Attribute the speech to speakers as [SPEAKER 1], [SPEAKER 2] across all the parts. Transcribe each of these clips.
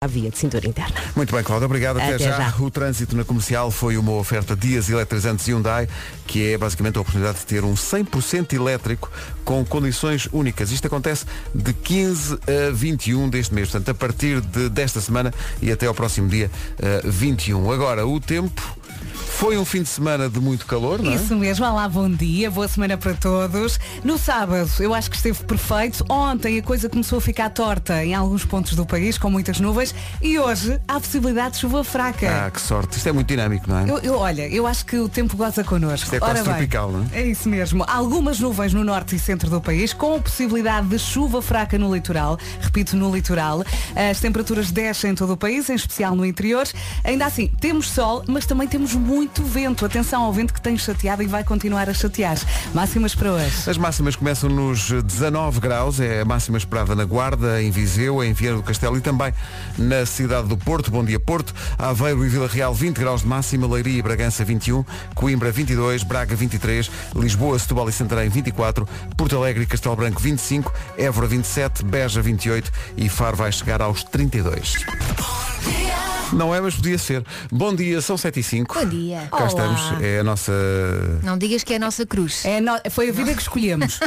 [SPEAKER 1] à via de cintura interna.
[SPEAKER 2] Muito bem, Cláudio, obrigado. Até,
[SPEAKER 1] Até
[SPEAKER 2] já.
[SPEAKER 1] já.
[SPEAKER 2] O trânsito na comercial foi uma oferta Dias Eletrizantes Hyundai, que é basicamente a oportunidade de ter um 100% elétrico com condições únicas. Isto acontece de 15 a 21 deste mês, portanto, a partir de, desta semana e até ao próximo dia eh, 21. Agora, o tempo foi um fim de semana de muito calor, não é?
[SPEAKER 3] Isso mesmo, olá, bom dia, boa semana para todos. No sábado, eu acho que esteve perfeito. Ontem a coisa começou a ficar torta em alguns pontos do país, com muitas nuvens, e hoje há a possibilidade de chuva
[SPEAKER 2] Ah,
[SPEAKER 3] fraca.
[SPEAKER 2] que sorte. Isto é muito dinâmico, não é?
[SPEAKER 3] Eu, eu- olha, eu acho que o tempo goza connosco.
[SPEAKER 2] Isto é quase
[SPEAKER 3] Ora bem,
[SPEAKER 2] tropical, não
[SPEAKER 3] é? isso mesmo. Há Algumas nuvens no norte e centro do país, com a possibilidade de chuva fraca no litoral. Repito, no litoral. As temperaturas descem em todo o país, em especial no interior. Ainda assim, temos sol, mas também temos muito vento. Atenção ao vento que tem chateado e vai continuar a chatear. Máximas para hoje.
[SPEAKER 2] As máximas começam nos 19 graus, é a máxima esperada na Guarda, em Viseu, em Viana do Castelo e também na cidade do Porto. Bom dia, Porto. Aveiro e Vila Real, 20 graus de máxima, Leiria e Bragança, 21, Coimbra, 22, Braga, 23, Lisboa, Setúbal e Santarém, 24, Porto Alegre e Castelo Branco, 25, Évora, 27, Beja, 28 e Faro vai chegar aos 32. Não é, mas podia ser. Bom dia, são 7 e 5.
[SPEAKER 4] Bom dia.
[SPEAKER 2] Cá estamos, é a nossa...
[SPEAKER 4] Não digas que é a nossa cruz.
[SPEAKER 3] É no- Foi a vida que escolhemos.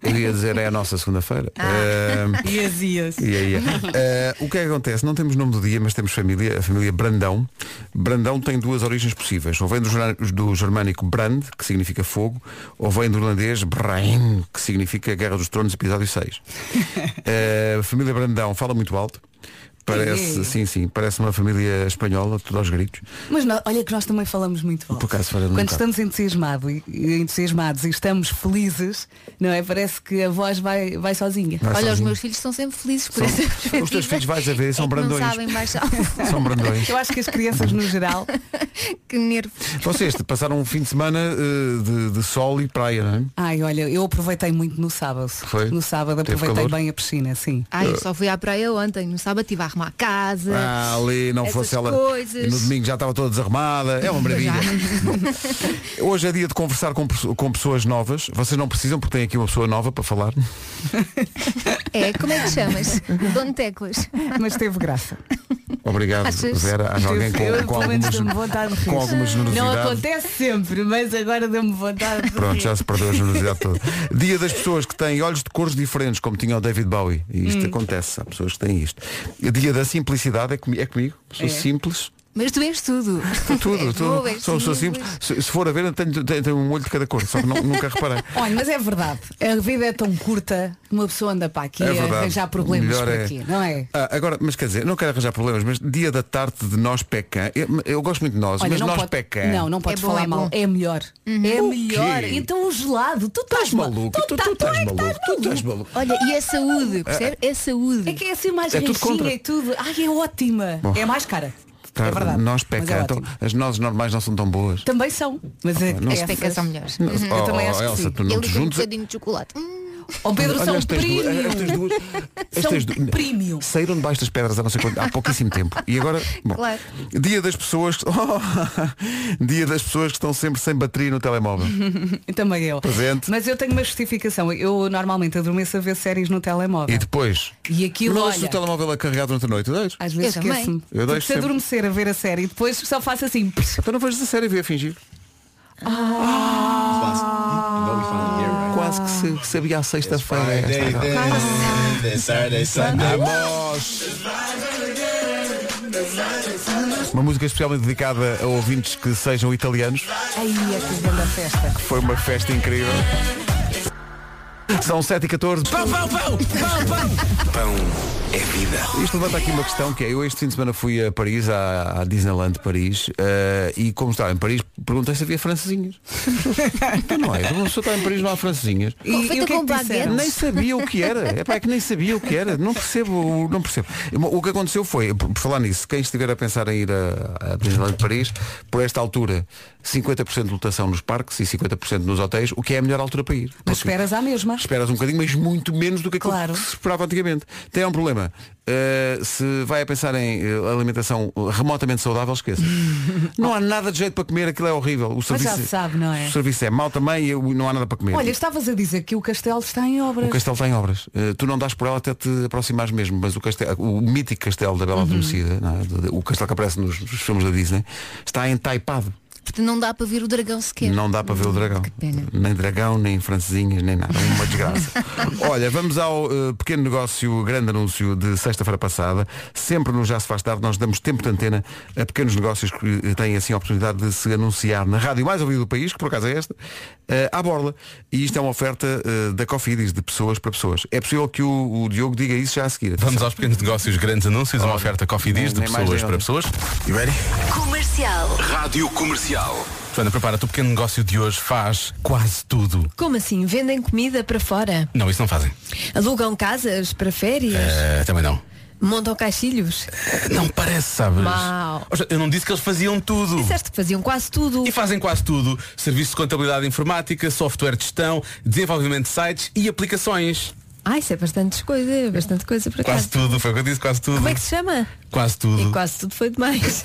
[SPEAKER 2] Eu ia dizer, é a nossa segunda-feira.
[SPEAKER 4] Ah.
[SPEAKER 2] Ahm,
[SPEAKER 3] Ias, ias.
[SPEAKER 2] Ehm, E aí, eh, o que é que acontece? Não temos nome do dia, mas temos família, a família Brandão. Brandão tem duas origens possíveis. Ou vem do, jorna- do germânico Brand, que significa fogo, ou vem do holandês Brain, que significa Guerra dos Tronos, episódio 6. Eh, a família Brandão fala muito alto. Parece,
[SPEAKER 3] Ei.
[SPEAKER 2] sim, sim, parece uma família espanhola, tudo aos gritos.
[SPEAKER 3] Mas nó- olha que nós também falamos muito alto.
[SPEAKER 2] Por acaso fora de um
[SPEAKER 3] Quando
[SPEAKER 2] bocado.
[SPEAKER 3] estamos entusiasmado e- e entusiasmados e estamos felizes, não é? Parece que a voz vai, vai sozinha.
[SPEAKER 2] Vai
[SPEAKER 4] Olha, os
[SPEAKER 2] sozinho.
[SPEAKER 4] meus filhos estão sempre felizes por
[SPEAKER 2] São-
[SPEAKER 4] essa
[SPEAKER 2] os teus
[SPEAKER 4] perspectiva.
[SPEAKER 2] filhos, vais a ver,
[SPEAKER 4] É
[SPEAKER 2] são
[SPEAKER 4] que
[SPEAKER 2] brandões.
[SPEAKER 4] Não sabem baixar.
[SPEAKER 2] São brandões.
[SPEAKER 3] Eu acho que as crianças no geral.
[SPEAKER 4] que nervo.
[SPEAKER 2] Vocês passaram um fim de semana eh, de, de sol e praia, não é?
[SPEAKER 3] Ai, olha, eu aproveitei muito no sábado.
[SPEAKER 2] Foi?
[SPEAKER 3] No sábado
[SPEAKER 2] Teve
[SPEAKER 3] aproveitei
[SPEAKER 2] calor?
[SPEAKER 3] bem a piscina, sim.
[SPEAKER 2] Eh,
[SPEAKER 4] Ai, eu só fui à praia ontem, no sábado estive a arrumar a casa.
[SPEAKER 2] Ah, ali não
[SPEAKER 4] Essas
[SPEAKER 2] fosse ela.
[SPEAKER 4] coisas.
[SPEAKER 2] No domingo já estava toda desarrumada. É uma maravilha. Bom, Hoje é dia de conversar com, perso- com pessoas novas. Vocês não precisam porque tem aqui uma pessoa nova para falar.
[SPEAKER 4] É, como é que te chamas? Dono Teclas.
[SPEAKER 3] Mas teve graça.
[SPEAKER 2] Obrigado,
[SPEAKER 4] Achas?
[SPEAKER 2] Vera. Há alguém
[SPEAKER 3] eu,
[SPEAKER 2] com, com,
[SPEAKER 3] pelo menos
[SPEAKER 2] algumas,
[SPEAKER 3] deu-me vontade de rir.
[SPEAKER 2] com alguma
[SPEAKER 3] Não
[SPEAKER 2] generosidade.
[SPEAKER 3] acontece sempre, mas agora deu-me vontade de
[SPEAKER 2] Pronto,
[SPEAKER 3] rir.
[SPEAKER 2] já se perdeu a generosidade toda. Dia das pessoas que têm olhos de cores diferentes, como tinha o David Bowie. E
[SPEAKER 3] Hum.
[SPEAKER 2] isto acontece, há pessoas que têm isto. Dia da simplicidade é, comi- é comigo. Sou
[SPEAKER 3] É.
[SPEAKER 2] simples.
[SPEAKER 4] Mas tu és tudo.
[SPEAKER 2] Tudo,
[SPEAKER 4] és
[SPEAKER 2] tudo.
[SPEAKER 4] Boa, é és
[SPEAKER 2] sou, sou simples. Se, se for a ver, tenho, tenho- tenho um olho de cada cor, só que não- nunca reparei.
[SPEAKER 3] Olha, mas é verdade. A vida é tão curta que uma pessoa anda para aqui
[SPEAKER 2] É
[SPEAKER 3] a
[SPEAKER 2] verdade.
[SPEAKER 3] arranjar problemas
[SPEAKER 2] Melhor
[SPEAKER 3] por
[SPEAKER 2] é-
[SPEAKER 3] aqui, não é?
[SPEAKER 2] Ah, agora, mas quer dizer, não quero arranjar problemas, mas dia da tarde de nós pecan. Eu, eu gosto muito de nós,
[SPEAKER 3] Olha,
[SPEAKER 2] mas
[SPEAKER 3] não
[SPEAKER 2] nós
[SPEAKER 3] pode,
[SPEAKER 2] pecan.
[SPEAKER 3] Não, não podes
[SPEAKER 4] É Uhum. bom,
[SPEAKER 3] falar
[SPEAKER 4] é
[SPEAKER 3] mal.
[SPEAKER 4] bom.
[SPEAKER 3] É melhor. É
[SPEAKER 2] O
[SPEAKER 3] melhor.
[SPEAKER 2] quê?
[SPEAKER 3] Então o gelado, tu estás
[SPEAKER 2] Estás maluco, tu,
[SPEAKER 3] tá-
[SPEAKER 2] tu estás
[SPEAKER 3] é que
[SPEAKER 2] maluco, tu estás maluco.
[SPEAKER 4] Olha, e é saúde, percebe? É saúde.
[SPEAKER 3] É que é assim mais
[SPEAKER 2] É tudo contra.
[SPEAKER 3] riquinha e tudo. Ai, é ótima.
[SPEAKER 2] Bom.
[SPEAKER 3] É mais cara.
[SPEAKER 2] Tarde
[SPEAKER 3] é
[SPEAKER 2] de
[SPEAKER 3] verdade. Mas
[SPEAKER 2] nós pecan.
[SPEAKER 3] é
[SPEAKER 2] Então,
[SPEAKER 3] ótimo.
[SPEAKER 2] as nozes normais não são tão boas.
[SPEAKER 3] Também são. Mas é,
[SPEAKER 2] não.
[SPEAKER 4] As
[SPEAKER 3] essas-
[SPEAKER 4] pecas são melhores.
[SPEAKER 2] Não, oh,
[SPEAKER 3] também
[SPEAKER 2] oh,
[SPEAKER 3] acho que
[SPEAKER 2] Elsa,
[SPEAKER 3] sim.
[SPEAKER 2] tu não
[SPEAKER 4] Eu
[SPEAKER 2] te
[SPEAKER 4] ligo um
[SPEAKER 2] juntes.
[SPEAKER 4] bocadinho de chocolate. Hum,
[SPEAKER 3] Ó Oh, Pedro,
[SPEAKER 2] Olha,
[SPEAKER 3] são
[SPEAKER 2] estas duas,
[SPEAKER 3] premium.
[SPEAKER 2] estas duas, estas duas-
[SPEAKER 3] premium.
[SPEAKER 2] saíram debaixo das pedras há não sei quanto, há pouquíssimo tempo. E agora, bom,
[SPEAKER 4] Claro.
[SPEAKER 2] dia das pessoas, oh, dia das pessoas que estão sempre sem bateria no telemóvel.
[SPEAKER 3] Uhum. Também eu.
[SPEAKER 2] Presente.
[SPEAKER 3] Mas eu tenho uma justificação. Eu normalmente adormeço a ver séries no telemóvel.
[SPEAKER 2] E depois,
[SPEAKER 3] E aquilo,
[SPEAKER 2] não
[SPEAKER 3] olha,
[SPEAKER 2] deixo o telemóvel a carregar durante a noite, eu deixo.
[SPEAKER 3] às vezes
[SPEAKER 4] Eu também.
[SPEAKER 3] esqueço-me.
[SPEAKER 2] Eu
[SPEAKER 3] Porque
[SPEAKER 2] deixo
[SPEAKER 3] se
[SPEAKER 2] sempre.
[SPEAKER 3] adormecer a ver a série, depois só faço assim.
[SPEAKER 2] Então não vejo a série, vi a fingir. Quase que se sabia à sexta-feira. Uma música especialmente dedicada a ouvintes que sejam italianos.
[SPEAKER 3] Aí é que grande a festa.
[SPEAKER 2] Foi uma festa incrível. São 7 e 14 Pão, pão, pão, pão, pão.
[SPEAKER 5] Pão é vida.
[SPEAKER 2] Isto levanta aqui uma questão que é, eu este fim de semana fui a Paris, à, à Disneyland de Paris, eh, e como estava em Paris, perguntei se havia francesinhas. Então não é, uma pessoa está em Paris não há francesinhas.
[SPEAKER 3] E,
[SPEAKER 4] Bom, feita
[SPEAKER 3] e o que é
[SPEAKER 4] com
[SPEAKER 3] que disseram?
[SPEAKER 4] baguete.
[SPEAKER 2] Nem sabia o que era. É pá, é que nem sabia o que era. Não percebo, não percebo. O que aconteceu foi, por por falar nisso, quem estiver a pensar em ir a, a Disneyland de Paris, por esta altura, 50% de lotação nos parques e 50% nos hotéis, o que é a melhor altura para ir.
[SPEAKER 3] Mas
[SPEAKER 2] Porque
[SPEAKER 3] esperas à mesma.
[SPEAKER 2] esperas um bocadinho, mas muito menos do que aquilo
[SPEAKER 3] Claro.
[SPEAKER 2] que se esperava antigamente. Tem um problema. Uh, se vai a pensar em uh, alimentação uh, remotamente saudável, esqueça. não há nada de jeito para comer, aquilo é horrível. O serviço,
[SPEAKER 3] já se sabe, não é?
[SPEAKER 2] O serviço é mau também e eu- não há nada para comer.
[SPEAKER 3] Olha, estavas a dizer que o castelo está em obras.
[SPEAKER 2] O castelo está em obras. Eh, tu não dás por ela até te aproximares mesmo, mas o, castelo, o mítico castelo da Bela
[SPEAKER 3] Uhum.
[SPEAKER 2] Adormecida, não é? De- de- o castelo que aparece nos, nos filmes da Disney, está entaipado.
[SPEAKER 4] Porque não dá para ver o dragão
[SPEAKER 3] É.
[SPEAKER 4] sequer.
[SPEAKER 2] Não dá para ver o dragão.
[SPEAKER 4] Que pena.
[SPEAKER 2] Nem dragão, nem francesinhas, nem nada. Uma desgraça. Olha, vamos ao eh, pequeno negócio, grande anúncio de sexta-feira passada. Sempre no Já Se Faz Tarde nós damos tempo de antena a pequenos negócios que eh, têm assim a oportunidade de se anunciar na rádio mais ouvida do país, que por acaso é esta, eh, à borla. E isto é uma oferta eh, da Cofidis, de pessoas para pessoas. É possível que o, o Diogo diga isso já a seguir.
[SPEAKER 1] Vamos aos pequenos negócios, grandes anúncios, uma oferta Coffee Diz de
[SPEAKER 2] nem mais nem
[SPEAKER 1] pessoas para
[SPEAKER 2] menos.
[SPEAKER 1] pessoas. You ready?
[SPEAKER 6] Comercial.
[SPEAKER 5] Rádio Comercial.
[SPEAKER 1] Joana, prepara-te, o pequeno negócio de hoje faz quase tudo.
[SPEAKER 7] Como assim? Vendem comida para fora?
[SPEAKER 1] Não, isso não fazem.
[SPEAKER 7] Alugam casas para férias?
[SPEAKER 1] Eh, também não.
[SPEAKER 2] É.
[SPEAKER 7] Montam caixilhos?
[SPEAKER 1] Eh, Não parece, sabes?
[SPEAKER 7] Mau.
[SPEAKER 1] Ou seja, Eu não disse que eles faziam
[SPEAKER 2] Hum.
[SPEAKER 1] tudo.
[SPEAKER 7] Disseste que faziam quase é tudo.
[SPEAKER 1] E fazem quase tudo. Serviço de contabilidade informática, software de gestão, desenvolvimento de sites e aplicações.
[SPEAKER 7] Ah, isso é bastante coisa, bastante coisa para
[SPEAKER 1] Quase
[SPEAKER 7] acaso.
[SPEAKER 1] tudo, foi o que eu disse, quase tudo.
[SPEAKER 7] É. Como é que se chama?
[SPEAKER 1] Quase tudo.
[SPEAKER 2] Hum.
[SPEAKER 7] E quase tudo foi demais.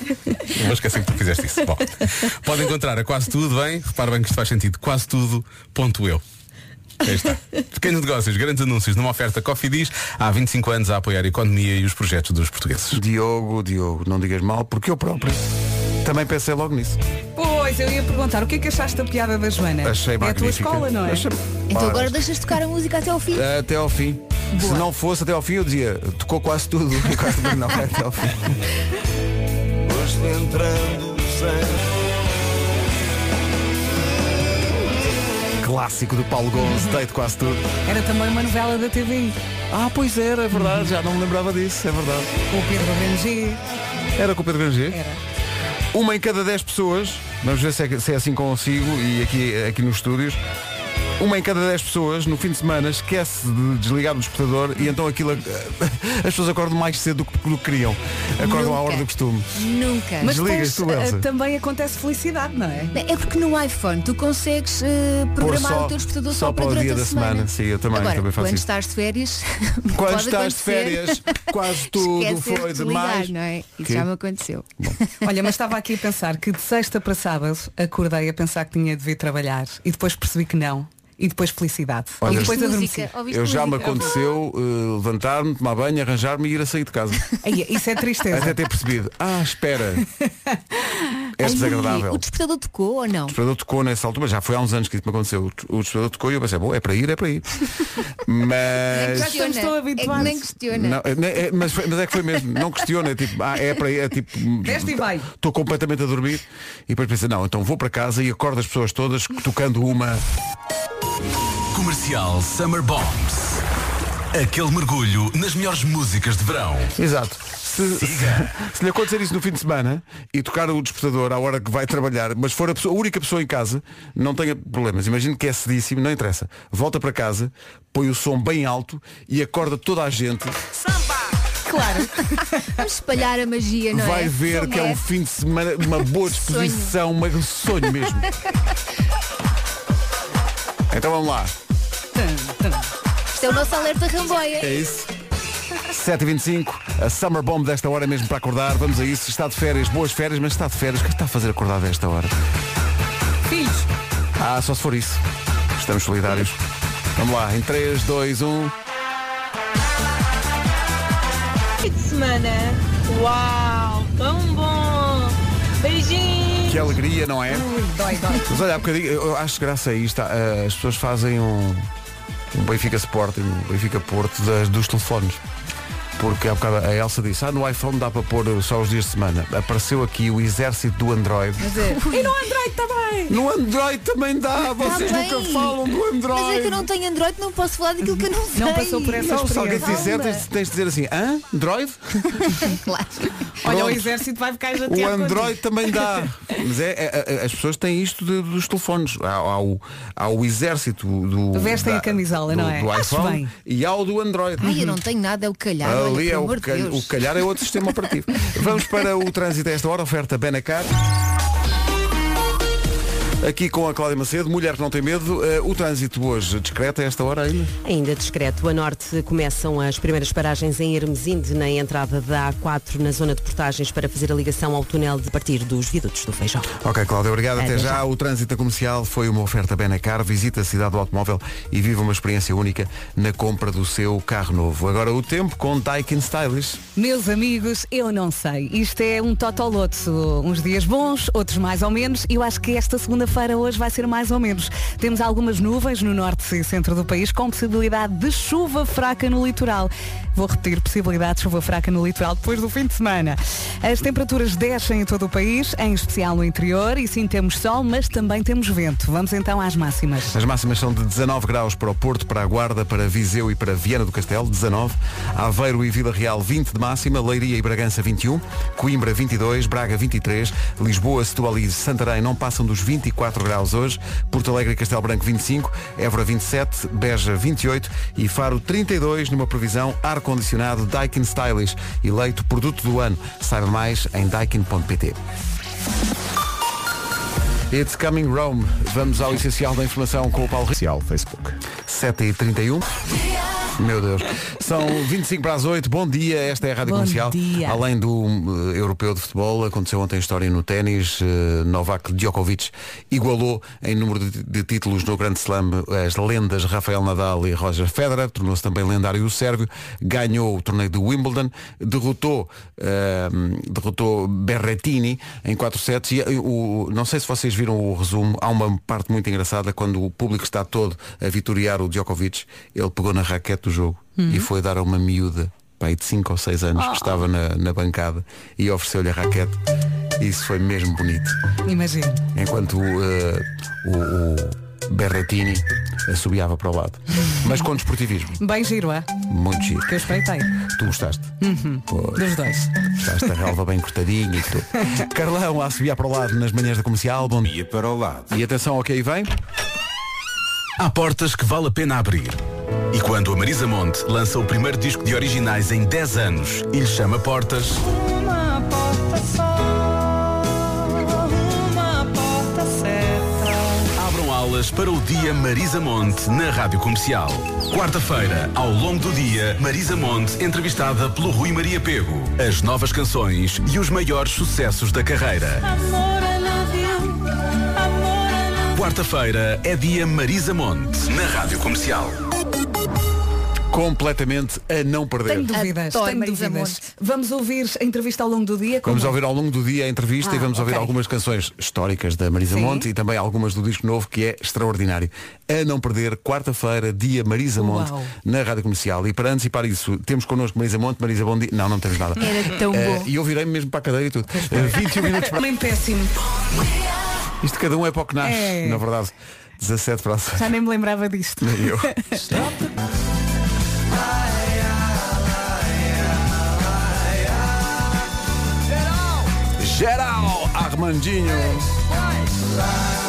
[SPEAKER 1] Vou esquecer que tu fizeste isso. Bom, pode encontrar a quase tudo, bem? Repara bem que isto faz sentido. Quase tudo, ponto eu. Aí está. Pequenos negócios, grandes anúncios numa oferta Coffee Diz há 25 anos a apoiar a economia e os projetos dos portugueses.
[SPEAKER 2] Diogo, Diogo, não digas mal, porque eu próprio também pensei logo nisso.
[SPEAKER 3] Pois, eu ia perguntar, o que é que achaste da piada da Joana?
[SPEAKER 2] Achei
[SPEAKER 3] é a tua
[SPEAKER 2] magnífica.
[SPEAKER 3] escola, não é?
[SPEAKER 2] Achei-
[SPEAKER 4] Então
[SPEAKER 2] Ora,
[SPEAKER 4] agora deixas de tocar a música até ao fim.
[SPEAKER 2] Até ao fim. Se não fosse até ao fim, eu dizia, tocou quase tudo. E quase tudo não, é até ao fim. Clássico do Paulo Gomes,
[SPEAKER 4] Uhum.
[SPEAKER 2] deito quase tudo.
[SPEAKER 3] Era também uma novela da TV.
[SPEAKER 2] Ah, pois era, é verdade, já não me lembrava disso, é verdade.
[SPEAKER 3] Com o Pedro Benji.
[SPEAKER 2] Era com o Pedro Granger?
[SPEAKER 3] Era.
[SPEAKER 2] Uma em cada dez pessoas, vamos ver se é, se é assim consigo e aqui, aqui nos estúdios, uma em cada dez pessoas no fim de semana esquece de desligar o despertador e então aquilo as pessoas acordam mais cedo do que, do que queriam. Acordam à
[SPEAKER 4] Nunca.
[SPEAKER 2] hora do costume.
[SPEAKER 4] Nunca.
[SPEAKER 3] Mas
[SPEAKER 2] Desligas tu,
[SPEAKER 3] depois
[SPEAKER 2] Elsa.
[SPEAKER 3] eh, também acontece felicidade, não é?
[SPEAKER 4] É porque no iPhone tu consegues eh,
[SPEAKER 2] Pôr
[SPEAKER 4] programar o teu despertador só,
[SPEAKER 2] só
[SPEAKER 4] para
[SPEAKER 2] para o
[SPEAKER 4] durante
[SPEAKER 2] dia
[SPEAKER 4] a
[SPEAKER 2] da
[SPEAKER 4] semana.
[SPEAKER 2] semana. Sim, eu também,
[SPEAKER 4] Agora,
[SPEAKER 2] também faço
[SPEAKER 4] quando
[SPEAKER 2] isso.
[SPEAKER 4] estás de férias,
[SPEAKER 2] Quando
[SPEAKER 4] pode
[SPEAKER 2] estás de
[SPEAKER 4] acontecer.
[SPEAKER 2] férias, quase tudo
[SPEAKER 4] Esquecer
[SPEAKER 2] foi
[SPEAKER 4] de
[SPEAKER 2] demais.
[SPEAKER 4] Ligar, não é? Isso
[SPEAKER 2] Que-
[SPEAKER 4] já me aconteceu.
[SPEAKER 3] Olha, mas estava aqui a pensar que de sexta para sábado acordei a pensar que tinha de vir trabalhar e depois percebi que não. E depois felicidade.
[SPEAKER 2] Olha,
[SPEAKER 3] e depois
[SPEAKER 4] Ouviste
[SPEAKER 3] adormeci.
[SPEAKER 4] música, ouviste
[SPEAKER 2] Eu já me
[SPEAKER 4] música.
[SPEAKER 2] aconteceu eh, levantar-me, tomar banho, arranjar-me e ir a sair de casa.
[SPEAKER 3] Ai, isso é tristeza.
[SPEAKER 2] Até ter percebido. Ah, espera. É
[SPEAKER 4] Ai,
[SPEAKER 2] desagradável.
[SPEAKER 4] O despertador tocou ou não?
[SPEAKER 2] O despertador tocou nessa altura, mas já foi há uns anos que isso me aconteceu. O despertador tocou e eu pensei, bom, é para ir, é para ir.
[SPEAKER 4] Nem
[SPEAKER 2] Mas.
[SPEAKER 3] Já estamos
[SPEAKER 4] questiona. É
[SPEAKER 3] tão
[SPEAKER 4] que
[SPEAKER 3] habituados.
[SPEAKER 4] nem questiona.
[SPEAKER 2] Não, nem- é, mas, foi- mas é que foi mesmo, não questiona, é tipo, ah, é para ir, é tipo.
[SPEAKER 3] Veste e vai.
[SPEAKER 2] Estou completamente a dormir e depois pensei, não, então vou para casa e acordo as pessoas todas tocando uma.
[SPEAKER 1] Comercial Summer Bombs. Aquele mergulho nas melhores músicas de verão.
[SPEAKER 2] Exato. Se, se, se lhe acontecer isso no fim de semana e tocar o despertador à hora que vai trabalhar, mas for a, pessoa- a única pessoa em casa, não tenha problemas. Imagino que é cedíssimo, não interessa. Volta para casa, põe o som bem alto e acorda toda a gente.
[SPEAKER 4] Claro. Vamos espalhar a magia, não
[SPEAKER 2] vai
[SPEAKER 4] é?
[SPEAKER 2] ver que é um fim de semana, uma boa disposição, uma- um sonho mesmo. então vamos lá.
[SPEAKER 3] Tum, tum.
[SPEAKER 4] Isto é o nosso alerta ramboia.
[SPEAKER 2] É isso. 7h25, a Summer Bomb desta hora é mesmo para acordar. Vamos a isso. Está de férias, boas férias, mas está de férias. O que está a fazer acordar desta hora?
[SPEAKER 3] Filhos,
[SPEAKER 2] Ah, só se for isso. Estamos solidários. Vamos lá, em um. 3, 2, 1.
[SPEAKER 8] fim de semana. Uau, tão bom! Beijinhos!
[SPEAKER 2] Que alegria, não é?
[SPEAKER 3] dói, dói.
[SPEAKER 2] Mas olha, há bocadinho, eu acho graça a isto. ah, As pessoas fazem um, um Benfica Sporting, um Benfica Porto das- dos telefones. Porque há bocado a Elsa disse, ah, no iPhone dá para pôr só os dias de semana. Apareceu aqui o exército do Android.
[SPEAKER 8] é.
[SPEAKER 3] E no Android também.
[SPEAKER 2] No Android também dá, vocês
[SPEAKER 4] Tá bem.
[SPEAKER 2] nunca falam do Android.
[SPEAKER 4] Mas é que eu não tenho Android, não posso falar daquilo que eu não sei.
[SPEAKER 3] Não passou por essa
[SPEAKER 2] Não, se alguém te
[SPEAKER 3] experiência.
[SPEAKER 2] disser, tens, tens de dizer assim, hã? Android?
[SPEAKER 4] Claro.
[SPEAKER 3] Olha, o
[SPEAKER 2] Pronto.
[SPEAKER 3] exército vai ficar
[SPEAKER 2] O
[SPEAKER 3] chateado.
[SPEAKER 2] Android também dá. Mas é, é- é- as pessoas têm isto de- dos telefones. Há, há o, há o exército do.
[SPEAKER 3] Vestem
[SPEAKER 2] da-
[SPEAKER 3] a camisola,
[SPEAKER 2] do-
[SPEAKER 3] não é?
[SPEAKER 2] Do
[SPEAKER 3] Acho
[SPEAKER 2] iPhone
[SPEAKER 3] bem.
[SPEAKER 2] e há o do Android.
[SPEAKER 4] Ai, eu não tenho nada, é o calhar. olha, pelo
[SPEAKER 2] Ali é
[SPEAKER 4] amor
[SPEAKER 2] o,
[SPEAKER 4] de
[SPEAKER 2] cal-
[SPEAKER 4] Deus.
[SPEAKER 2] o calhar é outro sistema operativo. Vamos para o trânsito a esta hora, oferta Benacar. Aqui com a Cláudia Macedo, Mulher que não tem medo. Eh, o trânsito hoje discreto a esta hora ainda?
[SPEAKER 6] Ainda discreto, a norte começam as primeiras paragens em Hermesinde, na entrada da A4, na zona de portagens, para fazer a ligação ao túnel de partir dos viadutos do Feijão.
[SPEAKER 2] Ok, Cláudia, obrigado. Até,
[SPEAKER 6] Até
[SPEAKER 2] já.
[SPEAKER 6] já.
[SPEAKER 2] O trânsito comercial foi uma oferta Benacar. Visita a cidade do automóvel e viva uma experiência única na compra do seu carro novo. Agora o tempo com Daikin Stylish.
[SPEAKER 3] Meus amigos, eu não sei. Isto é um totoloto. Uns dias bons, outros mais ou menos. E eu acho que esta segunda-feira hoje vai ser mais ou menos. Temos algumas nuvens no norte e centro do país com possibilidade de chuva fraca no litoral. Vou repetir, possibilidade de chuva fraca no litoral depois do fim de semana. As temperaturas descem em todo o país, em especial no interior. E sim, temos sol, mas também temos vento. Vamos então às máximas.
[SPEAKER 2] As máximas são de 19 graus para o Porto, para a Guarda, para Viseu e para Viana do Castelo, 19. Aveiro e Vila Real, 20 de máxima. Leiria e Bragança, 21. Coimbra, 22. Braga, 23. Lisboa, Setúbal e Santarém não passam dos 24 graus hoje. Porto Alegre e Castelo Branco, 25. Évora, 27. Beja, 28. E Faro, 32, numa previsão ar-condicionado Daikin Stylish. Eleito produto do ano. Saiba mais em daikin.pt. It's coming Rome. Vamos ao essencial da informação com o Paulo
[SPEAKER 9] Social Facebook.
[SPEAKER 2] 7h31. Meu Deus. São 25 para as 8. Bom dia, esta é a Rádio
[SPEAKER 3] Bom
[SPEAKER 2] Comercial.
[SPEAKER 3] dia.
[SPEAKER 2] Além do hum, europeu de futebol, aconteceu ontem história no ténis. Eh, Novak Djokovic igualou em número de, de títulos no Grande Slam as lendas Rafael Nadal e Roger Federer. Tornou-se também lendário o sérvio. Ganhou o torneio de Wimbledon. Derrotou, eh, derrotou Berrettini em 4 sets. E, eh, o, não sei se vocês viram o resumo. Há uma parte muito engraçada quando o público está todo a vitoriar o Djokovic. Ele pegou na raquete do jogo e foi dar a uma miúda pai de 5 ou 6 anos que estava na, na bancada e ofereceu-lhe a raquete. Isso foi mesmo bonito.
[SPEAKER 3] Imagino.
[SPEAKER 2] Enquanto eh, o, o Berrettini assobiava para o lado. Mas com desportivismo,
[SPEAKER 3] Bem giro, é?
[SPEAKER 2] muito giro.
[SPEAKER 3] Que eu espreitei. Uhum.
[SPEAKER 2] Tu gostaste? Pois. Tá
[SPEAKER 3] Dos dois.
[SPEAKER 2] Gostaste da relva bem cortadinha e tudo. Carlão a assobiar para o lado nas manhãs da comercial. Bom dia para o lado. E atenção ao que aí vem.
[SPEAKER 1] Há portas que vale a pena abrir. E quando a Marisa Monte lança o primeiro disco de originais em 10 anos e lhe chama Portas,
[SPEAKER 8] Uma porta só, uma porta certa.
[SPEAKER 1] abram alas para o dia Marisa Monte na Rádio Comercial. Quarta-feira, ao longo do dia, Marisa Monte entrevistada pelo Rui Maria Pego. As novas canções e os maiores sucessos da carreira.
[SPEAKER 8] Amor, I love you. Amor, I love
[SPEAKER 1] Quarta-feira é dia Marisa Monte na Rádio Comercial.
[SPEAKER 2] Completamente a não perder.
[SPEAKER 3] Tenho dúvidas,
[SPEAKER 4] Adoro
[SPEAKER 3] tenho
[SPEAKER 4] Marisa
[SPEAKER 3] dúvidas.
[SPEAKER 4] Monte.
[SPEAKER 3] Vamos ouvir a entrevista ao longo do dia. com
[SPEAKER 2] Vamos
[SPEAKER 3] o-
[SPEAKER 2] ouvir ao longo do dia a entrevista e vamos ouvir
[SPEAKER 3] ok.
[SPEAKER 2] algumas canções históricas da Marisa
[SPEAKER 3] Sim.
[SPEAKER 2] Monte e também algumas do disco novo que é extraordinário. A não perder, quarta-feira, dia Marisa Monte
[SPEAKER 3] Uau.
[SPEAKER 2] na Rádio Comercial. E para antecipar isso, temos connosco Marisa Monte, Marisa Bom dia. Não, não temos nada.
[SPEAKER 4] Era tão
[SPEAKER 2] Eh,
[SPEAKER 4] bom.
[SPEAKER 2] E eu virei mesmo para a cadeira e tudo. Eh, 21 minutos para...
[SPEAKER 3] Homem péssimo.
[SPEAKER 2] Isto cada um é para o que nasce,
[SPEAKER 3] É.
[SPEAKER 2] na verdade. 17 para as
[SPEAKER 3] Já nem me lembrava disto.
[SPEAKER 2] Nem eu. Geral Armandinho.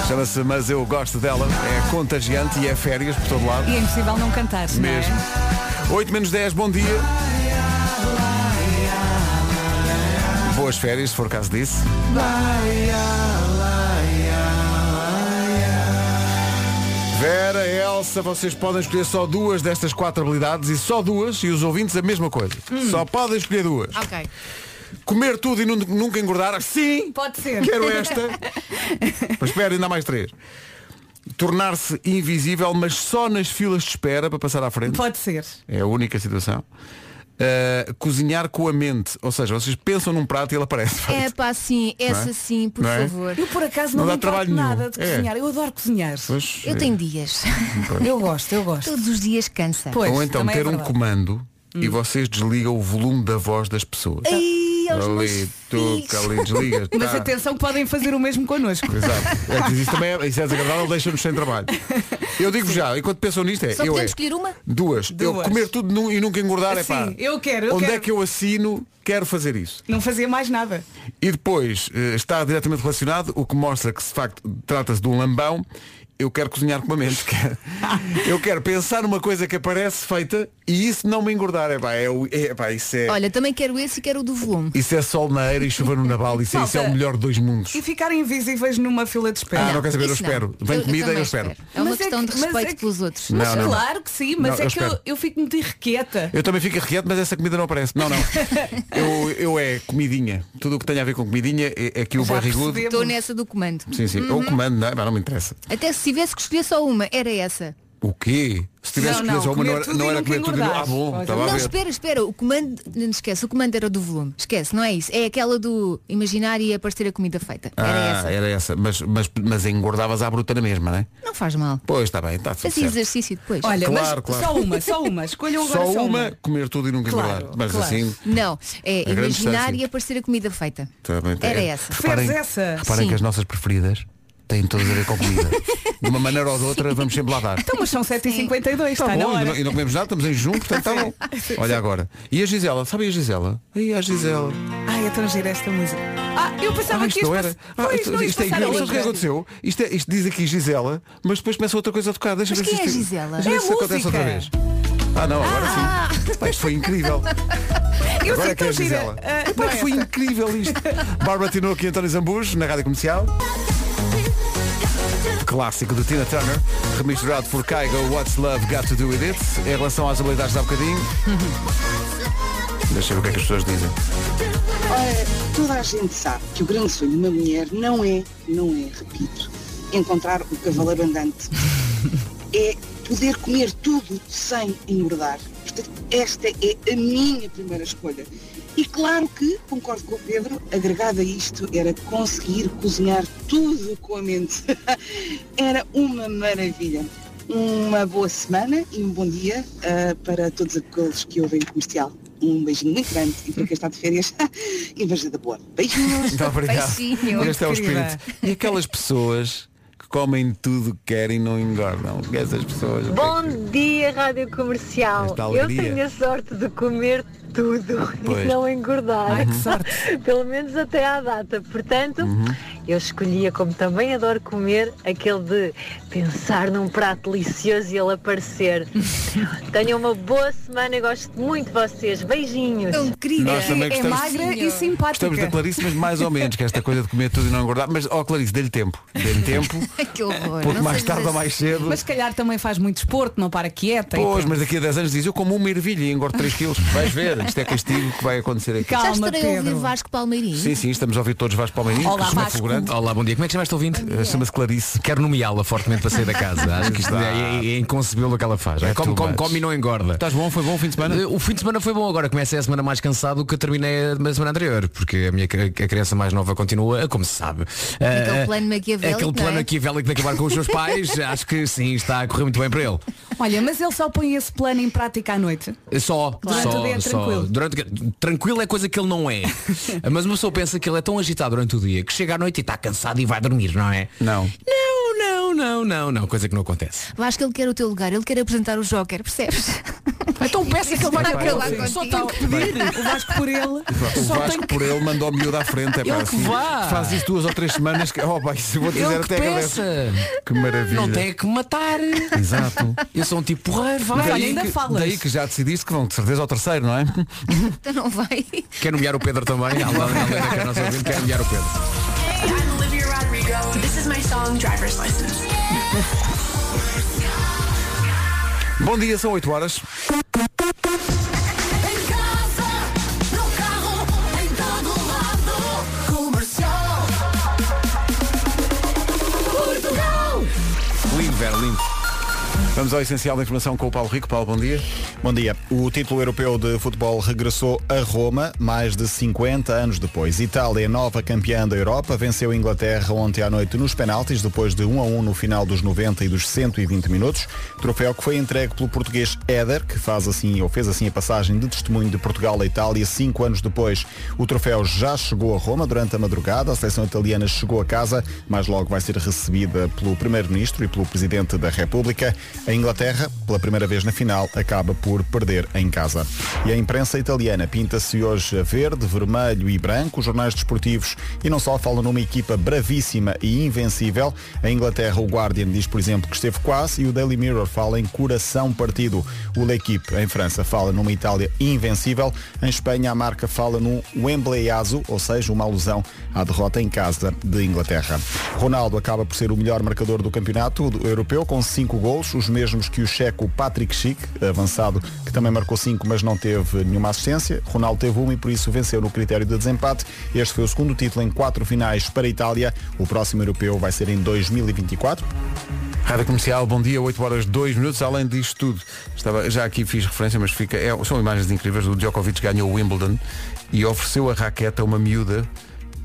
[SPEAKER 2] Chama-se Mas Eu Gosto Dela. É contagiante e é férias por todo lado.
[SPEAKER 3] E é impossível não cantar, não é?
[SPEAKER 2] Mesmo. 8 menos 10, bom dia. Boas férias, se for caso disso. Vera, Elsa, vocês podem escolher só duas destas quatro habilidades e só duas, e os ouvintes a mesma coisa. Só podem escolher duas.
[SPEAKER 4] Ok.
[SPEAKER 2] Comer tudo e nun- nunca engordar? Sim!
[SPEAKER 3] Pode ser.
[SPEAKER 2] Quero esta. mas espera, ainda há mais três. Tornar-se invisível, mas só nas filas de espera para passar à frente.
[SPEAKER 3] Pode ser.
[SPEAKER 2] É a única situação. Uh, cozinhar com a mente. Ou seja, vocês pensam num prato e ele aparece.
[SPEAKER 4] É pá, sim, essa
[SPEAKER 2] é?
[SPEAKER 4] sim, por
[SPEAKER 2] Não é?
[SPEAKER 4] favor.
[SPEAKER 3] Eu por acaso
[SPEAKER 2] Não
[SPEAKER 3] não,
[SPEAKER 2] dá
[SPEAKER 3] me importo
[SPEAKER 2] trabalho nenhum.
[SPEAKER 3] nada de
[SPEAKER 2] É.
[SPEAKER 3] cozinhar. Eu adoro cozinhar.
[SPEAKER 2] Pois,
[SPEAKER 4] Eu tenho dias.
[SPEAKER 3] Eu gosto, eu gosto.
[SPEAKER 4] Todos os dias cansa.
[SPEAKER 3] Pois,
[SPEAKER 2] Ou então
[SPEAKER 3] também é
[SPEAKER 2] ter um
[SPEAKER 3] verdade. Hum.
[SPEAKER 2] comando e vocês desligam o volume da voz das pessoas.
[SPEAKER 4] Ai, aos
[SPEAKER 2] ali,
[SPEAKER 4] meus
[SPEAKER 2] tuca,
[SPEAKER 4] filhos.
[SPEAKER 2] ali, desligas.
[SPEAKER 3] Mas
[SPEAKER 2] tá.
[SPEAKER 3] atenção que podem fazer o mesmo connosco.
[SPEAKER 2] Exato. É que isso também é, isso é desagradável, deixa-nos sem trabalho. Eu digo já, enquanto pensam nisto é.
[SPEAKER 4] Só
[SPEAKER 2] eu é,
[SPEAKER 4] podemos escolher uma?
[SPEAKER 2] Duas. Eu
[SPEAKER 3] Duas.
[SPEAKER 2] comer tudo nu- e nunca engordar é pá.
[SPEAKER 3] Sim, eu quero, eu
[SPEAKER 2] Onde é
[SPEAKER 3] quero.
[SPEAKER 2] que eu assino, quero fazer isso.
[SPEAKER 3] Não fazia mais nada.
[SPEAKER 2] E depois eh, está diretamente relacionado, o que mostra que se de facto trata-se de um lambão eu quero cozinhar com uma mente. quero- eu quero pensar numa coisa que aparece feita e isso não me engordar. Epá, é, o- é, pá, isso é.
[SPEAKER 4] Olha, também quero esse e quero o do volume.
[SPEAKER 2] Isso é sol na era e chuva no Nabal. Isso, é- isso é o
[SPEAKER 3] Malta.
[SPEAKER 2] melhor de dois mundos.
[SPEAKER 3] E ficarem invisíveis numa fila de espera.
[SPEAKER 2] Ah, não quero saber, eu
[SPEAKER 4] Isso não.
[SPEAKER 2] espero. Vem comida, eu
[SPEAKER 4] também
[SPEAKER 2] espero.
[SPEAKER 4] É uma
[SPEAKER 3] Mas é
[SPEAKER 4] questão
[SPEAKER 3] que-
[SPEAKER 4] de
[SPEAKER 3] mas é
[SPEAKER 4] respeito
[SPEAKER 3] que-
[SPEAKER 4] pelos outros.
[SPEAKER 3] Mas
[SPEAKER 2] Não, não.
[SPEAKER 3] claro que sim, mas
[SPEAKER 2] Não,
[SPEAKER 3] é
[SPEAKER 2] eu
[SPEAKER 3] que eu,
[SPEAKER 2] espero.
[SPEAKER 3] eu fico muito irrequieta.
[SPEAKER 2] Eu também fico irrequieto, mas essa comida não aparece. Não, não. Eu, eu é comidinha. Tudo o que tem a ver com comidinha é, é que o
[SPEAKER 3] Já
[SPEAKER 2] barrigudo.
[SPEAKER 3] percebemos.
[SPEAKER 4] Estou nessa do comando. Uhum.
[SPEAKER 2] Sim, sim.
[SPEAKER 3] Uhum.
[SPEAKER 2] Ou comando, não, é? Mas não me interessa.
[SPEAKER 4] Até se tivesse que escolher só uma, era essa.
[SPEAKER 2] O quê? Se tivesse
[SPEAKER 3] Não,
[SPEAKER 2] comido
[SPEAKER 3] não,
[SPEAKER 2] só uma,
[SPEAKER 3] comer
[SPEAKER 2] não era,
[SPEAKER 3] tudo
[SPEAKER 2] não
[SPEAKER 3] e
[SPEAKER 2] era
[SPEAKER 3] nunca
[SPEAKER 2] comer tudo. e não- Ah,
[SPEAKER 3] engordares.
[SPEAKER 2] bom,
[SPEAKER 3] Pois
[SPEAKER 2] estava a
[SPEAKER 4] Não,
[SPEAKER 2] ver.
[SPEAKER 4] espera, espera. O comando, não esquece, o comando era do volume. Esquece, não é isso. É aquela do imaginar e aparecer a comida feita. Era
[SPEAKER 2] Ah,
[SPEAKER 4] essa.
[SPEAKER 2] era essa. Mas, mas, mas engordavas à bruta na mesma, não é?
[SPEAKER 4] Não faz mal.
[SPEAKER 2] Pois, está bem, está tudo
[SPEAKER 4] Fazia
[SPEAKER 2] certo.
[SPEAKER 4] exercício depois.
[SPEAKER 3] Olha,
[SPEAKER 2] Claro,
[SPEAKER 3] mas
[SPEAKER 2] claro.
[SPEAKER 3] só uma, só uma. Escolham Assim, agora
[SPEAKER 2] Só uma, comer tudo e nunca
[SPEAKER 3] Claro,
[SPEAKER 2] engordar. Mas
[SPEAKER 3] claro.
[SPEAKER 2] assim,
[SPEAKER 4] Não, é
[SPEAKER 2] A grande
[SPEAKER 4] imaginar
[SPEAKER 2] distância.
[SPEAKER 4] e aparecer a comida feita.
[SPEAKER 2] também tem.
[SPEAKER 4] Era essa.
[SPEAKER 2] Reparem,
[SPEAKER 3] Preferes essa?
[SPEAKER 2] reparem
[SPEAKER 4] Sim.
[SPEAKER 2] que as nossas preferidas têm todas a ver com comida. De uma maneira ou de outra, vamos sempre lá dar.
[SPEAKER 3] Então, mas são 7h52, está,
[SPEAKER 2] Tá
[SPEAKER 3] na
[SPEAKER 2] bom, e
[SPEAKER 3] hora.
[SPEAKER 2] não, e não comemos nada, estamos em junho, portanto está bom. Olha agora. E a Gisela, sabe a Gisela? E a Gisela.
[SPEAKER 3] Ai, é tão gira esta música. Ah, eu pensava
[SPEAKER 2] Ah,
[SPEAKER 3] que
[SPEAKER 2] isto
[SPEAKER 3] ias
[SPEAKER 2] não
[SPEAKER 3] pass-
[SPEAKER 2] era. Ah,
[SPEAKER 3] Pois, não ias
[SPEAKER 2] isto é
[SPEAKER 3] passar a
[SPEAKER 2] incrível. Sabes o que
[SPEAKER 3] língua.
[SPEAKER 2] aconteceu? Isto, é- isto diz aqui Gisela, mas depois começa outra coisa a tocar. Deixa
[SPEAKER 4] Mas
[SPEAKER 2] ver se
[SPEAKER 4] quem é
[SPEAKER 2] isto-
[SPEAKER 4] Gisela?
[SPEAKER 2] Deixa ver
[SPEAKER 3] É
[SPEAKER 2] se
[SPEAKER 3] a
[SPEAKER 2] acontece outra vez.
[SPEAKER 3] música.
[SPEAKER 2] Ah não, agora sim. Pai, isto foi incrível.
[SPEAKER 3] Eu
[SPEAKER 2] Agora
[SPEAKER 3] sei
[SPEAKER 2] é que
[SPEAKER 3] tão gira.
[SPEAKER 2] é Gisela.
[SPEAKER 3] Ah, não
[SPEAKER 2] Pai,
[SPEAKER 3] é
[SPEAKER 2] foi
[SPEAKER 3] esta.
[SPEAKER 2] incrível isto. Bárbara Tinoco e António Zambujo na Rádio Comercial. Clássico de Tina Turner, remisturado por Kygo What's Love Got to Do With It, em relação às habilidades de há bocadinho. Deixa eu ver o que é que as pessoas dizem.
[SPEAKER 9] Toda a gente sabe que o grande sonho de uma mulher não é, não é, repito, encontrar o cavaleiro andante. é poder comer tudo sem engordar. Portanto, esta é a minha primeira escolha. E claro que, concordo com o Pedro, agregado a isto era conseguir cozinhar tudo com a mente. era uma maravilha. Uma boa semana e um bom dia ah, para todos aqueles que ouvem o comercial. Um beijinho muito grande e para quem está de férias, inveja da boa. Beijinhos!
[SPEAKER 2] Muito obrigado.
[SPEAKER 4] Peixinho.
[SPEAKER 2] este é o
[SPEAKER 3] Querida.
[SPEAKER 2] espírito. E aquelas pessoas que comem tudo que querem e não engordam. Essas pessoas.
[SPEAKER 10] Bom dia, Rádio Comercial.
[SPEAKER 2] Esta
[SPEAKER 10] Eu
[SPEAKER 2] alegria.
[SPEAKER 10] tenho a sorte de comer tudo
[SPEAKER 2] Pois.
[SPEAKER 10] e não engordar.
[SPEAKER 3] Ai, que sorte.
[SPEAKER 10] Pelo menos até à data. Portanto,
[SPEAKER 2] Uhum.
[SPEAKER 10] eu escolhia, como também adoro comer, aquele de pensar num prato delicioso e ele aparecer. Tenham uma boa semana e gosto muito de vocês. Beijinhos.
[SPEAKER 4] Tão querida.
[SPEAKER 2] Nós também
[SPEAKER 4] É
[SPEAKER 3] É
[SPEAKER 2] gostamos-
[SPEAKER 3] magra e
[SPEAKER 2] Estamos da
[SPEAKER 3] simpática.
[SPEAKER 2] Clarice, mas mais ou menos, que esta coisa de comer tudo e não engordar. Mas, ó Clarice, dê-lhe tempo. Dê-lhe tempo,
[SPEAKER 4] Que horror.
[SPEAKER 2] porque
[SPEAKER 4] não
[SPEAKER 2] mais
[SPEAKER 4] sejas
[SPEAKER 2] tarde ou
[SPEAKER 4] assim.
[SPEAKER 2] mais cedo.
[SPEAKER 3] Mas se calhar também faz muito desporto, não para quieta. e
[SPEAKER 2] Pois,
[SPEAKER 3] pronto.
[SPEAKER 2] mas daqui a 10 anos diz, eu como uma ervilha e engordo 3 quilos. Vais ver, isto é castigo que vai acontecer aqui.
[SPEAKER 4] Já
[SPEAKER 3] Calma,
[SPEAKER 4] estarei a ouvir
[SPEAKER 3] Pedro.
[SPEAKER 4] Vasco Palmeirinho.
[SPEAKER 2] Sim, sim, estamos a ouvir todos Vasco Palmeirinho,
[SPEAKER 3] Olá,
[SPEAKER 2] que chama
[SPEAKER 3] Vasco.
[SPEAKER 2] fulgurante.
[SPEAKER 5] Olá, bom dia. Como é que chamaste ouvinte?
[SPEAKER 2] Eh, Chama-se Clarice.
[SPEAKER 5] Quero nomeá-la fortemente para sair da casa. Acho que isto é, é- é inconcebível o que ela faz.
[SPEAKER 2] É
[SPEAKER 5] come,
[SPEAKER 2] too
[SPEAKER 5] come,
[SPEAKER 2] much.
[SPEAKER 5] come e não engorda.
[SPEAKER 2] Estás bom? Foi bom o fim de semana?
[SPEAKER 5] Eh, O fim de semana foi bom, agora começa a semana mais cansado do que eu terminei a semana anterior, porque a minha cri- a criança mais nova continua, como se sabe. Eh,
[SPEAKER 4] Aquele
[SPEAKER 5] eh,
[SPEAKER 4] plano maquiavélico, não
[SPEAKER 5] Aquele
[SPEAKER 4] é?
[SPEAKER 5] plano maquiavélico de acabar com os seus pais, acho que sim, está a correr muito bem para ele.
[SPEAKER 3] Olha, mas ele só põe esse plano em prática à noite.
[SPEAKER 5] Só,
[SPEAKER 3] Durante
[SPEAKER 5] só,
[SPEAKER 3] o dia,
[SPEAKER 5] só.
[SPEAKER 3] tranquilo.
[SPEAKER 5] Durante, tranquilo é coisa que ele não é. Mas uma pessoa pensa que ele é tão agitado durante o dia que chega à noite e está cansado e vai dormir, não é?
[SPEAKER 2] Não.
[SPEAKER 5] Não, não, não, não, não. Coisa que não acontece.
[SPEAKER 4] Vasco, ele quer o teu lugar. Ele quer apresentar o Joker, percebes?
[SPEAKER 5] Então peça que ele vai
[SPEAKER 4] acabar
[SPEAKER 5] acabar. Só
[SPEAKER 4] contigo.
[SPEAKER 5] tem que pedir.
[SPEAKER 3] O Vasco por ele.
[SPEAKER 2] O
[SPEAKER 5] Só
[SPEAKER 2] Vasco
[SPEAKER 5] tem
[SPEAKER 2] por ele mandou o miúdo à frente. É pá,
[SPEAKER 5] Ele que
[SPEAKER 2] assim,
[SPEAKER 5] vá.
[SPEAKER 2] Faz isso duas ou três semanas. Que, oh, pá, isso eu vou dizer
[SPEAKER 5] Ele que
[SPEAKER 2] até agradeço.
[SPEAKER 5] peça.
[SPEAKER 2] Que maravilha.
[SPEAKER 5] Não tem que matar.
[SPEAKER 2] Exato.
[SPEAKER 5] Eu sou um tipo porreiro,
[SPEAKER 3] Mas
[SPEAKER 5] vai.
[SPEAKER 3] olha, ainda
[SPEAKER 2] que,
[SPEAKER 3] falas.
[SPEAKER 2] daí que já decidiste que vão de certeza ao terceiro, não é?
[SPEAKER 4] Então não vai.
[SPEAKER 5] Quer nomear o Pedro também? Alana, Alana, que é a nossa ouvinte, quer nomear o Pedro.
[SPEAKER 8] Hey, I'm Olivia Rodrigo. This is my song, Driver's License.
[SPEAKER 2] Bom dia, são 8 horas.
[SPEAKER 8] Em casa, no carro, em todo lado. Comercial. Portugal.
[SPEAKER 5] Lindo, Vera, lindo.
[SPEAKER 2] Vamos ao essencial da informação com o Paulo Rico. Paulo, bom dia.
[SPEAKER 11] Bom dia. O título europeu de futebol regressou a Roma mais de 50 anos depois. Itália, nova campeã da Europa, venceu a Inglaterra ontem à noite nos penaltis, depois de 1 a 1 no final dos 90 e dos 120 minutos. Troféu que foi entregue pelo português Éder, que faz assim ou fez assim a passagem de testemunho de Portugal à Itália cinco anos depois. O troféu já chegou a Roma durante a madrugada. A seleção italiana chegou a casa, mas logo vai ser recebida pelo primeiro-ministro e pelo presidente da República. A Inglaterra, pela primeira vez na final, acaba por perder em casa. E a imprensa italiana pinta-se hoje a verde, vermelho e branco. Os jornais desportivos e não só falam numa equipa bravíssima e invencível. A Inglaterra, o Guardian diz, por exemplo, que esteve quase e o Daily Mirror fala em coração partido. O L'Equipe, em França, fala numa Itália invencível. Em Espanha, a marca fala num Wembley azul, ou seja, uma alusão à derrota em casa de Inglaterra. Ronaldo acaba por ser o melhor marcador do campeonato europeu, com cinco gols, os mesmos que o checo Patrick Schick, avançado, que também marcou cinco, mas não teve nenhuma assistência. Ronaldo teve uma e por isso venceu no critério de desempate. Este foi o segundo título em quatro finais para a Itália. O próximo europeu vai ser em 2024.
[SPEAKER 2] Rádio Comercial, bom dia, 8 horas 2 minutos, além disto tudo. Estava, já aqui fiz referência, mas fica, é- são imagens incríveis. O Djokovic ganhou o Wimbledon e ofereceu a raqueta a uma miúda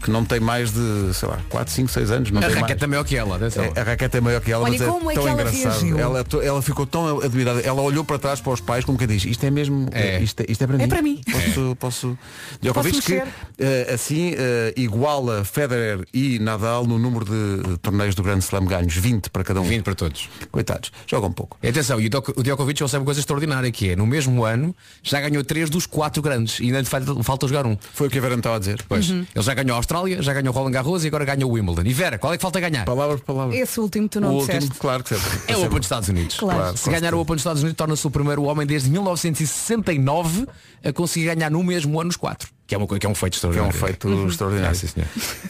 [SPEAKER 2] que não tem mais de, sei lá, 4, 5, 6 anos. Não
[SPEAKER 5] A
[SPEAKER 2] tem
[SPEAKER 5] raqueta é maior que ela, atenção.
[SPEAKER 2] mais. A raqueta é maior que ela,
[SPEAKER 5] Olha,
[SPEAKER 2] mas é
[SPEAKER 5] como é que
[SPEAKER 2] tão
[SPEAKER 5] ela
[SPEAKER 2] engraçado.
[SPEAKER 5] reagiu?
[SPEAKER 2] Ela, to- ela ficou tão admirada. Ela olhou para trás para os pais como quem diz, isto é mesmo,
[SPEAKER 5] É.
[SPEAKER 2] Isto, é- isto é para
[SPEAKER 5] É
[SPEAKER 2] mim.
[SPEAKER 5] para mim.
[SPEAKER 2] Posso, posso. Djokovic
[SPEAKER 5] Posso
[SPEAKER 2] que
[SPEAKER 5] mexer.
[SPEAKER 2] eh, assim eh, iguala Federer e Nadal no número de eh, torneios do Grande Slam ganhos, 20 para cada um.
[SPEAKER 5] 20 para todos.
[SPEAKER 2] Coitados, jogam pouco.
[SPEAKER 5] E Atenção, e o Djok- o Djokovic consegue uma coisa extraordinária que é, no mesmo ano, já ganhou três dos quatro grandes e ainda lhe falta, falta jogar um.
[SPEAKER 2] Foi o que a Vera me estava a dizer.
[SPEAKER 5] Pois.
[SPEAKER 3] Uhum.
[SPEAKER 5] Ele já ganhou a Austrália, já ganhou Roland Garros e agora ganha o Wimbledon. E Vera, qual é que falta ganhar?
[SPEAKER 2] Palavra por palavra.
[SPEAKER 3] Esse último tu não
[SPEAKER 5] o
[SPEAKER 3] disseste.
[SPEAKER 5] último,
[SPEAKER 2] claro que sempre.
[SPEAKER 5] É o Open dos Estados Unidos.
[SPEAKER 3] Claro. Claro,
[SPEAKER 5] Se
[SPEAKER 3] com
[SPEAKER 5] ganhar o Open dos Estados Unidos, torna-se o primeiro homem desde 1969 a conseguir ganhar no mesmo ano os quatro. Que é, uma, coisa- que é um feito extraordinário.
[SPEAKER 2] Que é um feito
[SPEAKER 5] Uhum.
[SPEAKER 2] extraordinário.
[SPEAKER 5] É, sim, senhor.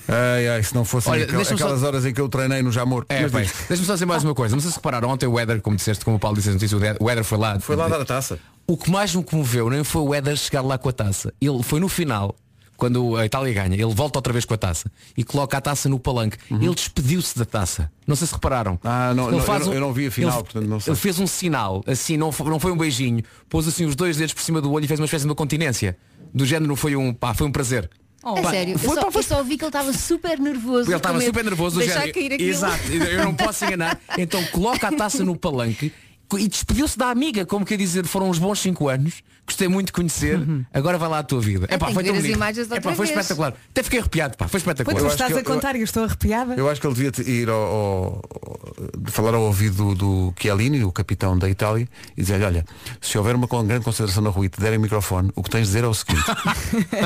[SPEAKER 2] Ai, ai, se não fossem
[SPEAKER 5] Olha,
[SPEAKER 2] aquel-
[SPEAKER 5] deixa-me só-
[SPEAKER 2] aquelas horas em que eu treinei no Jamor.
[SPEAKER 5] É,
[SPEAKER 2] Mas
[SPEAKER 5] bem,
[SPEAKER 2] diz.
[SPEAKER 5] deixa-me só dizer mais uma coisa. Não sei se repararam, ontem o Éder, como disseste, como o Paulo disse a notícia, o Éder- o Éder foi lá.
[SPEAKER 2] Foi lá dar a taça.
[SPEAKER 5] O que mais me comoveu nem foi o Éder chegar lá com a taça. Ele foi no final, quando a Itália ganha, ele volta outra vez com a taça e coloca a taça no palanque.
[SPEAKER 2] Uhum.
[SPEAKER 5] Ele despediu-se da taça. Não sei se repararam.
[SPEAKER 2] Ah, não,
[SPEAKER 5] Ele
[SPEAKER 2] não,
[SPEAKER 5] faz
[SPEAKER 2] eu, não
[SPEAKER 5] um-
[SPEAKER 2] eu não vi a final,
[SPEAKER 5] ele-
[SPEAKER 2] portanto não sei.
[SPEAKER 5] Ele fez um sinal, assim, não foi, não foi um beijinho, pôs assim os dois dedos por cima do olho e fez uma espécie de uma continência. Do género foi um, pá, foi um prazer.
[SPEAKER 2] Oh,
[SPEAKER 4] É sério, eu
[SPEAKER 2] então
[SPEAKER 4] só, eu só ouvi que ele estava super nervoso.
[SPEAKER 5] Porque ele estava
[SPEAKER 4] com medo
[SPEAKER 5] super nervoso.
[SPEAKER 4] de
[SPEAKER 5] do
[SPEAKER 4] Deixar
[SPEAKER 5] género,
[SPEAKER 4] cair aquilo.
[SPEAKER 5] Exato, eu não posso enganar. Então coloca a taça no palanque e despediu-se da amiga, como quer dizer, foram uns bons 5 anos, gostei muito de conhecer, agora vai lá a tua vida.
[SPEAKER 4] Uhum. Eu
[SPEAKER 5] É pá,
[SPEAKER 4] tenho
[SPEAKER 5] foi
[SPEAKER 4] que
[SPEAKER 5] tão
[SPEAKER 4] ver as
[SPEAKER 5] bonito.
[SPEAKER 4] imagens
[SPEAKER 5] É
[SPEAKER 4] outra
[SPEAKER 5] pá, foi
[SPEAKER 4] vez.
[SPEAKER 5] espetacular. Até fiquei arrepiado, pá, foi
[SPEAKER 3] Quando
[SPEAKER 5] espetacular.
[SPEAKER 3] tu estás a contar e eu estou arrepiada.
[SPEAKER 2] Eu acho que ele devia te ir ao, ao- de falar ao ouvido do, do Chiellini, o capitão da Itália, e dizer-lhe, olha, se houver uma con- grande consideração na rua e te derem o microfone, o que tens de dizer é o seguinte.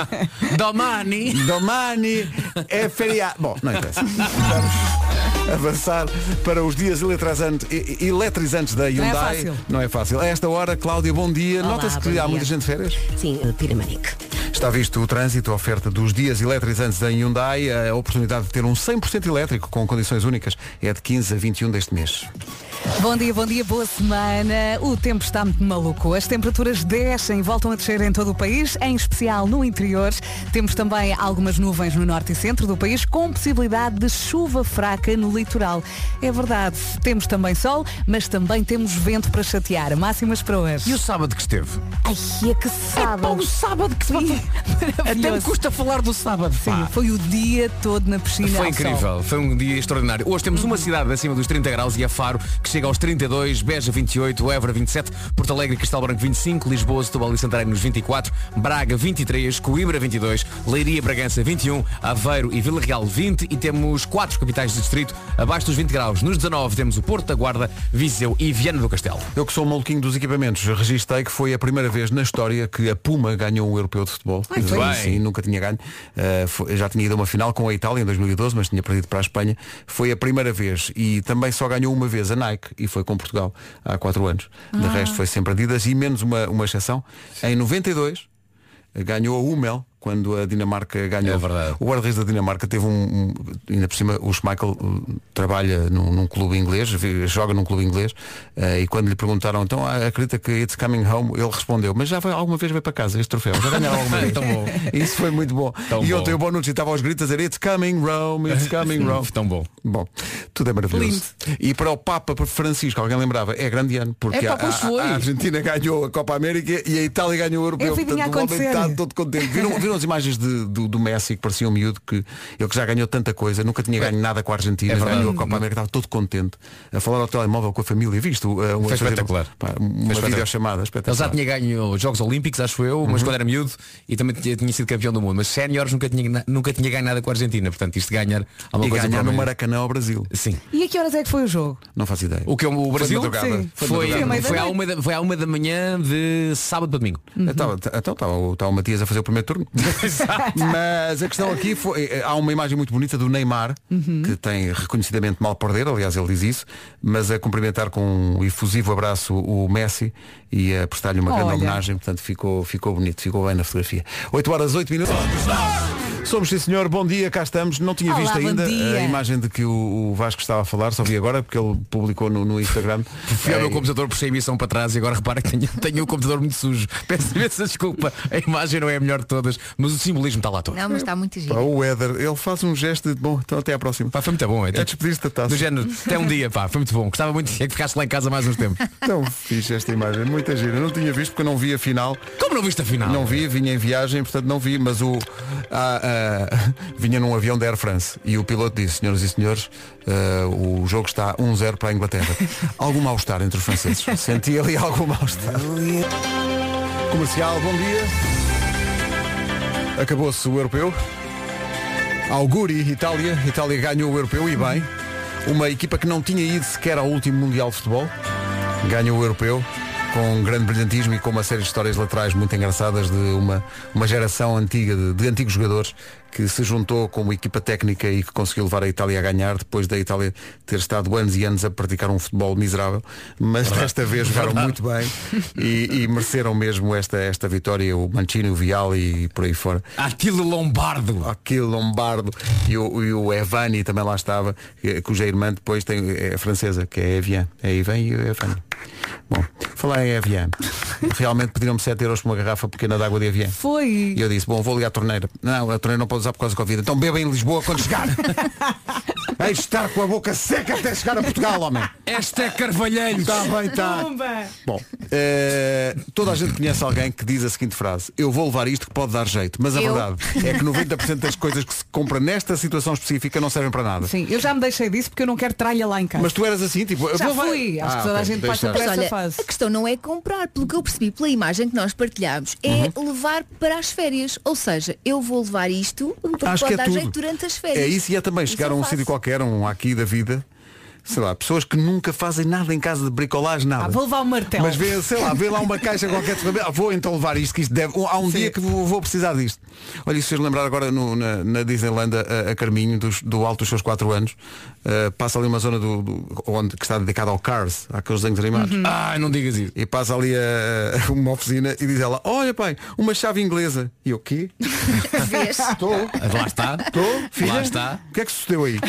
[SPEAKER 5] Domani!
[SPEAKER 2] Domani é feriado. Bom, não interessa. Vamos avançar para os dias eletrasante- e- e- eletrizantes da
[SPEAKER 6] Não é
[SPEAKER 2] Hyundai.
[SPEAKER 6] fácil.
[SPEAKER 2] Não é fácil. A esta hora, Cláudia, bom dia.
[SPEAKER 6] Olá,
[SPEAKER 2] Nota-se
[SPEAKER 6] bom
[SPEAKER 2] que há
[SPEAKER 6] dia.
[SPEAKER 2] muita gente de férias.
[SPEAKER 6] Sim, eh, Piramanic.
[SPEAKER 2] Está visto o trânsito, a oferta dos dias eletrizantes da Hyundai, a oportunidade de ter um 100% elétrico com condições únicas é de 15 a 21 deste mês.
[SPEAKER 3] Bom dia, bom dia, boa semana. O tempo está muito maluco. As temperaturas descem, voltam a descer em todo o país, em especial no interior. Temos também algumas nuvens no norte e centro do país, com possibilidade de chuva fraca no litoral. É verdade, temos também sol, mas também temos vento para chatear. Máximas para hoje.
[SPEAKER 5] E o sábado que esteve?
[SPEAKER 3] Ai, é que sábado.
[SPEAKER 5] o sábado que Até me custa falar do sábado.
[SPEAKER 3] Sim, foi o dia todo na piscina.
[SPEAKER 5] Foi
[SPEAKER 3] ao sol. Uhum.
[SPEAKER 5] incrível, foi um dia extraordinário. Hoje temos uma cidade acima dos 30 graus e a Faro que chega aos 32, Beja 28, Évora 27, Porto Alegre e Castelo Branco 25, Lisboa, Setúbal e Santarém nos 24, Braga 23, Coimbra 22, Leiria, e Bragança 21, Aveiro e Vila Real 20 e temos quatro capitais de distrito abaixo dos 20 graus. Nos 19 temos o Porto da Guarda, Viseu e Viana do Castelo.
[SPEAKER 2] Eu que sou um maluquinho dos equipamentos, registrei que foi a primeira vez na história que a Puma ganhou um europeu de futebol.
[SPEAKER 5] Ai, muito bem.
[SPEAKER 2] Sim, nunca tinha ganho. Uh, foi- já tinha ido a uma final com a Itália em 2012, mas tinha perdido para a Espanha. Foi a primeira vez e também só ganhou uma vez a Nike e foi com Portugal há quatro anos. De
[SPEAKER 5] Ah.
[SPEAKER 2] resto foi sempre Adidas e menos uma, uma exceção. Em 92 ganhou a Hummel quando a Dinamarca ganhou. É verdade. O guarda-redes da Dinamarca teve um, um- ainda por cima o Schmeichel uh, trabalha num, num clube inglês, vi- joga num clube inglês uh, e quando lhe perguntaram então ah, acredita que it's coming home, ele respondeu mas já vai alguma vez ver para casa este troféu, já ganharam alguma vez.
[SPEAKER 5] Tão bom.
[SPEAKER 2] Isso foi muito bom.
[SPEAKER 5] Tão
[SPEAKER 2] e
[SPEAKER 5] bom.
[SPEAKER 2] ontem o Bonucci estava aos gritos a dizer it's coming home, it's coming home.
[SPEAKER 5] Tão bom.
[SPEAKER 2] Bom, tudo é maravilhoso.
[SPEAKER 5] Lindo.
[SPEAKER 2] E para o Papa Francisco, alguém lembrava, é grande ano, porque
[SPEAKER 5] Epá,
[SPEAKER 2] a-
[SPEAKER 5] pois
[SPEAKER 2] a,
[SPEAKER 5] foi.
[SPEAKER 2] a Argentina ganhou a Copa América e a Itália ganhou o Europeu.
[SPEAKER 5] É a vidinha
[SPEAKER 2] Portanto, o
[SPEAKER 5] a
[SPEAKER 2] homem
[SPEAKER 5] acontecer.
[SPEAKER 2] está todo contente. Viram, viram viram as imagens de- do, do Messi que parecia um miúdo que ele que já ganhou tanta coisa, nunca tinha ganho nada com a Argentina,
[SPEAKER 5] É verdade.
[SPEAKER 2] ganhou a Copa América, estava todo contente a falar ao telemóvel com a família, visto? Uh, um,
[SPEAKER 5] Foi
[SPEAKER 2] a fazer-
[SPEAKER 5] espetacular.
[SPEAKER 2] pá,
[SPEAKER 5] Foi
[SPEAKER 2] uma
[SPEAKER 5] espetacular.
[SPEAKER 2] videochamada espetacular.
[SPEAKER 5] Ele já tinha ganho os Jogos Olímpicos, acho eu, mas
[SPEAKER 2] Uhum.
[SPEAKER 5] quando era miúdo e também tinha, tinha sido campeão do mundo. Mas séniores nunca tinha, na- nunca tinha ganho nada com a Argentina. Portanto, isto de ganhar alguma
[SPEAKER 2] E
[SPEAKER 5] coisa
[SPEAKER 2] ganhar no
[SPEAKER 5] provavelmente-
[SPEAKER 2] Maracanã ao Brasil.
[SPEAKER 5] Sim.
[SPEAKER 3] E a que horas é que foi o jogo?
[SPEAKER 2] Não faço ideia.
[SPEAKER 5] O que é o Brasil?
[SPEAKER 2] Foi de madrugada.
[SPEAKER 5] Sim.
[SPEAKER 2] Foi de
[SPEAKER 5] Foi,
[SPEAKER 2] madrugada.
[SPEAKER 5] foi, à uma da, foi à uma da manhã de sábado para domingo.
[SPEAKER 12] Uhum.
[SPEAKER 2] Então estava o, tá o Matias a fazer o primeiro turno. Mas a questão aqui foi. eh, Há uma imagem muito bonita do Neymar,
[SPEAKER 12] Uhum.
[SPEAKER 2] que tem reconhecidamente mal perder, aliás ele diz isso, mas a cumprimentar com um efusivo abraço o Messi e a prestar-lhe uma grande
[SPEAKER 12] Olha.
[SPEAKER 2] homenagem, portanto ficou, ficou bonito, ficou bem na fotografia. 8 horas, 8 minutos. Somos sim senhor, bom dia, cá estamos. Não tinha
[SPEAKER 12] Olá,
[SPEAKER 2] visto
[SPEAKER 12] bom
[SPEAKER 2] ainda
[SPEAKER 12] dia.
[SPEAKER 2] a imagem de que o, o Vasco estava a falar, só vi agora porque ele publicou no, no Instagram.
[SPEAKER 5] Fui ao
[SPEAKER 2] Eh,
[SPEAKER 5] meu computador, puxei a emissão para trás e agora repara que tenho, tenho o computador muito sujo. Peço imensa desculpa. A imagem não é a melhor de todas, mas o simbolismo está lá todo.
[SPEAKER 4] Não, mas está muito
[SPEAKER 2] Pá,
[SPEAKER 4] giro.
[SPEAKER 2] o Éder, ele faz um gesto de bom, então até à próxima.
[SPEAKER 5] Pá, foi muito bom, então.
[SPEAKER 2] É despedir-se da taça.
[SPEAKER 5] Do género, até um dia, pá, foi muito bom. Gostava muito é que ficasse lá em casa mais uns tempos.
[SPEAKER 2] Então fiz esta imagem, muita gira. Não tinha visto porque eu não vi a final.
[SPEAKER 5] Como não viste a final?
[SPEAKER 2] Não vi, vinha em viagem, portanto não vi, mas o. ah, ah, vinha num avião da Air France e o piloto disse, senhoras e senhores, ah, o jogo está 1-0 para a Inglaterra. algum mal-estar entre os franceses. Senti ali algum mal-estar. Comercial, bom dia. Acabou-se o europeu. Auguri, Itália. Itália ganhou o europeu e bem. Uma equipa que não tinha ido sequer ao último Mundial de Futebol. Ganhou o europeu com um grande brilhantismo e com uma série de histórias laterais muito engraçadas de uma, uma geração antiga de, de antigos jogadores que se juntou como equipa técnica e que conseguiu levar a Itália a ganhar depois da Itália ter estado anos e anos a praticar um futebol miserável. Mas desta vez jogaram
[SPEAKER 5] Verdade.
[SPEAKER 2] muito bem e, e mereceram mesmo esta, esta vitória, o Mancini, o Vial e por aí fora.
[SPEAKER 5] Aquilo Lombardo.
[SPEAKER 2] Aquilo Lombardo. E o, e o Evani também lá estava, eh, cuja irmã depois tem, é francesa, que é Evian. É Ivan e o Evani. Bom, falar em Evian. Realmente pediram-me 7 euros por uma garrafa pequena de água de Evian.
[SPEAKER 3] Foi.
[SPEAKER 2] E eu disse, bom, vou ligar a torneira. Não, a torneira não pode usar por causa da Covid. Então beba em Lisboa quando chegar. Hei de estar com a boca seca até chegar a Portugal, homem.
[SPEAKER 5] Esta é Carvalheiro.
[SPEAKER 2] Está Tá bem, está. Bom, eh, toda a gente conhece alguém que diz a seguinte frase Eu vou levar isto que pode dar jeito Mas a
[SPEAKER 3] Eu.
[SPEAKER 2] verdade é que 90% das coisas que se compra nesta situação específica não servem para nada
[SPEAKER 3] Sim, eu já me deixei disso porque eu não quero tralha lá em casa.
[SPEAKER 2] Mas tu eras assim, tipo eu
[SPEAKER 3] Já
[SPEAKER 2] vou levar-
[SPEAKER 3] fui, acho
[SPEAKER 2] Ah,
[SPEAKER 3] que toda a
[SPEAKER 2] ok,
[SPEAKER 3] gente passa por
[SPEAKER 2] deixaste.
[SPEAKER 3] essa
[SPEAKER 4] Olha,
[SPEAKER 3] fase.
[SPEAKER 4] a questão não é comprar, pelo que eu percebi pela imagem que nós partilhámos, é
[SPEAKER 2] Uhum.
[SPEAKER 4] levar para as férias. Ou seja, eu vou levar isto um porque
[SPEAKER 2] Acho que
[SPEAKER 4] pode
[SPEAKER 2] é
[SPEAKER 4] dar
[SPEAKER 2] tudo.
[SPEAKER 4] jeito durante as férias.
[SPEAKER 2] É isso e é também chegar a
[SPEAKER 4] eu
[SPEAKER 2] um
[SPEAKER 4] faço.
[SPEAKER 2] sítio qualquer, um aqui da vida Sei lá, pessoas que nunca fazem nada em casa de bricolagem, nada.
[SPEAKER 3] Ah, vou levar um martelo.
[SPEAKER 2] Mas vê, sei lá, vê lá uma caixa qualquer de ferramenta. Ah, Vou então levar isto, que isto deve. Há um dia que vou, vou precisar disto. Olha, isso fez lembrar agora no- na, na Disneylandia a, a Carminho, dos- do alto dos seus 4 anos, ah, passa ali uma zona do, do- onde, que está dedicada ao Cars, àqueles desenhos animados.
[SPEAKER 5] Uhum. Ah, não digas isso.
[SPEAKER 2] E passa ali a- uma oficina e diz ela, olha pai, uma chave inglesa. E eu, quê? Estou.
[SPEAKER 5] Lá está.
[SPEAKER 2] Estou, filha.
[SPEAKER 5] Lá está.
[SPEAKER 2] O que é que sucedeu aí?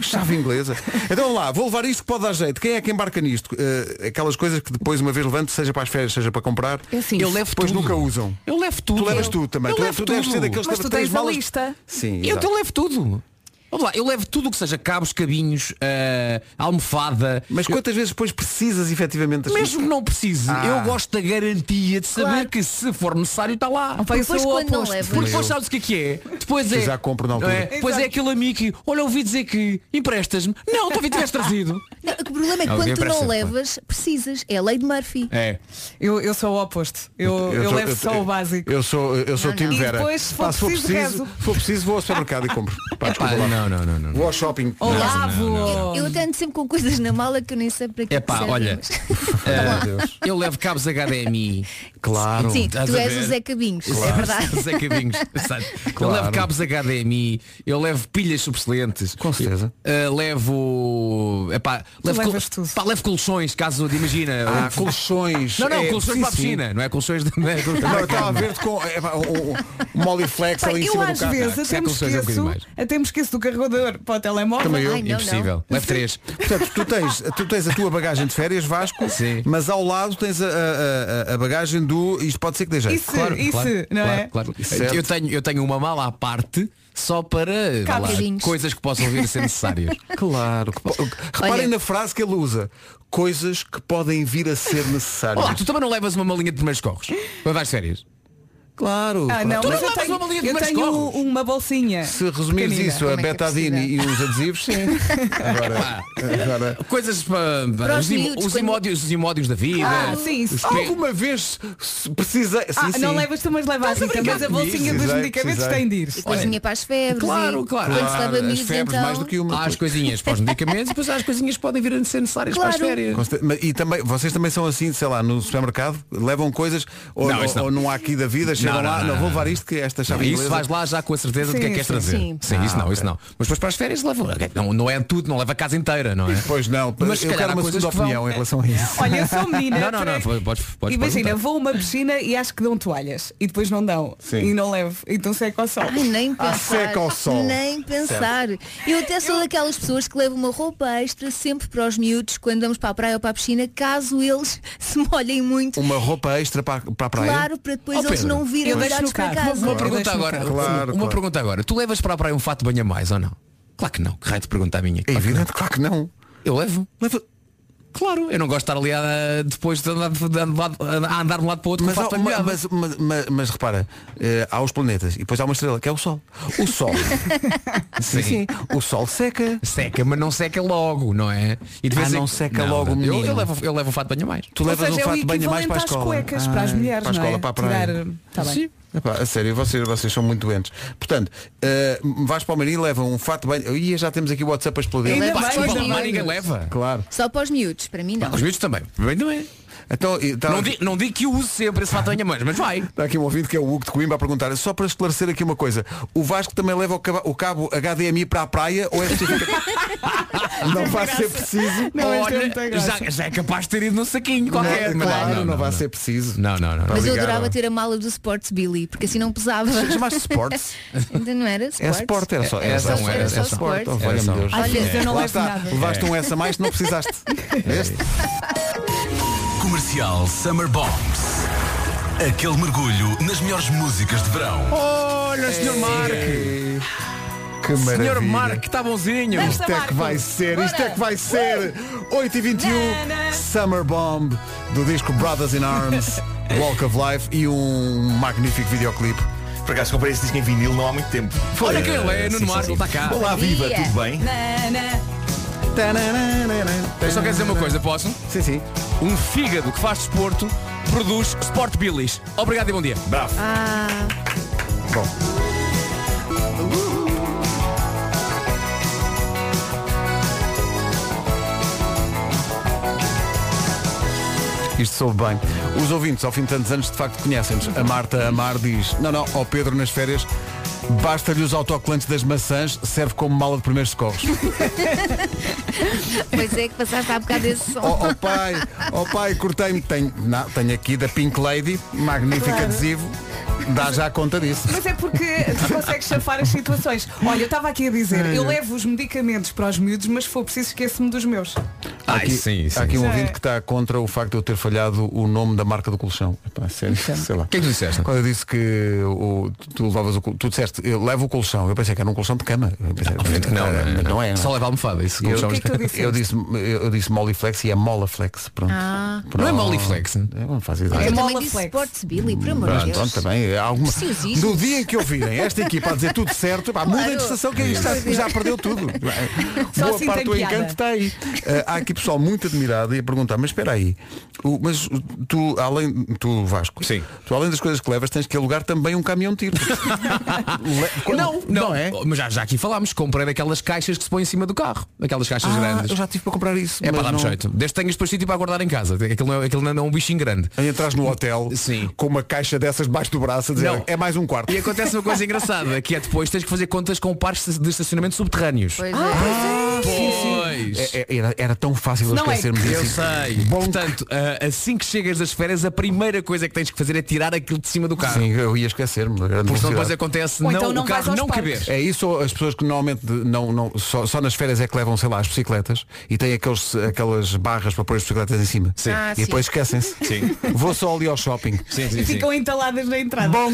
[SPEAKER 2] Chave inglesa. Então lá, vou levar isto que pode dar jeito. Quem é que embarca nisto? Eh, aquelas coisas que depois, uma vez levanto, seja para as férias, seja para comprar,
[SPEAKER 3] É assim,
[SPEAKER 5] Eu levo
[SPEAKER 2] depois
[SPEAKER 5] tudo.
[SPEAKER 2] nunca usam.
[SPEAKER 5] Eu levo tudo.
[SPEAKER 2] Tu levas tudo também.
[SPEAKER 5] Eu
[SPEAKER 2] Tu
[SPEAKER 5] levo
[SPEAKER 2] tu deves
[SPEAKER 5] tudo.
[SPEAKER 2] ser daqueles
[SPEAKER 5] Mas
[SPEAKER 2] que
[SPEAKER 5] tu
[SPEAKER 2] tens
[SPEAKER 5] tens a
[SPEAKER 2] malas-
[SPEAKER 5] lista.
[SPEAKER 2] Sim,
[SPEAKER 5] Eu
[SPEAKER 2] exato.
[SPEAKER 5] te levo tudo. Vamos lá, eu levo tudo o que seja cabos, cabinhos, ah, almofada.
[SPEAKER 2] Mas quantas vezes depois precisas efetivamente das
[SPEAKER 5] Mesmo que não precise,
[SPEAKER 2] Ah.
[SPEAKER 5] eu gosto da garantia de saber que se for necessário está lá.
[SPEAKER 3] Opa, eu
[SPEAKER 5] depois
[SPEAKER 3] sou o
[SPEAKER 5] quando não
[SPEAKER 3] oposto.
[SPEAKER 5] leva. Porque depois
[SPEAKER 2] Eu-
[SPEAKER 5] sabes o que é que é? Depois é.
[SPEAKER 2] Já compro na
[SPEAKER 5] não
[SPEAKER 2] altura.
[SPEAKER 5] é? Depois é aquele amigo que, olha, ouvi dizer que emprestas-me. Não, talvez tivesse trazido.
[SPEAKER 4] Não, o problema é que
[SPEAKER 5] Alguém
[SPEAKER 4] quando tu
[SPEAKER 5] parece-
[SPEAKER 4] não levas, precisas. É a lei de Murphy.
[SPEAKER 5] É.
[SPEAKER 3] Eu, eu sou o oposto. Eu, eu,
[SPEAKER 2] sou-
[SPEAKER 3] levo só o básico.
[SPEAKER 2] Eu sou, eu sou
[SPEAKER 3] Não,
[SPEAKER 2] time
[SPEAKER 3] não. E
[SPEAKER 2] Vera.
[SPEAKER 3] depois, se for
[SPEAKER 2] Pá,
[SPEAKER 3] preciso, rezo.
[SPEAKER 2] se for preciso, vou ao supermercado e compro. Pá, desculpa lá.
[SPEAKER 5] não, não, não, não.
[SPEAKER 2] Vou ao shopping.
[SPEAKER 4] Ou
[SPEAKER 2] Não,
[SPEAKER 4] lavo,
[SPEAKER 2] não, não.
[SPEAKER 4] Eu, eu até ando sempre com coisas na mala que eu nem sei para que
[SPEAKER 5] É pá,
[SPEAKER 4] servem,
[SPEAKER 5] olha.
[SPEAKER 4] mas-
[SPEAKER 5] ah,
[SPEAKER 2] Meu Deus.
[SPEAKER 5] eu levo cabos HDMI.
[SPEAKER 2] Claro.
[SPEAKER 4] Sim,
[SPEAKER 5] Estás
[SPEAKER 4] tu
[SPEAKER 5] a
[SPEAKER 4] és
[SPEAKER 5] ver?
[SPEAKER 4] o Zé Cabinhos, é
[SPEAKER 5] Claro.
[SPEAKER 4] verdade.
[SPEAKER 5] Zé Cabinhos, sabe?
[SPEAKER 2] Claro.
[SPEAKER 5] Eu levo cabos HDMI, eu levo pilhas subsolentes.
[SPEAKER 2] Com certeza.
[SPEAKER 5] Uh, levo. Epá, levo,
[SPEAKER 3] levas tudo.
[SPEAKER 5] pá, levo colchões, caso de imagina.
[SPEAKER 2] Ah,
[SPEAKER 5] um-
[SPEAKER 2] colchões.
[SPEAKER 5] Não, não,
[SPEAKER 2] É,
[SPEAKER 5] colchões
[SPEAKER 2] sim,
[SPEAKER 5] para a
[SPEAKER 2] sim.
[SPEAKER 5] piscina, não é colchões de. não é colchões
[SPEAKER 2] Não,
[SPEAKER 5] para
[SPEAKER 2] eu estava
[SPEAKER 5] a
[SPEAKER 2] a
[SPEAKER 5] cama.
[SPEAKER 2] ver-te com é, pá, um, um, um Moliflex
[SPEAKER 3] Pá,
[SPEAKER 2] ali em
[SPEAKER 3] eu
[SPEAKER 2] cima do
[SPEAKER 3] às
[SPEAKER 2] carro.
[SPEAKER 3] vezes até me,
[SPEAKER 5] Isso é que eu sei um
[SPEAKER 3] esqueço,
[SPEAKER 5] bocadinho
[SPEAKER 3] até me esqueço do carregador para o telemóvel. Ah,
[SPEAKER 2] Também eu.
[SPEAKER 4] Ai, não, não.
[SPEAKER 5] Impossível. Levo três.
[SPEAKER 2] Portanto, tu tens, tu tens a tua bagagem de férias, Vasco,
[SPEAKER 5] Sim.
[SPEAKER 2] mas ao lado tens a, a- a- a bagagem do. Isto pode ser que dê jeito.
[SPEAKER 3] Isso, isso, não
[SPEAKER 5] claro,
[SPEAKER 3] é?
[SPEAKER 5] claro.
[SPEAKER 2] Certo.
[SPEAKER 5] Eu, tenho, eu tenho uma mala à parte só para vá lá,
[SPEAKER 4] Cabinhos.
[SPEAKER 5] coisas que possam vir a ser necessárias.
[SPEAKER 2] Claro. que po- Reparem
[SPEAKER 4] Olha-
[SPEAKER 2] na frase que ele usa. Coisas que podem vir a ser necessárias.
[SPEAKER 5] Oh, Olá, tu também não levas uma malinha de primeiros corros. Quando vais de férias.
[SPEAKER 2] Claro.
[SPEAKER 3] Ah,
[SPEAKER 2] claro.
[SPEAKER 3] não, mas eu tenho, eu tenho uma bolsinha.
[SPEAKER 2] Se resumires
[SPEAKER 3] pequenina.
[SPEAKER 2] isso a
[SPEAKER 4] é
[SPEAKER 2] betadine e os adesivos, sim. Agora, agora...
[SPEAKER 5] Coisas para
[SPEAKER 2] Para os
[SPEAKER 5] os, im-
[SPEAKER 2] miúdos,
[SPEAKER 5] os
[SPEAKER 2] quando-
[SPEAKER 5] imódios, os imódios da vida.
[SPEAKER 3] Ah, sim,
[SPEAKER 5] os
[SPEAKER 3] sim.
[SPEAKER 5] pe-
[SPEAKER 2] Alguma vez se precisa.
[SPEAKER 3] Ah, não levas tu, mas leva a
[SPEAKER 4] Estás a
[SPEAKER 3] Rita,
[SPEAKER 4] brincar
[SPEAKER 3] mas a bolsinha
[SPEAKER 5] comigo?
[SPEAKER 3] dos
[SPEAKER 5] Precisei,
[SPEAKER 3] medicamentos
[SPEAKER 5] precisei.
[SPEAKER 3] tem de ir.
[SPEAKER 5] E
[SPEAKER 4] Coisinha para as febres.
[SPEAKER 5] Claro,
[SPEAKER 4] e
[SPEAKER 5] claro.
[SPEAKER 4] Quando se leva
[SPEAKER 5] Claro, as
[SPEAKER 4] miúdos,
[SPEAKER 5] febres
[SPEAKER 4] então...
[SPEAKER 5] mais do que uma. Há as coisinhas para os medicamentos, depois há as coisinhas que podem vir a ser necessárias para as
[SPEAKER 4] Claro.
[SPEAKER 5] férias.
[SPEAKER 2] Consta- mas- E também, vocês também são assim, sei lá, no supermercado, levam coisas ou
[SPEAKER 5] Não,
[SPEAKER 2] ou- ou
[SPEAKER 5] isso
[SPEAKER 2] não,
[SPEAKER 5] não.
[SPEAKER 2] há aqui da vida, chegam lá, não, vou levar isto que esta chave
[SPEAKER 5] Isso
[SPEAKER 2] inglesa-
[SPEAKER 5] vais lá já com a certeza do que é que
[SPEAKER 2] Sim,
[SPEAKER 5] queres
[SPEAKER 2] sim,
[SPEAKER 5] trazer. Sim,
[SPEAKER 2] sim.
[SPEAKER 5] isso
[SPEAKER 2] Ah,
[SPEAKER 5] não, isso não. Mas depois para as férias leva. Não, não é tudo, não leva a casa inteira, não é?
[SPEAKER 2] Pois não,
[SPEAKER 5] mas se
[SPEAKER 2] eu
[SPEAKER 5] calhar
[SPEAKER 2] quero
[SPEAKER 5] há
[SPEAKER 2] uma
[SPEAKER 5] coisas
[SPEAKER 2] segunda
[SPEAKER 5] que vão.
[SPEAKER 2] opinião em relação a isso.
[SPEAKER 3] Olha, eu sou menina.
[SPEAKER 5] Não, não, não, podes, podes
[SPEAKER 3] Imagina,
[SPEAKER 5] perguntar.
[SPEAKER 3] vou a uma piscina e acho que dão toalhas. E depois não dão.
[SPEAKER 5] Sim.
[SPEAKER 3] E não levo. Então seca ao sol.
[SPEAKER 4] Ai, nem
[SPEAKER 2] Ah,
[SPEAKER 4] pensar. Nem
[SPEAKER 3] Certo.
[SPEAKER 4] pensar. Eu até sou daquelas pessoas que levam uma roupa extra sempre para os miúdos quando vamos para a praia ou para a piscina, caso eles se molhem muito.
[SPEAKER 2] Uma roupa extra para, para a praia.
[SPEAKER 4] Claro, para depois
[SPEAKER 2] Oh,
[SPEAKER 4] eles
[SPEAKER 2] Pedro,
[SPEAKER 4] não virem
[SPEAKER 2] eu deixo
[SPEAKER 4] molhados
[SPEAKER 2] no
[SPEAKER 4] para
[SPEAKER 2] carro.
[SPEAKER 4] casa.
[SPEAKER 2] Vou-
[SPEAKER 5] Uma
[SPEAKER 2] Eu
[SPEAKER 5] pergunta
[SPEAKER 2] deixo no
[SPEAKER 5] agora.
[SPEAKER 2] carro.
[SPEAKER 5] uma-
[SPEAKER 2] Claro,
[SPEAKER 5] uma
[SPEAKER 2] claro.
[SPEAKER 5] pergunta agora. Tu levas para a praia um fato de banho a mais ou não? Claro que não. Que raio de pergunta a minha. É
[SPEAKER 2] evidente, claro que não.
[SPEAKER 5] Eu levo. Claro, eu não gosto de estar ali a, Eh, depois de andar, de andar- a andar de um lado para o outro
[SPEAKER 2] Mas,
[SPEAKER 5] com o
[SPEAKER 2] há
[SPEAKER 5] fato
[SPEAKER 2] uma-
[SPEAKER 5] banhado.
[SPEAKER 2] mas, mas- mas- mas repara, eh, há os planetas e depois há uma estrela, que é o Sol. O Sol. sim, sim. O Sol seca.
[SPEAKER 5] Seca, mas não seca logo, não é? E
[SPEAKER 2] Ah, não seca logo o
[SPEAKER 5] eu,
[SPEAKER 2] menino.
[SPEAKER 5] eu levo eu levo um fato de banho a mais.
[SPEAKER 2] Tu levas um
[SPEAKER 8] é
[SPEAKER 2] fato de banho a mais para a escola.
[SPEAKER 3] cuecas, para
[SPEAKER 8] Ah,
[SPEAKER 3] as mulheres,
[SPEAKER 2] para a escola,
[SPEAKER 3] não é?
[SPEAKER 2] para a praia.
[SPEAKER 3] Tirar, tá bem.
[SPEAKER 2] Sim. Epá, a sério, vocês, vocês são muito doentes. Portanto, eh, vais para o Marinho, leva um fato de banho. Ih, já temos aqui o WhatsApp a explodir.
[SPEAKER 4] Ainda
[SPEAKER 2] Pá,
[SPEAKER 4] bem,
[SPEAKER 2] desculpa,
[SPEAKER 4] ainda
[SPEAKER 2] lá,
[SPEAKER 4] bem.
[SPEAKER 2] ninguém Claro.
[SPEAKER 4] Só para os miúdos, para mim não.
[SPEAKER 5] Os miúdos também. Bem, não é?
[SPEAKER 2] Então, e tá-
[SPEAKER 5] Não, di- não digo que eu uso sempre esse fato de banho a mais, mas vai.
[SPEAKER 2] Está aqui um ouvinte que é o Hugo de Coimbra a perguntar, só para esclarecer aqui uma coisa, o Vasco também leva o caba- o cabo, HDMI para a praia ou é Não vai ser preciso.
[SPEAKER 5] Olha, já, já é capaz de ter ido num saquinho qualquer. mas
[SPEAKER 2] claro, não, vai ser preciso.
[SPEAKER 5] Não, não, não.
[SPEAKER 4] Mas eu adorava ter a mala do Sports Billy, porque assim não pesava.
[SPEAKER 2] Chamaste Sports?
[SPEAKER 4] Ainda não
[SPEAKER 5] É
[SPEAKER 4] era Sports.
[SPEAKER 2] era É só-
[SPEAKER 4] só-
[SPEAKER 2] era só Sport. Oh, valha-me Deus.
[SPEAKER 4] Olha, eu não
[SPEAKER 2] Lá
[SPEAKER 4] levo
[SPEAKER 2] está,
[SPEAKER 4] nada.
[SPEAKER 2] Levaste um S a mais, não precisaste. Este?
[SPEAKER 12] Comercial Summer Bombs. Aquele mergulho nas melhores músicas de verão.
[SPEAKER 5] Olha, Sr. Mark.
[SPEAKER 2] Que maravilha.
[SPEAKER 5] Senhor Mark, está bonzinho.
[SPEAKER 2] Isto é que vai ser, isto é que vai ser 8h21 Summer Bomb do disco Brothers in Arms Walk of Life e um magnífico videoclipe
[SPEAKER 13] Por acaso comprei esse disco em vinil não há muito tempo.
[SPEAKER 5] Olha
[SPEAKER 13] Eh,
[SPEAKER 5] quem ele é,
[SPEAKER 13] sim,
[SPEAKER 5] Nuno
[SPEAKER 13] sim,
[SPEAKER 5] Marco,
[SPEAKER 13] sim.
[SPEAKER 8] Tá
[SPEAKER 5] está cá.
[SPEAKER 13] Olá, viva, tudo bem?
[SPEAKER 5] Eu só quero dizer uma coisa, posso?
[SPEAKER 2] Sim, sim.
[SPEAKER 5] Um fígado que faz desporto produz Sport Billies. Obrigado e bom dia.
[SPEAKER 13] Bravo.
[SPEAKER 4] Ah,
[SPEAKER 2] Bom. Isto soube bem. Os ouvintes, ao fim de tantos anos, de facto conhecem-nos. A Marta Amar diz, não, não, ao Pedro nas férias, basta-lhe os autocolantes das maçãs, serve como mala de primeiros socorros.
[SPEAKER 4] pois é que passaste há bocado esse som.
[SPEAKER 2] Oh, oh pai, oh pai, cortei-me. Tenho, não, tenho aqui da Pink Lady, magnífico
[SPEAKER 3] Claro.
[SPEAKER 2] adesivo. Dá já conta disso.
[SPEAKER 3] Mas é porque tu consegues chafar as situações. Olha, eu estava aqui a dizer,
[SPEAKER 2] Ai,
[SPEAKER 3] eu
[SPEAKER 2] ai.
[SPEAKER 3] levo os medicamentos para os miúdos, mas se for preciso esqueço-me dos meus.
[SPEAKER 2] Há aqui, há aqui um
[SPEAKER 3] Já
[SPEAKER 2] ouvinte
[SPEAKER 3] é.
[SPEAKER 2] que está contra o facto de eu ter falhado o nome da marca do colchão. Epá, sério,
[SPEAKER 3] Então.
[SPEAKER 2] sei lá. O que é que disseste? Quando eu disse que o, tu, tu levavas o col- tu disseste, eu levo o colchão. Eu pensei que era um colchão de cama. Eu pensei,
[SPEAKER 5] não,
[SPEAKER 2] "Ah,
[SPEAKER 5] não, não.
[SPEAKER 2] não é.
[SPEAKER 5] Só leva a almofada, isso,
[SPEAKER 2] Eu,
[SPEAKER 5] colchão O que é que tu disseste?
[SPEAKER 2] eu disse, eu disse Moliflex e é Molaflex. Pronto.
[SPEAKER 4] Ah.
[SPEAKER 5] Não é Moliflex?
[SPEAKER 2] Eu não
[SPEAKER 3] É
[SPEAKER 2] faço ideia.
[SPEAKER 4] Eu também disse Sports Billy, por amor de
[SPEAKER 2] Pronto,
[SPEAKER 4] Deus.
[SPEAKER 2] pronto, também. há Alguma...
[SPEAKER 4] Precisíssimo.
[SPEAKER 2] No dia em que ouvirem esta equipa a dizer tudo certo, pá, mudem
[SPEAKER 4] Claro.
[SPEAKER 2] de estação que aí está,
[SPEAKER 4] Isso.
[SPEAKER 2] já perdeu tudo.
[SPEAKER 4] Só
[SPEAKER 2] Boa
[SPEAKER 4] assim
[SPEAKER 2] parte
[SPEAKER 4] tem
[SPEAKER 2] do
[SPEAKER 4] piada.
[SPEAKER 2] encanto está aí. Ah, há aqui pessoal muito admirado e a perguntar, mas espera aí, o- mas tu, além, tu Vasco, tu além das coisas que levas, tens que alugar também um caminhão de tiro.
[SPEAKER 5] não, não, é? Mas já, já aqui falámos, comprei aquelas caixas que se põem em cima do carro. Aquelas caixas
[SPEAKER 2] Ah,
[SPEAKER 5] grandes.
[SPEAKER 2] eu já tive para comprar isso.
[SPEAKER 5] É
[SPEAKER 2] mas
[SPEAKER 5] para dar-me
[SPEAKER 2] não-
[SPEAKER 5] jeito. Desde que tenhas depois sítio para guardar em casa. Aquilo não, é, aquilo não é um bichinho grande.
[SPEAKER 2] Aí entras no hotel com uma caixa dessas debaixo do braço a dizer
[SPEAKER 5] Não.
[SPEAKER 2] é mais um quarto.
[SPEAKER 5] E acontece uma coisa engraçada, que é depois tens que fazer contas com parques de estacionamento subterrâneos. Ah,
[SPEAKER 4] Pois Ah,
[SPEAKER 5] Pois.
[SPEAKER 2] É- é- Era, era tão fácil eu
[SPEAKER 5] Não é
[SPEAKER 2] esquecermos assim.
[SPEAKER 5] que-
[SPEAKER 2] disso.
[SPEAKER 5] Eu sei. Portanto, ah, assim que chegas das férias, a primeira coisa que tens que fazer é tirar aquilo de cima do carro.
[SPEAKER 2] Sim, eu ia esquecer-me. da grande
[SPEAKER 5] Porque senão depois
[SPEAKER 2] velocidade.
[SPEAKER 5] acontece
[SPEAKER 4] então
[SPEAKER 5] não, o carro não caber.
[SPEAKER 2] É isso ou as pessoas que normalmente de- não, não, só, só nas férias é que levam, sei lá, as bicicletas e têm aqueles, aquelas barras para pôr as bicicletas em cima.
[SPEAKER 3] Sim. Ah,
[SPEAKER 2] e depois
[SPEAKER 3] sim.
[SPEAKER 2] esquecem-se.
[SPEAKER 3] Sim.
[SPEAKER 2] Vou só ali ao shopping.
[SPEAKER 3] E ficam entaladas na entrada.
[SPEAKER 2] Bom.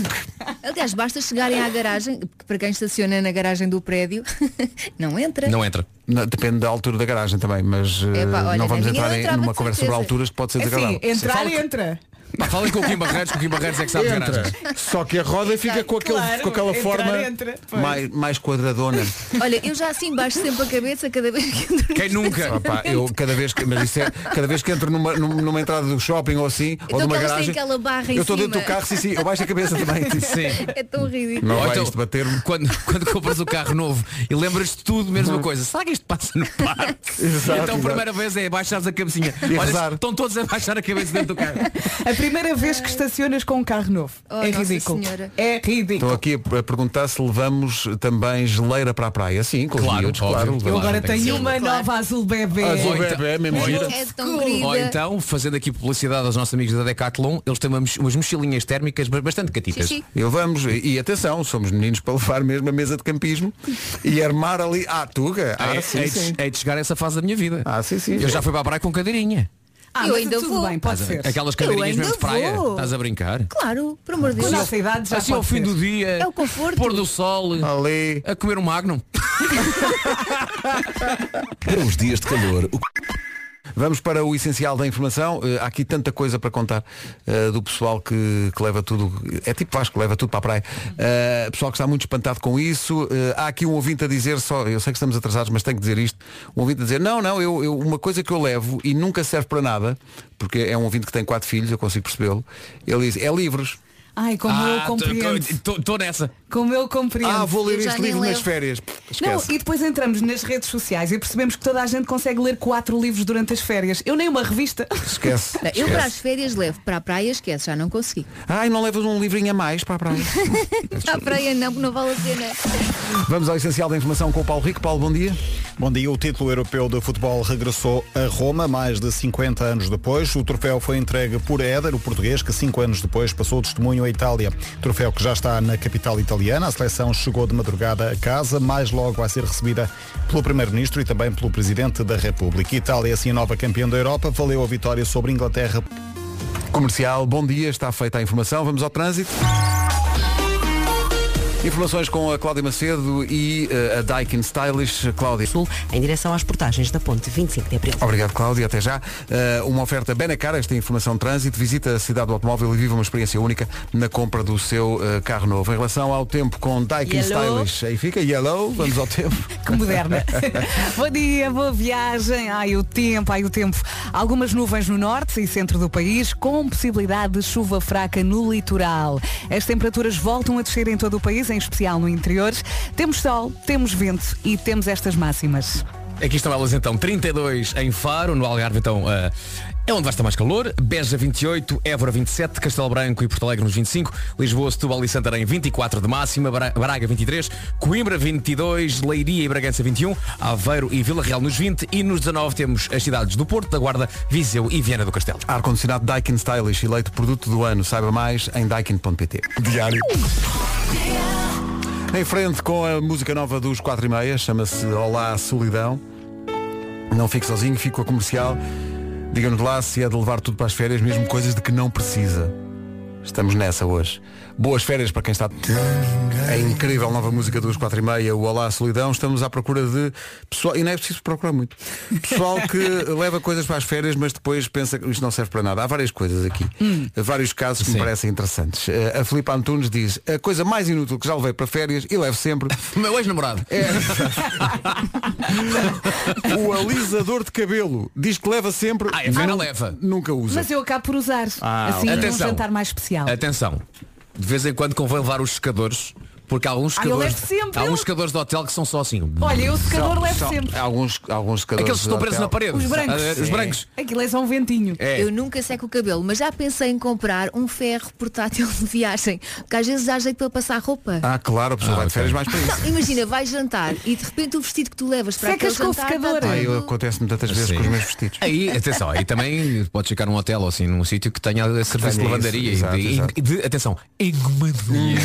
[SPEAKER 4] Aliás, basta chegarem à garagem, porque para quem estaciona na garagem do prédio, não entra.
[SPEAKER 5] entra.
[SPEAKER 2] depende da altura da garagem também, mas eh,
[SPEAKER 4] Epá, olha,
[SPEAKER 2] não vamos
[SPEAKER 4] na minha
[SPEAKER 2] entrar
[SPEAKER 4] eu
[SPEAKER 2] em,
[SPEAKER 4] entrava
[SPEAKER 2] numa
[SPEAKER 4] de
[SPEAKER 2] conversa
[SPEAKER 4] certeza.
[SPEAKER 2] sobre alturas que pode ser
[SPEAKER 3] É assim,
[SPEAKER 2] desagradável.
[SPEAKER 3] entrar
[SPEAKER 2] Fala-
[SPEAKER 3] entra.
[SPEAKER 5] Pá, falem com o Kim Barreiros, que o Kim Barreiros é que sabe de
[SPEAKER 2] Entra.
[SPEAKER 5] garagens.
[SPEAKER 2] Só que a roda fica com, aquele,
[SPEAKER 4] Claro,
[SPEAKER 2] com aquela
[SPEAKER 4] entrar,
[SPEAKER 2] forma
[SPEAKER 4] entra, pois.
[SPEAKER 2] mais, mais quadradona.
[SPEAKER 4] Olha, eu já assim baixo sempre a cabeça cada vez que entro
[SPEAKER 5] Quem nunca?
[SPEAKER 2] Opa, eu cada vez que, mas isso é, cada vez que entro numa, num- numa entrada do shopping ou assim,
[SPEAKER 4] Então
[SPEAKER 2] ou de uma
[SPEAKER 4] que elas têm
[SPEAKER 2] garagem,
[SPEAKER 4] aquela barra em
[SPEAKER 2] eu estou
[SPEAKER 4] cima.
[SPEAKER 2] dentro do carro, sim, sim, eu baixo a cabeça também.
[SPEAKER 4] É tão ridículo.
[SPEAKER 2] Não
[SPEAKER 5] Ou
[SPEAKER 2] vai
[SPEAKER 5] então,
[SPEAKER 2] isto bater-me.
[SPEAKER 5] Quando, quando compras o carro novo e lembras-te tudo, menos uma coisa. Será que isto passa no parque?
[SPEAKER 2] Exato,
[SPEAKER 5] então a
[SPEAKER 2] exato.
[SPEAKER 5] primeira vez é baixares a cabecinha. Olha,
[SPEAKER 2] rezar.
[SPEAKER 5] estão todos a baixar a cabeça dentro do carro.
[SPEAKER 3] A primeira vez que estacionas com um carro novo.
[SPEAKER 4] Oh,
[SPEAKER 3] é ridículo. É
[SPEAKER 2] Estou
[SPEAKER 3] ridículo.
[SPEAKER 2] aqui a perguntar se levamos também geleira para a praia. Sim, com os
[SPEAKER 5] Claro,
[SPEAKER 2] miúdos,
[SPEAKER 5] óbvio.
[SPEAKER 2] claro. levamos.
[SPEAKER 3] Eu agora
[SPEAKER 5] Tem que ser.
[SPEAKER 3] tenho uma nova azul bebê.
[SPEAKER 2] Azul
[SPEAKER 5] Ou
[SPEAKER 2] bebê,
[SPEAKER 5] então-
[SPEAKER 2] é mesmo
[SPEAKER 5] ou
[SPEAKER 2] gira.
[SPEAKER 5] então-
[SPEAKER 4] É tão querida.
[SPEAKER 5] Ou então, fazendo aqui publicidade aos nossos amigos da Decathlon, eles têm umas, umas mochilinhas térmicas ba- bastante catitas.
[SPEAKER 4] Xixi.
[SPEAKER 2] Eu vamos, e e atenção, somos meninos para levar mesmo a mesa de campismo e armar ali. Ah, Tuga, ah,
[SPEAKER 5] É,
[SPEAKER 2] sim,
[SPEAKER 5] é,
[SPEAKER 2] sim.
[SPEAKER 5] de, é de chegar a essa fase da minha vida.
[SPEAKER 2] Ah, sim, sim.
[SPEAKER 5] Eu já fui para a praia com cadeirinha.
[SPEAKER 3] Ah,
[SPEAKER 4] eu
[SPEAKER 3] mas
[SPEAKER 4] ainda
[SPEAKER 3] tudo
[SPEAKER 4] vou.
[SPEAKER 3] bem, pode ser.
[SPEAKER 5] Aquelas
[SPEAKER 4] Eu
[SPEAKER 5] cadeirinhas
[SPEAKER 4] ainda
[SPEAKER 5] mesmo de praia.
[SPEAKER 4] vou.
[SPEAKER 5] Estás a brincar?
[SPEAKER 4] Claro, por amor de
[SPEAKER 3] Com
[SPEAKER 4] Deus.
[SPEAKER 3] nossa idade já
[SPEAKER 5] Assim ao
[SPEAKER 3] pode
[SPEAKER 5] fim
[SPEAKER 3] ser.
[SPEAKER 5] do dia,
[SPEAKER 4] É o conforto.
[SPEAKER 5] pôr do sol,
[SPEAKER 2] Ali.
[SPEAKER 5] a comer um magnum.
[SPEAKER 12] Para os dias de calor, o
[SPEAKER 2] Vamos para o essencial da informação. Eh, há aqui tanta coisa para contar eh, do pessoal que, que leva tudo. É tipo Vasco, leva tudo para a praia. Eh, pessoal que está muito espantado com isso. Eh, há aqui um ouvinte a dizer só, eu sei que estamos atrasados, mas tenho que dizer isto. Um ouvinte a dizer, não, não, eu, eu- uma coisa que eu levo e nunca serve para nada, porque é um ouvinte que tem quatro filhos, eu consigo percebê-lo. Ele diz, é livros.
[SPEAKER 3] Ai, como
[SPEAKER 4] Ah,
[SPEAKER 2] então-
[SPEAKER 3] eu compreendo.
[SPEAKER 5] Estou nessa.
[SPEAKER 3] Como eu compreendo.
[SPEAKER 2] Ah, vou ler
[SPEAKER 4] então Eu já
[SPEAKER 2] este
[SPEAKER 4] nem
[SPEAKER 2] livro nas
[SPEAKER 4] levo.
[SPEAKER 2] férias.
[SPEAKER 3] Não,
[SPEAKER 2] Esquece.
[SPEAKER 3] e depois entramos nas redes sociais e percebemos que toda a gente consegue ler quatro livros durante as férias. Eu nem uma revista.
[SPEAKER 2] Esquece.
[SPEAKER 4] Eu para as férias levo, para a praia esquece, já não consegui.
[SPEAKER 2] Ai, não levas um livrinho a mais para a praia.
[SPEAKER 4] Para a praia não, não vale a pena.
[SPEAKER 2] Vamos ao essencial da informação com o Paulo Rico. Paulo, bom dia.
[SPEAKER 11] Bom dia, o título europeu de futebol regressou a Roma mais de 50 anos depois. O troféu foi entregue por Éder, o português, que cinco anos depois passou o testemunho à Itália. Troféu que já está na capital italiana. A seleção chegou de madrugada a casa, mais logo a ser recebida pelo Primeiro-Ministro e também pelo Presidente da República. Itália, assim, a nova campeã da Europa, valeu a vitória sobre Inglaterra.
[SPEAKER 2] Comercial, bom dia, está feita a informação, vamos ao trânsito. Informações com a Cláudia Macedo e eh, a Daikin Stylish. Cláudia.
[SPEAKER 6] Sul, em direção às portagens da ponte 25 de Abril.
[SPEAKER 2] Obrigado, Cláudia. Até já. Eh, uma oferta bem na cara, esta é a informação de trânsito. Visita a cidade do automóvel e viva uma experiência única na compra do seu eh, carro novo. Em relação ao tempo com Daikin
[SPEAKER 3] Yellow.
[SPEAKER 2] Stylish, aí fica Yellow. Vamos ao tempo.
[SPEAKER 3] Que moderna. Bom dia, boa viagem. Ai, o tempo, ai, o tempo. Algumas nuvens no norte e centro do país, com possibilidade de chuva fraca no litoral. As temperaturas voltam a descer em todo o país, em especial no interior. Temos sol, temos vento e temos estas máximas.
[SPEAKER 5] Aqui estão elas então, 32 em Faro, no Algarve então ah, é onde vai estar mais calor, Beja 28, Évora 27, Castelo Branco e Porto Alegre nos 25, Lisboa, Setúbal e Santarém 24 de máxima, Bra- Braga 23, Coimbra 22, Leiria e Bragança 21, Aveiro e Vila Real nos 20 e nos 19 temos as cidades do Porto, da Guarda, Viseu e Viana do Castelo.
[SPEAKER 2] Ar-condicionado Daikin Stylish, eleito produto do ano. Saiba mais em daikin.pt. Diário. Em frente com a música nova dos 4 e meia, chama-se Olá Solidão. Não fique sozinho, fique com a comercial. Diga-nos lá se é de levar tudo para as férias, mesmo coisas de que não precisa. Estamos nessa hoje. Boas férias para quem está. A incrível nova música dos 4 e meia, o Olá Solidão. Estamos à procura de pessoal, e não é preciso procurar muito, pessoal que leva coisas para as férias, mas depois pensa que isto não serve para nada. Há várias coisas aqui.
[SPEAKER 5] Hum.
[SPEAKER 2] Vários casos que me parecem interessantes. Eh, A Filipe Antunes diz, a coisa mais inútil que já levei para férias, e levo sempre, É.
[SPEAKER 5] Meu ex-namorado.
[SPEAKER 2] o alisador de cabelo. Diz que leva sempre.
[SPEAKER 5] Ah, a Vera
[SPEAKER 2] não-
[SPEAKER 5] leva.
[SPEAKER 2] Nunca usa.
[SPEAKER 3] Mas eu acabo por usar.
[SPEAKER 2] Ah,
[SPEAKER 3] assim, num
[SPEAKER 5] atenção.
[SPEAKER 3] jantar mais especial.
[SPEAKER 5] Atenção, de vez em quando convém levar os secadores, porque há alguns
[SPEAKER 3] Ah, eu
[SPEAKER 5] secadores,
[SPEAKER 3] levo sempre,
[SPEAKER 5] há
[SPEAKER 3] eu-
[SPEAKER 5] alguns secadores de hotel que são só assim.
[SPEAKER 3] Olha, eu o secador
[SPEAKER 2] São-
[SPEAKER 3] levo
[SPEAKER 2] são
[SPEAKER 3] sempre.
[SPEAKER 2] Alguns, alguns secadores
[SPEAKER 5] Aqueles que estão
[SPEAKER 2] de
[SPEAKER 5] presos
[SPEAKER 2] hotel.
[SPEAKER 5] na parede.
[SPEAKER 3] Os brancos.
[SPEAKER 5] Ah, Os
[SPEAKER 3] Sim.
[SPEAKER 5] brancos.
[SPEAKER 3] Aquilo é só um ventinho.
[SPEAKER 5] É.
[SPEAKER 4] Eu nunca seco o cabelo, mas já pensei em comprar um ferro portátil de viagem, que às vezes dá jeito para passar roupa.
[SPEAKER 2] Ah, claro, a pessoa
[SPEAKER 5] Ah,
[SPEAKER 2] vai de
[SPEAKER 5] ok.
[SPEAKER 2] férias mais para isso.
[SPEAKER 4] Não, imagina, vais jantar e de repente o vestido que tu levas para
[SPEAKER 3] Secas
[SPEAKER 4] aquele
[SPEAKER 3] com o
[SPEAKER 4] jantar está
[SPEAKER 3] secador.
[SPEAKER 4] todo-
[SPEAKER 2] Ah, eu acontece-me tantas vezes
[SPEAKER 5] Sim.
[SPEAKER 2] com os meus vestidos.
[SPEAKER 5] Aí, atenção, aí também podes ficar num hotel ou assim, num sítio que tenha serviço
[SPEAKER 2] isso,
[SPEAKER 5] de lavandaria
[SPEAKER 2] exato,
[SPEAKER 5] e de,
[SPEAKER 2] exato.
[SPEAKER 5] e de- atenção, engomadoria.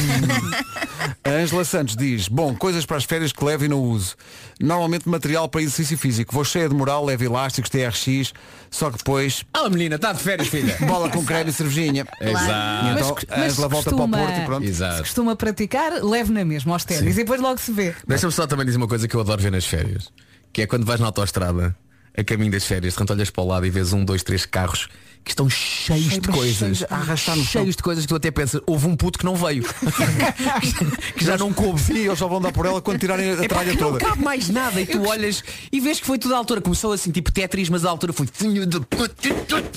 [SPEAKER 2] A Angela Santos diz, bom, coisas para as férias que levo e não uso. Normalmente material para exercício físico. Vou cheia de moral, levo elásticos, TRX, só que depois
[SPEAKER 5] Ah, menina, está de férias, filha. É
[SPEAKER 2] bola com creme e cervejinha.
[SPEAKER 5] Exato.
[SPEAKER 2] E
[SPEAKER 3] Mas-
[SPEAKER 2] então a
[SPEAKER 3] mas
[SPEAKER 2] Angela volta para o
[SPEAKER 3] costuma-
[SPEAKER 2] Porto e pronto.
[SPEAKER 3] Se
[SPEAKER 5] Exato.
[SPEAKER 3] costuma praticar, leve na mesma aos ténis e depois logo se vê.
[SPEAKER 5] Deixa-me só também dizer uma coisa que eu adoro ver nas férias, que é quando vais na autoestrada a caminho das férias, de repente olhas para o lado e vês um, dois, três carros que estão cheios
[SPEAKER 2] Cheio,
[SPEAKER 5] de
[SPEAKER 2] mas
[SPEAKER 5] coisas.
[SPEAKER 2] cheios, a arrastar no chão.
[SPEAKER 5] cheios de coisas que tu até pensas, houve um puto que não veio. que já não coube.
[SPEAKER 2] Sim, eles só vão dar por ela quando tirarem a
[SPEAKER 5] Epá,
[SPEAKER 2] tralha
[SPEAKER 5] que
[SPEAKER 2] toda.
[SPEAKER 5] Não cabe mais nada e tu olhas e vês que foi tudo à altura. Começou assim, tipo Tetris, mas à altura foi. filho de puta.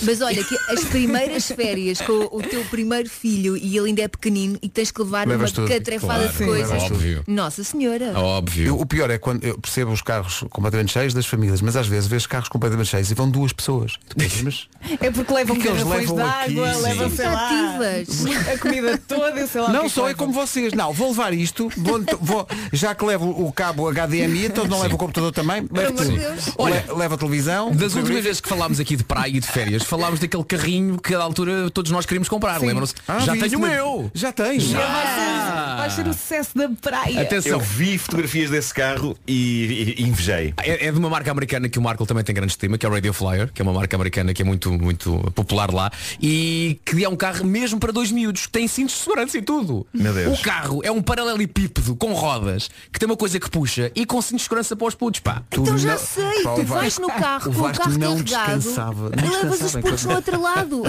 [SPEAKER 4] Mas olha, que as primeiras férias com o teu primeiro filho e ele ainda é pequenino e tens que levar
[SPEAKER 2] Levas
[SPEAKER 4] uma
[SPEAKER 2] tudo.
[SPEAKER 4] catrefada
[SPEAKER 2] Claro,
[SPEAKER 4] de
[SPEAKER 2] sim,
[SPEAKER 4] coisas.
[SPEAKER 2] levas tudo.
[SPEAKER 4] Nossa Senhora.
[SPEAKER 5] Óbvio.
[SPEAKER 2] o pior é quando eu percebo os carros completamente cheios das famílias, mas às vezes vejo carros completamente cheios e vão duas pessoas. Tu pensas, mas
[SPEAKER 3] É porque levam
[SPEAKER 2] O que é que eles
[SPEAKER 3] garrafões de
[SPEAKER 2] levam aqui?
[SPEAKER 3] água,
[SPEAKER 2] Sim.
[SPEAKER 3] levam, sei lá,
[SPEAKER 4] Ativas.
[SPEAKER 3] a comida toda, e sei lá. o que
[SPEAKER 2] não
[SPEAKER 3] que
[SPEAKER 2] só é
[SPEAKER 3] levam.
[SPEAKER 2] como vocês. Não, vou levar isto, vou, vou- já que levo o cabo HDMI, então não levo o computador também. Levo
[SPEAKER 5] amor de
[SPEAKER 2] tudo.
[SPEAKER 5] Deus.
[SPEAKER 2] Le-
[SPEAKER 5] Olha,
[SPEAKER 2] leva a televisão.
[SPEAKER 5] Das últimas vezes que falámos aqui de praia e de férias, falámos daquele carrinho que à altura todos nós queríamos comprar,
[SPEAKER 2] Sim.
[SPEAKER 5] lembram-se?
[SPEAKER 2] Ah,
[SPEAKER 5] já
[SPEAKER 2] vi
[SPEAKER 5] tenho
[SPEAKER 2] isso
[SPEAKER 5] o
[SPEAKER 2] na-
[SPEAKER 5] meu!
[SPEAKER 2] Já tenho.
[SPEAKER 5] Já.
[SPEAKER 3] Vai ser o sucesso da praia.
[SPEAKER 13] Eu vi fotografias desse carro e, e- e invejei.
[SPEAKER 5] É, é de uma marca americana que o Marco também tem grande estima, que é o Radio Flyer, que é uma marca americana que é muito, muito popular lá, e que é um carro mesmo para dois miúdos, que tem cintos de segurança e tudo.
[SPEAKER 13] Meu Deus.
[SPEAKER 5] O carro é um paralelepípedo com rodas, que tem uma coisa que puxa e com cintos de segurança para os putos, pá.
[SPEAKER 4] Então já sei, tu vais no carro com o carro carregado e levas os putos no outro lado.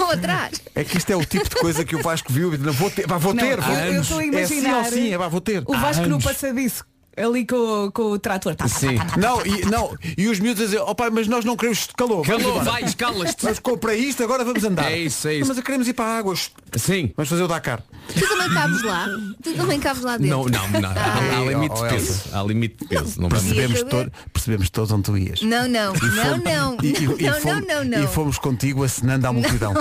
[SPEAKER 4] Ou atrás.
[SPEAKER 2] É que isto é o tipo de coisa que o Vasco viu. e não, Vou ter, pá, vou
[SPEAKER 3] Não,
[SPEAKER 2] ter.
[SPEAKER 3] eu-
[SPEAKER 2] vou-
[SPEAKER 3] eu estou a
[SPEAKER 2] é sim
[SPEAKER 3] imaginar
[SPEAKER 2] ou sim, é, pá, vou ter.
[SPEAKER 3] O Vasco no
[SPEAKER 2] Anos.
[SPEAKER 3] passadiço, ali com, o- com o trator. Tá, tá,
[SPEAKER 2] Sim.
[SPEAKER 3] tá, tá, tá,
[SPEAKER 2] Não,
[SPEAKER 3] tá,
[SPEAKER 2] e,
[SPEAKER 3] tá, tá.
[SPEAKER 2] não, e os miúdos a dizer, oh pai, mas nós não queremos calor. vamos
[SPEAKER 5] Calor,
[SPEAKER 2] embora."
[SPEAKER 5] vai, escalas-te.
[SPEAKER 2] Mas compra isto, agora vamos andar.
[SPEAKER 5] É isso, é isso.
[SPEAKER 2] Mas queremos ir para a água.
[SPEAKER 5] Sim.
[SPEAKER 2] Vamos fazer o Dakar.
[SPEAKER 4] Tu também cabes lá. Tu também cabes lá dentro.
[SPEAKER 5] Não, não, não. Há, há
[SPEAKER 2] Ai,
[SPEAKER 5] limite
[SPEAKER 2] É, ó,
[SPEAKER 5] de peso. Há limite de peso. Não vamos-
[SPEAKER 2] Percebemos,
[SPEAKER 4] Podia
[SPEAKER 2] todo,
[SPEAKER 4] saber.
[SPEAKER 2] percebemos todos onde tu ias.
[SPEAKER 4] Não, não,
[SPEAKER 2] E
[SPEAKER 4] não,
[SPEAKER 2] fomos-
[SPEAKER 4] não,
[SPEAKER 2] e- e- e
[SPEAKER 4] não, não,
[SPEAKER 2] fomos-
[SPEAKER 4] não, não.
[SPEAKER 2] E fomos contigo acenando à multidão.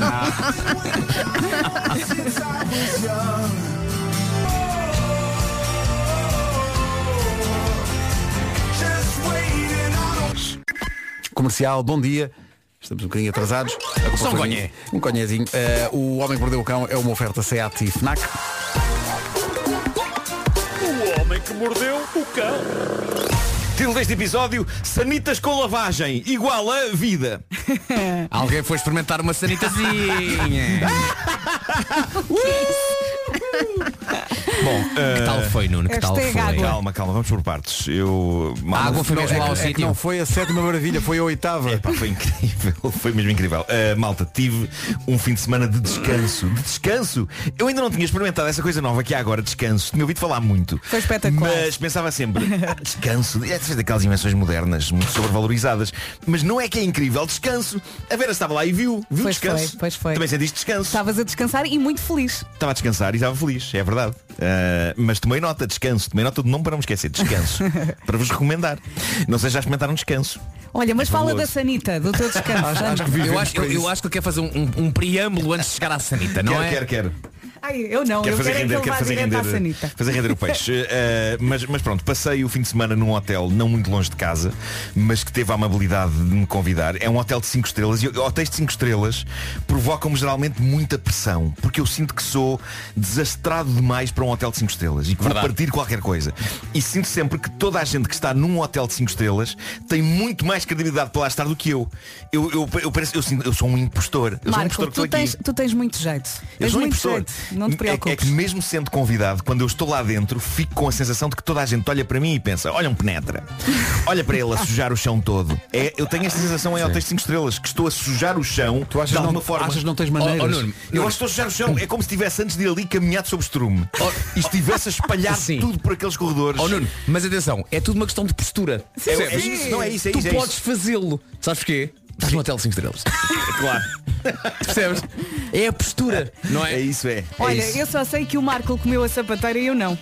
[SPEAKER 2] Ah, Comercial, bom dia. Estamos um bocadinho atrasados.
[SPEAKER 5] Só um
[SPEAKER 2] Foi
[SPEAKER 5] conhé.
[SPEAKER 2] Um conhezinho. Eh, o Homem que Mordeu o Cão é uma oferta SEAT e FNAC.
[SPEAKER 13] O homem que mordeu o cão. Título deste episódio, Sanitas com lavagem, igual a vida.
[SPEAKER 5] Alguém foi experimentar uma
[SPEAKER 13] é?
[SPEAKER 5] sanitazinha.
[SPEAKER 13] Bom,
[SPEAKER 5] que tal
[SPEAKER 2] eh,
[SPEAKER 5] foi, Nuno? Que tal
[SPEAKER 3] Hashtag
[SPEAKER 5] foi?
[SPEAKER 3] é água.
[SPEAKER 13] Calma, calma, vamos por partes. Eu.
[SPEAKER 5] A água foi mesmo
[SPEAKER 2] é
[SPEAKER 5] lá ao
[SPEAKER 2] que- é que
[SPEAKER 5] sítio.
[SPEAKER 2] não foi a sétima maravilha, foi a oitava.
[SPEAKER 13] Epá, foi incrível, foi mesmo incrível. Uh, malta, tive um fim de semana de descanso. De descanso! Eu ainda não tinha experimentado essa coisa nova que há agora, descanso. Tinha ouvido falar muito.
[SPEAKER 3] Foi espetacular.
[SPEAKER 13] Mas pensava sempre, ah, descanso, é de- daquelas invenções modernas, muito sobrevalorizadas. Mas não é que é incrível, descanso. A Vera estava lá e viu, viu
[SPEAKER 3] Pois
[SPEAKER 13] descanso.
[SPEAKER 3] foi, pois foi.
[SPEAKER 13] Também sentiste descanso.
[SPEAKER 3] Estavas a descansar e muito feliz.
[SPEAKER 13] Estava a descansar e estava feliz, é verdade. Ah, mas tomei nota, descanso, tomei nota do nome para não me esquecer, descanso. para vos recomendar. Não sei se já experimentaram descanso.
[SPEAKER 3] Olha, mas fala
[SPEAKER 13] Fabuloso.
[SPEAKER 3] da Sanita, do teu descanso. Anda.
[SPEAKER 5] Eu acho, eu, eu acho que ele quer fazer um, um- um preâmbulo antes de chegar à sanita, não
[SPEAKER 13] quero,
[SPEAKER 5] é?
[SPEAKER 13] quero, quero.
[SPEAKER 3] Ai, eu não,
[SPEAKER 13] Quer
[SPEAKER 3] eu
[SPEAKER 13] fazer
[SPEAKER 3] quero é
[SPEAKER 13] render,
[SPEAKER 3] que ele
[SPEAKER 13] quer
[SPEAKER 3] vá
[SPEAKER 13] fazer
[SPEAKER 3] direto à
[SPEAKER 13] render,
[SPEAKER 3] Sanita.
[SPEAKER 13] fazer render o peixe. Eh, mas, mas pronto, passei o fim de semana num hotel não muito longe de casa, mas que teve a amabilidade de me convidar. É um hotel de 5 estrelas e hotéis de 5 estrelas provocam-me geralmente muita pressão, porque eu sinto que sou desastrado demais para um hotel de 5 estrelas e que vou
[SPEAKER 5] Verdade.
[SPEAKER 13] partir qualquer coisa. E sinto sempre que toda a gente que está num hotel de 5 estrelas tem muito mais credibilidade para lá estar do que eu. Eu, eu, eu, pareço- eu sinto- eu sou um impostor. Eu sou um impostor
[SPEAKER 3] Marco,
[SPEAKER 13] que estou
[SPEAKER 3] tu
[SPEAKER 13] aqui.
[SPEAKER 3] tens, tu tens muito jeito.
[SPEAKER 13] Eu
[SPEAKER 3] tens
[SPEAKER 13] sou um
[SPEAKER 3] muito
[SPEAKER 13] impressor.
[SPEAKER 3] jeito. Não te
[SPEAKER 13] É- é,
[SPEAKER 3] preocupes.
[SPEAKER 13] que mesmo sendo convidado, quando eu estou lá dentro, fico com a sensação de que toda a gente olha para mim e pensa, olha um penetra, olha para ele a sujar o chão todo. É, eu tenho esta sensação em hotéis de 5 estrelas, que estou a sujar o chão
[SPEAKER 2] Tu achas
[SPEAKER 13] de
[SPEAKER 2] não-
[SPEAKER 13] alguma forma.
[SPEAKER 2] achas não tens maneiras?
[SPEAKER 13] Oh, oh, Nuno, eu acho que estou a sujar o chão. É como se tivesse antes de ir ali caminhado sobre o estrume. E estivesse a espalhar
[SPEAKER 5] Sim.
[SPEAKER 13] tudo por aqueles corredores.
[SPEAKER 5] Oh Nuno, mas atenção, é tudo uma questão de postura.
[SPEAKER 13] Sim,
[SPEAKER 5] Percebes?
[SPEAKER 13] é isso, não é isso, é
[SPEAKER 5] tu
[SPEAKER 13] isso, é
[SPEAKER 5] podes
[SPEAKER 13] isso.
[SPEAKER 5] fazê-lo. Sabes porquê? Estás no hotel 5 estrelas.
[SPEAKER 13] Claro.
[SPEAKER 5] Percebes? É a postura, não é?
[SPEAKER 13] É isso, é. é
[SPEAKER 3] Olha,
[SPEAKER 13] isso.
[SPEAKER 3] eu só sei que o Marco comeu a sapateira e eu não.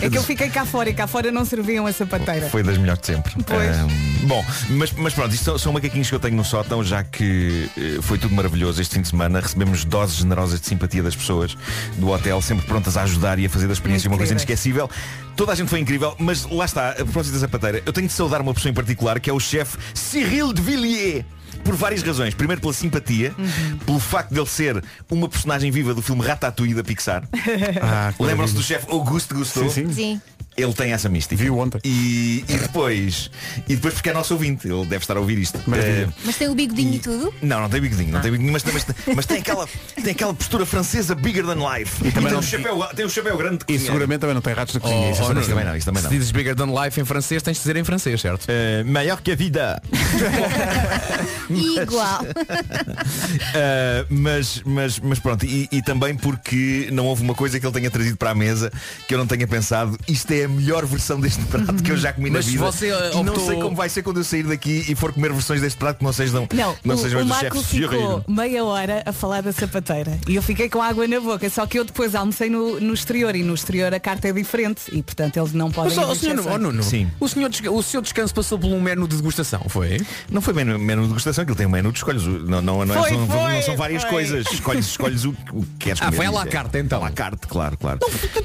[SPEAKER 3] é que eu fiquei cá fora e cá fora não serviam a sapateira.
[SPEAKER 13] Foi das melhores de sempre.
[SPEAKER 3] Pois.
[SPEAKER 13] Ahm, bom, mas, mas pronto, isto são, são macaquinhos que eu tenho no sótão, já que eh, foi tudo maravilhoso este fim de semana. Recebemos doses generosas de simpatia das pessoas do hotel, sempre prontas a ajudar e a fazer da experiência
[SPEAKER 3] Muito
[SPEAKER 13] uma coisa
[SPEAKER 3] queridas.
[SPEAKER 13] inesquecível. Toda a gente foi incrível, mas lá está, a propósito da sapateira, eu tenho de saudar uma pessoa em particular, que é o chefe Cyril de Villiers. Por várias razões. Primeiro pela simpatia,
[SPEAKER 2] Uhum.
[SPEAKER 13] pelo facto de ele ser uma personagem viva do filme Ratatouille da Pixar.
[SPEAKER 2] Ah,
[SPEAKER 13] Lembram-se do chefe Auguste Gusteau?
[SPEAKER 2] Sim, sim.
[SPEAKER 4] Sim.
[SPEAKER 13] Ele tem essa mística. Viu
[SPEAKER 2] ontem.
[SPEAKER 13] E, e depois, e depois porque é nosso ouvinte, ele deve estar a ouvir isto. Eh,
[SPEAKER 4] Mas tem o bigodinho e, tudo?
[SPEAKER 13] não, não tem bigodinho, não tem bigodinho, mas, mas, mas tem, aquela, tem aquela postura francesa bigger than life. E,
[SPEAKER 5] também
[SPEAKER 13] tem,
[SPEAKER 5] não-
[SPEAKER 13] um chapéu, tem um chapéu grande que
[SPEAKER 2] E
[SPEAKER 13] tinha.
[SPEAKER 2] seguramente também não tem ratos na cozinha. é
[SPEAKER 13] isso também Oh, não, isso também
[SPEAKER 5] se
[SPEAKER 13] não.
[SPEAKER 5] dizes bigger than life em francês, tens de dizer em francês, certo?
[SPEAKER 13] maior que a vida.
[SPEAKER 4] Igual.
[SPEAKER 13] Uh, mas, mas, mas pronto, e, e também porque não houve uma coisa que ele tenha trazido para a mesa que eu não tenha pensado, isto é a melhor versão deste prato que eu já comi
[SPEAKER 5] Mas
[SPEAKER 13] na vida.
[SPEAKER 5] você, uh,
[SPEAKER 13] e não
[SPEAKER 5] optou-
[SPEAKER 13] sei como vai ser quando eu sair daqui e for comer versões deste prato que não sejam,
[SPEAKER 3] Não,
[SPEAKER 13] não
[SPEAKER 3] o,
[SPEAKER 13] sejam
[SPEAKER 3] o
[SPEAKER 13] as do
[SPEAKER 3] Marco
[SPEAKER 13] chefe
[SPEAKER 3] ficou
[SPEAKER 13] Ferreiro.
[SPEAKER 3] meia hora a falar da sapateira e eu fiquei com água na boca, só que eu depois almocei no, no exterior e no exterior a carta é diferente e portanto eles não podem
[SPEAKER 5] Mas, ó,
[SPEAKER 3] haver
[SPEAKER 5] o senhor,
[SPEAKER 3] exceções.
[SPEAKER 5] ó, Nuno,
[SPEAKER 13] Sim.
[SPEAKER 5] O, senhor, desca- o seu descanso passou por um menu de degustação, foi?
[SPEAKER 13] Não foi menu, menu de degustação, aquilo tem um menu de escolhas. Não, não, não, é-
[SPEAKER 5] Foi,
[SPEAKER 13] são,
[SPEAKER 5] foi,
[SPEAKER 13] não são várias
[SPEAKER 5] foi.
[SPEAKER 13] coisas. Escolhes, escolhes o, o que queres
[SPEAKER 5] Ah,
[SPEAKER 13] comer.
[SPEAKER 5] foi à la
[SPEAKER 13] Isso é-
[SPEAKER 5] carte, então.
[SPEAKER 13] À la carte, claro, claro.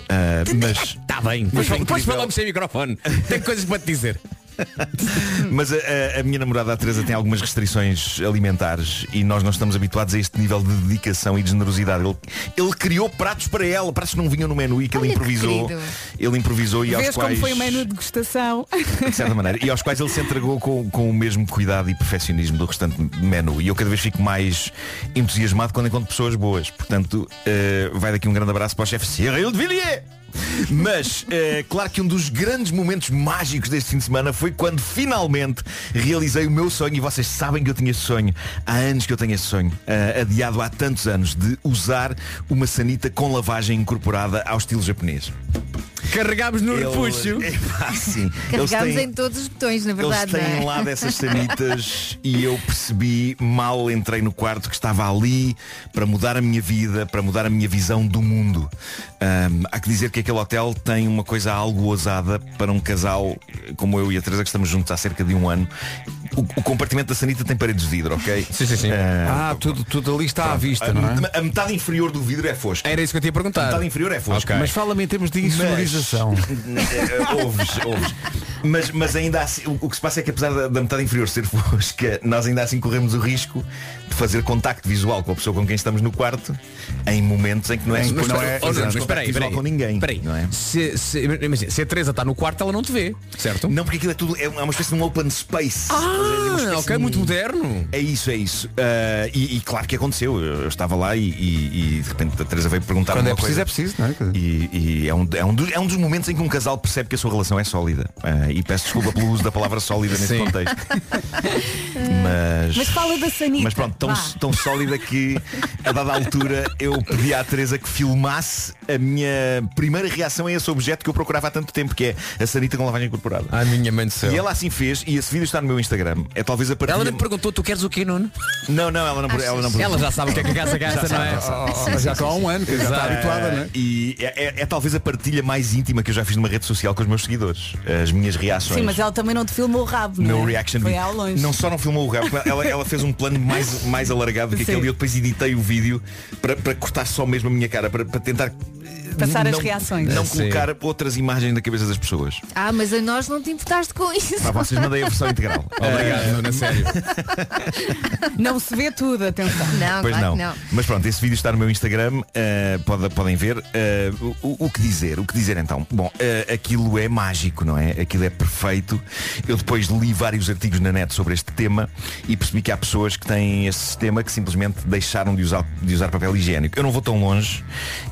[SPEAKER 13] Ah, mas
[SPEAKER 5] Está tá bem,
[SPEAKER 13] Mas
[SPEAKER 5] mas
[SPEAKER 13] foi
[SPEAKER 5] depois
[SPEAKER 13] incrível.
[SPEAKER 5] falamos sem microfone. Tem coisas para te dizer.
[SPEAKER 13] Mas a, a- a minha namorada, a Teresa, tem algumas restrições alimentares e nós não estamos habituados a este nível de dedicação e de generosidade. Ele, ele criou pratos para ela, pratos que não vinham no menu e que ele
[SPEAKER 3] Olha que
[SPEAKER 13] improvisou.
[SPEAKER 3] querido.
[SPEAKER 13] ele improvisou e aos
[SPEAKER 3] Vês como
[SPEAKER 13] quais.
[SPEAKER 3] foi o menu de degustação?
[SPEAKER 13] De certa maneira. E aos quais ele se entregou com, com o mesmo cuidado e perfeccionismo do restante menu. E eu cada vez fico mais entusiasmado quando encontro pessoas boas. Portanto, eh, vai daqui um grande abraço para o chefe Cyril de Villiers. Mas, eh, claro que um dos grandes momentos mágicos deste fim de semana foi quando finalmente realizei o meu sonho e vocês sabem que eu tinha este sonho. Há anos que eu tenho este sonho, eh, adiado há tantos anos, de usar uma sanita com lavagem incorporada ao estilo japonês.
[SPEAKER 5] Carregámos no
[SPEAKER 13] Ele-
[SPEAKER 5] repuxo.
[SPEAKER 13] Epá, sim. Eles
[SPEAKER 4] Carregámos
[SPEAKER 13] têm-
[SPEAKER 4] em todos os botões, na verdade.
[SPEAKER 13] eles têm
[SPEAKER 4] não é?
[SPEAKER 13] lá dessas sanitas e eu percebi, mal entrei no quarto, que estava ali para mudar a minha vida, para mudar a minha visão do mundo. Ahm, há que dizer que aquele hotel tem uma coisa algo ousada para um casal como eu e a Teresa, que estamos juntos há cerca de um ano. O, o compartimento da sanita tem paredes de vidro, ok? Sim, sim, sim.
[SPEAKER 2] Ah, tudo, tudo ali
[SPEAKER 5] Tá.
[SPEAKER 2] está à
[SPEAKER 5] Ah,
[SPEAKER 2] vista,
[SPEAKER 13] a,
[SPEAKER 2] não é?
[SPEAKER 13] a metade inferior do vidro é fosca.
[SPEAKER 5] Era isso que eu tinha perguntar.
[SPEAKER 13] A metade inferior é fosca.
[SPEAKER 2] Mas fala-me em termos de
[SPEAKER 13] Mas-
[SPEAKER 2] insonorização.
[SPEAKER 13] Eh, ouves, ouves. Mas, mas ainda assim, o, o que se passa é que apesar da, da metade inferior ser fosca, nós ainda assim corremos o risco de fazer contacto visual com a pessoa com quem estamos no quarto em momentos em que não é
[SPEAKER 5] Mas,
[SPEAKER 13] suposto
[SPEAKER 5] não é,
[SPEAKER 13] fazermos
[SPEAKER 5] mas
[SPEAKER 13] contacto
[SPEAKER 5] espera aí, espera
[SPEAKER 13] visual
[SPEAKER 5] aí.
[SPEAKER 13] com ninguém. é?
[SPEAKER 5] Espera aí. Se, se, imagina, se a Teresa está no quarto, ela não te vê, certo?
[SPEAKER 13] Não, porque aquilo é tudo, é uma espécie de um open space.
[SPEAKER 5] Ah,
[SPEAKER 13] um
[SPEAKER 5] ok, muito moderno.
[SPEAKER 13] É isso, é isso. Ah, e, e claro que aconteceu. Eu estava lá e, e- e de repente a Teresa veio perguntar
[SPEAKER 2] Quando é
[SPEAKER 13] alguma
[SPEAKER 2] preciso,
[SPEAKER 13] coisa.
[SPEAKER 2] é preciso, não é?
[SPEAKER 13] E, e é, um, é, um dos, é um dos momentos em que um casal percebe que a sua relação é sólida. Ah, e peço desculpa pelo uso da palavra sólida nesse
[SPEAKER 5] Sim.
[SPEAKER 13] contexto. Mas,
[SPEAKER 3] Mas fala da sanita.
[SPEAKER 13] mas pronto, tão,
[SPEAKER 3] vá.
[SPEAKER 13] tão sólida que a dada altura eu pedi à Teresa que filmasse a minha primeira reação a esse objeto que eu procurava há tanto tempo, que é a sanita com lavagem incorporada.
[SPEAKER 5] A minha mãe do
[SPEAKER 13] E ela assim fez, e esse vídeo está no meu Instagram. É talvez a partir
[SPEAKER 5] Ela não perguntou, tu queres o quê, Nuno?
[SPEAKER 13] Não, não, ela não, ela não
[SPEAKER 5] Ela já sabe o que é que a casa gasta, não é?
[SPEAKER 2] já estou há um ano, que já está habituada, não é?
[SPEAKER 13] E é, é- é talvez a partilha mais íntima que eu já fiz numa rede social com os meus seguidores. As minhas reações.
[SPEAKER 3] Sim, mas ela também não te filmou o rabo.
[SPEAKER 13] O
[SPEAKER 3] não
[SPEAKER 13] meu
[SPEAKER 3] é?
[SPEAKER 13] reaction
[SPEAKER 3] Foi
[SPEAKER 13] video.
[SPEAKER 3] ao longe.
[SPEAKER 13] Não só não filmou o rabo, ela, ela fez um plano mais, mais alargado do que
[SPEAKER 3] Sim.
[SPEAKER 13] aquele e eu depois editei o vídeo para, para cortar só mesmo a minha cara, para, para tentar
[SPEAKER 4] Passar as
[SPEAKER 13] não-
[SPEAKER 4] reações.
[SPEAKER 13] Não
[SPEAKER 4] Sim.
[SPEAKER 13] colocar outras imagens na cabeça das pessoas.
[SPEAKER 4] Ah, mas a nós não te importaste com isso.
[SPEAKER 13] Para vocês mandei a versão integral. Obrigado,
[SPEAKER 5] Nuno, a sério.
[SPEAKER 3] Não se vê tudo, atenção.
[SPEAKER 4] Não,
[SPEAKER 13] Pois
[SPEAKER 4] claro
[SPEAKER 13] não.
[SPEAKER 4] que não.
[SPEAKER 13] Mas pronto, esse vídeo está no meu Instagram, eh, pode- podem ver. Eh, o, o que dizer? O que dizer então? Bom, eh, aquilo é mágico, não é? Aquilo é perfeito. Eu depois li vários artigos na net sobre este tema e percebi que há pessoas que têm este sistema que simplesmente deixaram de usar, de usar papel higiênico. Eu não vou tão longe.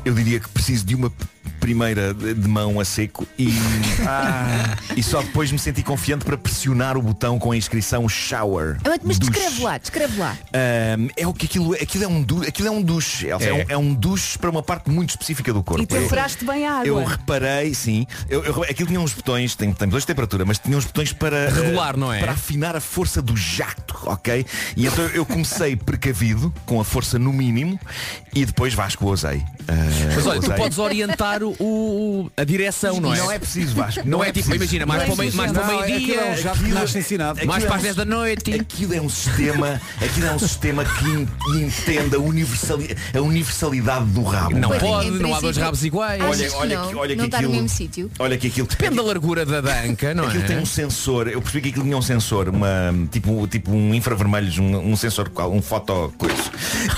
[SPEAKER 13] Eu diria que preciso de uma p- primeira de de mão a seco e, e só depois me senti confiante para pressionar o botão com a inscrição shower.
[SPEAKER 4] Ah, É, Mas
[SPEAKER 13] Duche.
[SPEAKER 4] descreve lá, descreve lá.
[SPEAKER 13] Ahm, é o que aquilo, aquilo é um du, aquilo é um duche Elsa. é.
[SPEAKER 5] É.
[SPEAKER 13] um, é um duche para uma parte muito específica do corpo
[SPEAKER 3] E tu
[SPEAKER 13] Eu-
[SPEAKER 3] furaste bem a água.
[SPEAKER 13] eu reparei, sim. Eu, eu- aquilo tinha uns botões, tem, tem botões de temperatura, mas tinha uns botões para
[SPEAKER 5] Regular,
[SPEAKER 13] eh,
[SPEAKER 5] não é?
[SPEAKER 13] Para afinar a força do jato, ok? E então eu comecei precavido, com a força no mínimo, e depois Vasco ousei. Ah,
[SPEAKER 5] Mas olha, tu
[SPEAKER 13] ousei.
[SPEAKER 5] podes orientar o, o- a direção, não é?
[SPEAKER 13] Não é preciso, Vasco.
[SPEAKER 5] Não,
[SPEAKER 13] Não
[SPEAKER 5] é,
[SPEAKER 13] é
[SPEAKER 5] tipo,
[SPEAKER 13] preciso.
[SPEAKER 5] imagina, mais
[SPEAKER 13] Não é
[SPEAKER 5] para o meio- mais
[SPEAKER 13] preciso.
[SPEAKER 5] para o
[SPEAKER 13] Não,
[SPEAKER 5] meio-dia,
[SPEAKER 13] aquilo é um jato que nasce
[SPEAKER 2] ensinado.
[SPEAKER 5] mais
[SPEAKER 13] Aquilo é
[SPEAKER 5] para as
[SPEAKER 13] um-
[SPEAKER 5] 10 da noite.
[SPEAKER 13] Aquilo é um sistema, aquilo é um sistema que, in- que entende a, universali- a universalidade do rabo.
[SPEAKER 5] Não
[SPEAKER 13] Pois,
[SPEAKER 5] pode,
[SPEAKER 13] em
[SPEAKER 5] não há
[SPEAKER 13] princípio-
[SPEAKER 5] dois rabos iguais.
[SPEAKER 13] Olha, olha que, olha que aquilo.
[SPEAKER 4] sítio.
[SPEAKER 13] Olha que aquilo
[SPEAKER 5] Depende da largura da, da anca, não
[SPEAKER 13] Aquilo
[SPEAKER 5] é?
[SPEAKER 13] tem um sensor, eu percebi que aquilo tinha um sensor, uma, tipo, tipo um infravermelho, um, um sensor, qual- um foto coisa.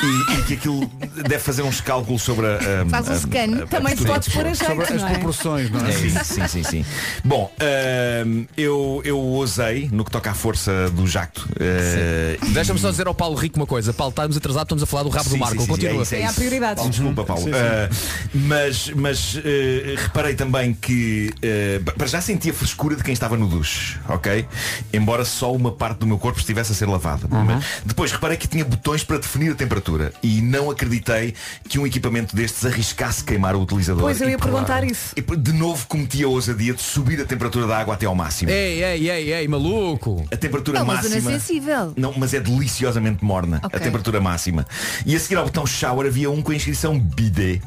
[SPEAKER 13] E, e que aquilo deve fazer uns cálculos sobre a, a-
[SPEAKER 4] Faz um
[SPEAKER 13] a-
[SPEAKER 4] scan.
[SPEAKER 7] ano. Também te
[SPEAKER 13] hum, Sim.
[SPEAKER 7] podes pôr a jeito,
[SPEAKER 2] Sobre as
[SPEAKER 7] não é?
[SPEAKER 2] proporções, não é?
[SPEAKER 13] Sim, sim, sim, sim. Bom, ahm, eu, eu usei no que toca à força do jacto. eh, e-
[SPEAKER 5] Deixa-me só dizer ao Paulo Rico uma coisa. Paulo, tá estamos atrasados, estamos a falar do rabo
[SPEAKER 13] Sim,
[SPEAKER 5] do Marco.
[SPEAKER 13] sim, sim,
[SPEAKER 5] Continua.
[SPEAKER 13] isso, é
[SPEAKER 3] É
[SPEAKER 13] isso. Paulo, desculpa, Paulo.
[SPEAKER 5] Sim, sim.
[SPEAKER 13] Ah, mas mas eh, reparei também que eh, para já senti a frescura de quem estava no duche, ok? Embora só uma parte do meu corpo estivesse a ser lavada. Mas depois reparei que tinha botões para definir a temperatura e não acreditei que um equipamento destes arriscasse queimar o utilizador.
[SPEAKER 3] Pois, eu
[SPEAKER 13] E,
[SPEAKER 3] ia perguntar isso.
[SPEAKER 13] E de novo cometi a ousadia de subir a temperatura da água até ao máximo.
[SPEAKER 5] Ei, ei, ei, ei, maluco.
[SPEAKER 13] A temperatura
[SPEAKER 4] É uma
[SPEAKER 13] máxima.
[SPEAKER 4] zona sensível.
[SPEAKER 13] Não, mas é deliciosamente morna a
[SPEAKER 4] Ok.
[SPEAKER 13] temperatura máxima. E a seguir ao botão shower havia um com a inscrição bidê.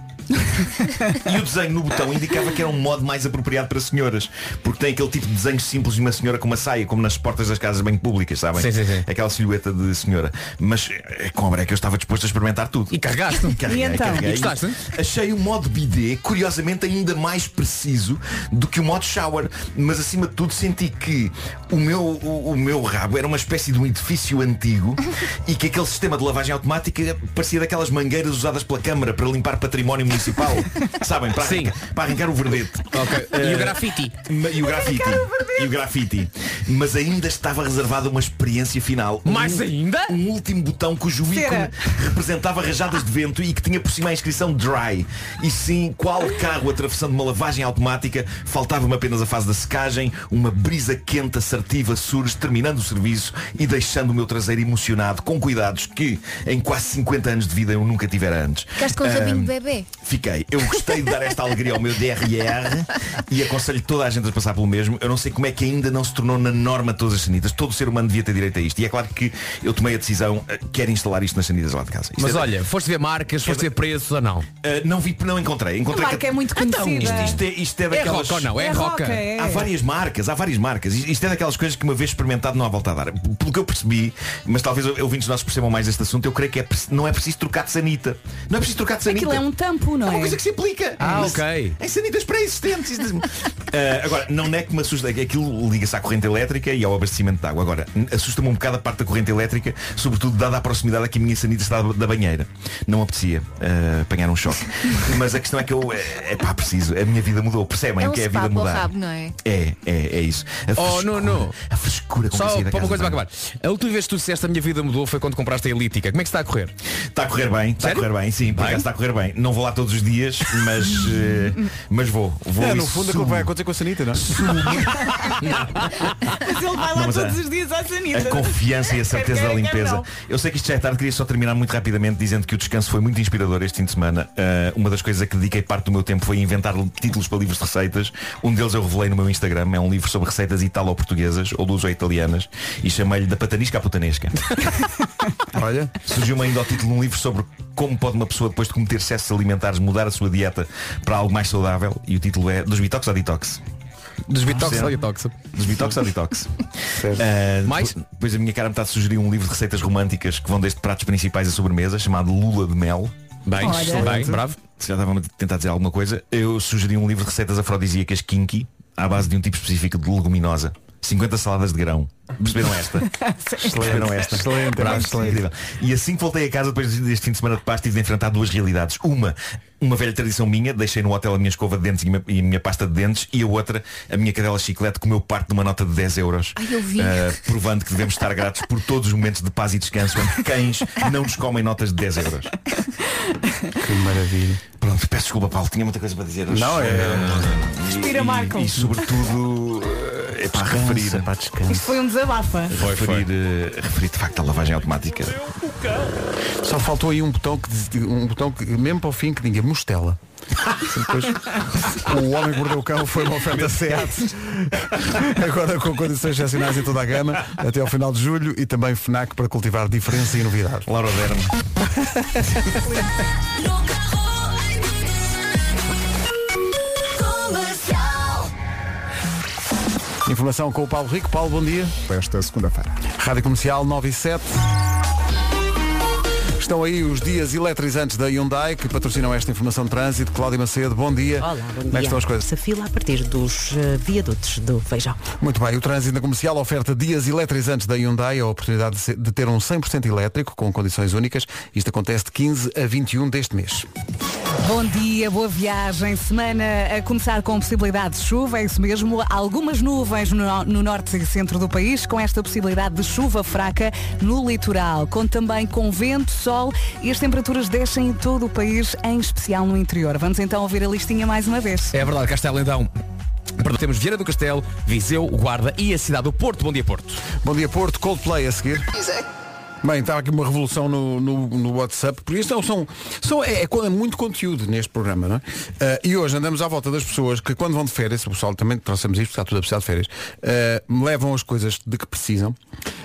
[SPEAKER 13] e o desenho no botão indicava que era um modo mais apropriado para senhoras Porque tem aquele tipo de desenho simples de uma senhora com uma saia Como nas portas das casas bem públicas, sabem?
[SPEAKER 5] Sim, sim, sim.
[SPEAKER 13] Aquela silhueta de senhora Mas eh, com a breca eu estava disposto a experimentar tudo E
[SPEAKER 5] carregaste.
[SPEAKER 13] carreguei,
[SPEAKER 5] E então?
[SPEAKER 13] carreguei.
[SPEAKER 5] E gostaste?
[SPEAKER 13] Achei o modo bidê, curiosamente, ainda mais preciso do que o modo shower. Mas acima de tudo senti que o meu, o, o meu rabo era uma espécie de um edifício antigo e que aquele sistema de lavagem automática parecia daquelas mangueiras usadas pela Câmara para limpar património municipal. Sabem? Para, arrancar, para arrancar o verdete.
[SPEAKER 5] E o
[SPEAKER 13] Eh,
[SPEAKER 5] grafite?
[SPEAKER 13] ma- E o grafite. E o grafite. Mas ainda estava reservada uma experiência final. Mais
[SPEAKER 5] ainda?
[SPEAKER 13] Um último botão cujo ícone representava rajadas de vento e que tinha por cima a inscrição dry. E sim, qual carro atravessando uma lavagem automática, faltava-me apenas a fase da secagem, uma brisa quente assertiva surge, terminando o serviço e deixando o meu traseiro emocionado, com cuidados que, em quase 50 anos de vida, eu nunca tivera antes.
[SPEAKER 4] Ficaste com um
[SPEAKER 13] Ahm,
[SPEAKER 4] rabinho de bebê.
[SPEAKER 13] Fiquei. Eu gostei de dar esta alegria ao meu DRR e aconselho toda a gente a passar pelo mesmo. Eu não sei como é que ainda não se tornou na norma de todas as sanitas. Todo ser humano devia ter direito a isto. E é claro que eu tomei a decisão, eh, quero instalar isto nas sanitas lá de casa. Isto
[SPEAKER 5] Mas
[SPEAKER 13] é-
[SPEAKER 5] olha, foste ver marcas, foste ver preços ou não?
[SPEAKER 13] Eh, não vi, não encontrei.
[SPEAKER 3] A
[SPEAKER 13] encontrei
[SPEAKER 3] marca é muito conhecida.
[SPEAKER 13] isto, isto é, isto é
[SPEAKER 5] É
[SPEAKER 13] daquelas...
[SPEAKER 5] roca ou não? É É roca, roca? é.
[SPEAKER 13] Há várias marcas, há várias marcas. Isto isto é daquelas coisas que uma vez experimentado não há volta a dar. Pelo que eu percebi, mas talvez ouvintes nossos percebam mais este assunto, eu creio que é pre- não é preciso trocar de sanita. Não é preciso trocar de sanita.
[SPEAKER 3] Aquilo é um tampo, não é? É uma
[SPEAKER 13] coisa que se aplica.
[SPEAKER 5] Ah,
[SPEAKER 13] Mas-
[SPEAKER 5] ok.
[SPEAKER 13] Em sanitas pré-existentes. Eh, agora, não é que me assusta. Aquilo liga-se à corrente elétrica e ao abastecimento de água. Agora, n- assusta-me um bocado a parte da corrente elétrica, sobretudo dada a proximidade a que a minha sanita está da- da banheira. Não apetecia eh, apanhar um choque. Mas a questão é que eu. É, pá, preciso. A minha vida mudou. Percebem
[SPEAKER 4] É
[SPEAKER 13] o
[SPEAKER 4] um
[SPEAKER 13] que é a
[SPEAKER 4] spa
[SPEAKER 13] vida
[SPEAKER 4] para o
[SPEAKER 13] mudar?
[SPEAKER 4] rabo, não é?
[SPEAKER 13] É, é, é isso. A
[SPEAKER 5] Oh,
[SPEAKER 13] frescura-
[SPEAKER 5] não, não.
[SPEAKER 13] A frescura com que eu
[SPEAKER 5] Só
[SPEAKER 13] saí da
[SPEAKER 5] para
[SPEAKER 13] casa
[SPEAKER 5] uma coisa
[SPEAKER 13] de
[SPEAKER 5] para
[SPEAKER 13] banho.
[SPEAKER 5] acabar. A última vez que tu disseste a minha vida mudou foi quando compraste a elítica. Como é que está a correr?
[SPEAKER 13] Está a correr bem, está a
[SPEAKER 5] Sério?
[SPEAKER 13] correr bem, sim, por acaso está a correr bem. Não vou lá todos os dias, mas, eh, mas vou. vou
[SPEAKER 2] É,
[SPEAKER 13] e
[SPEAKER 2] no fundo, aquilo
[SPEAKER 13] subo.
[SPEAKER 2] vai acontecer com a Sanita, não é?
[SPEAKER 3] Mas ele vai lá
[SPEAKER 13] Não, mas
[SPEAKER 3] todos
[SPEAKER 13] é-
[SPEAKER 3] os dias à sanita.
[SPEAKER 13] A confiança e a certeza da
[SPEAKER 3] Quer queira, quer
[SPEAKER 13] limpeza.
[SPEAKER 3] não.
[SPEAKER 13] Eu sei que isto já é tarde, queria só terminar muito rapidamente dizendo que o descanso foi muito inspirador este fim de semana. Ah, uma das coisas a que dediquei parte do meu tempo foi inventar títulos para livros de receitas. Um deles eu revelei no meu Instagram, é um livro sobre receitas italo-portuguesas ou luso-italianas e chamei-lhe da patanisca à putanesca.
[SPEAKER 2] Olha.
[SPEAKER 13] Surgiu-me ainda o título de um livro sobre como pode uma pessoa, depois de cometer excessos alimentares, mudar a sua dieta para algo mais saudável e o título é Dos Bitox ao Detox.
[SPEAKER 5] Dos
[SPEAKER 13] Ah, Sim.
[SPEAKER 5] bitox ao detox.
[SPEAKER 13] Dos Bitox ao Detox. Ah,
[SPEAKER 5] Mais?
[SPEAKER 13] depois- Depois a minha cara me está a sugerir um livro de receitas românticas que vão desde pratos principais a sobremesa, chamado Lula de Mel.
[SPEAKER 5] Bem, Olha. excelente. Bem, bravo.
[SPEAKER 13] Já estava a tentar dizer alguma coisa. Eu sugeri um livro de receitas afrodisíacas kinky, à base de um tipo específico de leguminosa. 50 saladas de grão. Perceberam esta? Perceberam esta?
[SPEAKER 2] Excelente,
[SPEAKER 13] Bravo,
[SPEAKER 2] pá, excelente.
[SPEAKER 13] incrível. E assim que voltei a casa depois deste fim de semana de paz tive de enfrentar duas realidades. Uma, uma velha tradição minha, deixei no hotel a minha escova de dentes e a minha- e a minha pasta de dentes e a outra, a minha cadela chiclete comeu parte de uma nota de 10 euros.
[SPEAKER 4] Ai, eu vi.
[SPEAKER 13] Ah, provando que devemos estar gratos por todos os momentos de paz e descanso onde cães não nos comem notas de 10 euros.
[SPEAKER 2] Que maravilha.
[SPEAKER 13] Pronto, peço desculpa, Paulo, tinha muita coisa para dizer.
[SPEAKER 2] Não, é-
[SPEAKER 13] Ah, e-
[SPEAKER 3] Respira, Marco.
[SPEAKER 13] E, e sobretudo, ah, é para referir.
[SPEAKER 3] Isto foi um desabafa.
[SPEAKER 13] referir, eh, referir de facto a lavagem automática.
[SPEAKER 2] Só faltou aí um botão que diz- um botão que mesmo para o fim que ninguém mostela. Depois, o homem que mordeu o cão foi uma oferta SEAT Agora com condições excepcionais em toda a gama Até ao final de julho E também FNAC para cultivar diferença e novidade
[SPEAKER 13] Laura Derme
[SPEAKER 2] Informação com o Paulo Rico Paulo, bom dia
[SPEAKER 11] Esta segunda-feira.
[SPEAKER 2] Rádio Comercial 9 e 7 Estão aí os dias eletrizantes da Hyundai Que patrocinam esta informação de trânsito Cláudia Macedo, bom dia
[SPEAKER 6] Olá, bom
[SPEAKER 2] Como
[SPEAKER 6] dia.
[SPEAKER 2] é que estão as coisas?
[SPEAKER 6] Essa fila a partir dos eh, viadutos do Feijão.
[SPEAKER 2] Muito bem, o trânsito na comercial oferta dias eletrizantes da Hyundai, a oportunidade de se- de ter um 100% elétrico com condições únicas. Isto acontece de 15 a 21 deste um mês.
[SPEAKER 3] Bom dia, boa viagem. Semana a começar com possibilidade de chuva, é isso mesmo. Algumas nuvens no, no norte e centro do país, com esta possibilidade de chuva fraca no litoral. Conto também com vento, sol e as temperaturas descem em todo o país, em especial no interior. Vamos então ouvir a listinha mais uma vez.
[SPEAKER 5] É verdade, Castelo então. Perdão, Temos Vieira do Castelo, Viseu, Guarda e a cidade do Porto. Bom dia, Porto.
[SPEAKER 2] Bom dia, Porto. Coldplay a seguir. Bem, estava aqui uma revolução no, no, no WhatsApp, porque isto é, um- são, são, é, é co- é muito conteúdo neste programa, não é? Ah, e hoje andamos à volta das pessoas que quando vão de férias, o pessoal também trouxemos isto, está tudo a precisar de férias, ah, levam as coisas de que precisam,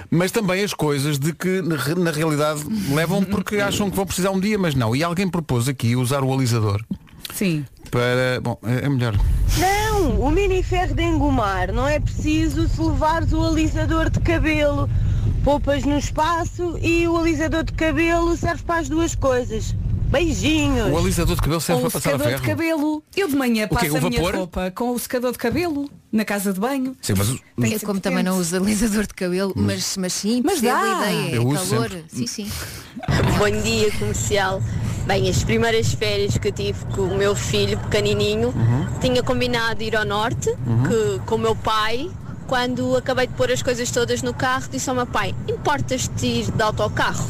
[SPEAKER 2] mas também as coisas de que na, re- na realidade levam porque acham que vão precisar um dia, mas não. E alguém propôs aqui usar o alisador
[SPEAKER 3] Sim.
[SPEAKER 2] para. Bom, é é melhor.
[SPEAKER 14] Não, o mini ferro de engomar não é preciso se levares o alisador de cabelo. Poupas no espaço e o alisador de cabelo serve para as duas coisas. Beijinhos.
[SPEAKER 2] O alisador de cabelo serve
[SPEAKER 3] Com o
[SPEAKER 2] para passar a
[SPEAKER 3] secador
[SPEAKER 2] ferro.
[SPEAKER 3] de cabelo. Eu de manhã
[SPEAKER 2] quê,
[SPEAKER 3] passo
[SPEAKER 2] o
[SPEAKER 3] a minha
[SPEAKER 2] vapor?
[SPEAKER 3] roupa com o secador de cabelo na casa de banho.
[SPEAKER 2] Sim, mas o-
[SPEAKER 3] Tem que
[SPEAKER 4] Eu
[SPEAKER 3] ser
[SPEAKER 4] como também não
[SPEAKER 3] potente.
[SPEAKER 4] uso alisador de cabelo,
[SPEAKER 2] Hum.
[SPEAKER 4] mas, mas sim,
[SPEAKER 3] Mas
[SPEAKER 4] percebo
[SPEAKER 3] dá.
[SPEAKER 4] a ideia.
[SPEAKER 3] Eu
[SPEAKER 4] é
[SPEAKER 3] uso
[SPEAKER 4] calor.
[SPEAKER 3] sempre.
[SPEAKER 4] Sim, sim.
[SPEAKER 15] Bom dia, comercial. Bem, as primeiras férias que eu tive com o meu filho pequenininho,
[SPEAKER 3] Uhum.
[SPEAKER 15] tinha combinado ir ao norte
[SPEAKER 16] Uhum.
[SPEAKER 15] que, com o meu pai. Quando acabei de pôr as coisas todas no carro, disse ao meu pai, importas-te ir de autocarro?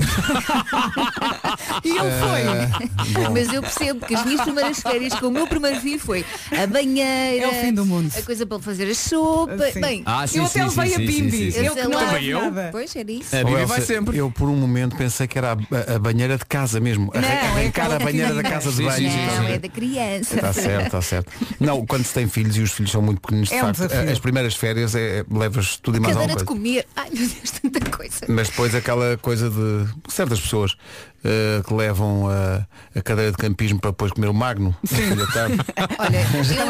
[SPEAKER 4] E ele
[SPEAKER 15] foi.
[SPEAKER 2] Ah,
[SPEAKER 4] foi.
[SPEAKER 15] bom.
[SPEAKER 4] Mas eu percebo que as minhas primeiras férias com o meu primeiro filho foi a banheira.
[SPEAKER 3] É o fim do mundo.
[SPEAKER 4] A coisa para ele fazer a sopa. Bem,
[SPEAKER 2] Ah, sim, eu até sim, levei sim, a sim, Bimbi. sim, sim. Eu que não
[SPEAKER 4] Sei lá.
[SPEAKER 2] levo nada.
[SPEAKER 4] Pois era isso.
[SPEAKER 8] É,
[SPEAKER 2] Oh, Elsa, Eu por um momento pensei que era a, a- a banheira de casa mesmo.
[SPEAKER 4] Não,
[SPEAKER 2] Arran-
[SPEAKER 4] é
[SPEAKER 2] arrancar
[SPEAKER 4] aquela
[SPEAKER 2] a banheira da
[SPEAKER 4] pequenina.
[SPEAKER 2] casa de
[SPEAKER 4] Sim,
[SPEAKER 2] banho.
[SPEAKER 4] sim,
[SPEAKER 2] estás a
[SPEAKER 4] Não,
[SPEAKER 2] ver?
[SPEAKER 4] é da criança.
[SPEAKER 2] Está certo, está certo. Não, quando se tem filhos e os filhos são muito pequeninos, de
[SPEAKER 4] É um
[SPEAKER 2] facto,
[SPEAKER 4] desafio.
[SPEAKER 2] as primeiras férias é, levas tudo e mais
[SPEAKER 4] Cadeira de
[SPEAKER 2] alguma coisa.
[SPEAKER 4] comer. Ai meu Deus, tanta coisa.
[SPEAKER 2] Mas depois aquela coisa de certas pessoas eh, que levam a, a cadeira de campismo para depois comer o magno. Sim.
[SPEAKER 4] Eu
[SPEAKER 3] Também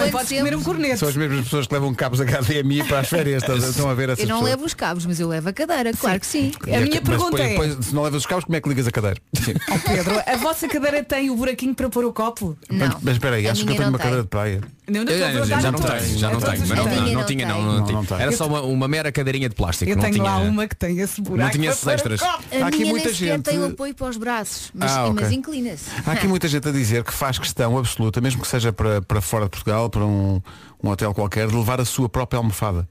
[SPEAKER 4] ando
[SPEAKER 3] podes
[SPEAKER 4] sempre-
[SPEAKER 3] comer um corneto.
[SPEAKER 2] São as mesmas pessoas que levam cabos da HDMI para as férias. estás a- Estão a ver essas
[SPEAKER 4] Eu não
[SPEAKER 2] pessoas.
[SPEAKER 4] levo os cabos, mas eu levo a cadeira, claro que sim.
[SPEAKER 2] E mas
[SPEAKER 3] é,
[SPEAKER 2] depois- depois, se não levas os cabos, como é que ligas a cadeira? Sim.
[SPEAKER 4] Ah,
[SPEAKER 3] Pedro, a vossa cadeira tem o buraquinho para pôr o copo?
[SPEAKER 2] Mas- Mas espera aí,
[SPEAKER 3] A
[SPEAKER 2] acho que eu
[SPEAKER 3] minha
[SPEAKER 2] tenho
[SPEAKER 3] não
[SPEAKER 2] uma
[SPEAKER 3] tem.
[SPEAKER 2] cadeira de praia.
[SPEAKER 3] Não, não, estou a
[SPEAKER 5] já,
[SPEAKER 3] perguntar
[SPEAKER 5] não
[SPEAKER 3] a
[SPEAKER 5] tenho,
[SPEAKER 3] todos.
[SPEAKER 5] já não
[SPEAKER 3] A
[SPEAKER 5] tenho,
[SPEAKER 3] todos
[SPEAKER 5] mas
[SPEAKER 3] os
[SPEAKER 5] não,
[SPEAKER 3] que
[SPEAKER 5] não,
[SPEAKER 3] têm.
[SPEAKER 5] não tinha não, não, tinha. Era
[SPEAKER 3] Eu-
[SPEAKER 5] só uma, uma mera cadeirinha de plástico.
[SPEAKER 3] Eu
[SPEAKER 5] não
[SPEAKER 3] tenho
[SPEAKER 5] tinha...
[SPEAKER 3] lá uma que tem esse buraco. para
[SPEAKER 5] tinha esses
[SPEAKER 3] pôr o
[SPEAKER 5] extras.
[SPEAKER 3] copo.
[SPEAKER 4] A
[SPEAKER 2] Há aqui
[SPEAKER 4] minha
[SPEAKER 2] muita
[SPEAKER 4] nem sequer
[SPEAKER 2] gente-
[SPEAKER 4] tem o apoio para os braços, mas,
[SPEAKER 2] Ah, ok.
[SPEAKER 4] mas inclina-se.
[SPEAKER 2] Há aqui muita gente a dizer que faz questão absoluta, mesmo que seja para, para fora de Portugal, para um, um hotel qualquer, de levar a sua própria almofada.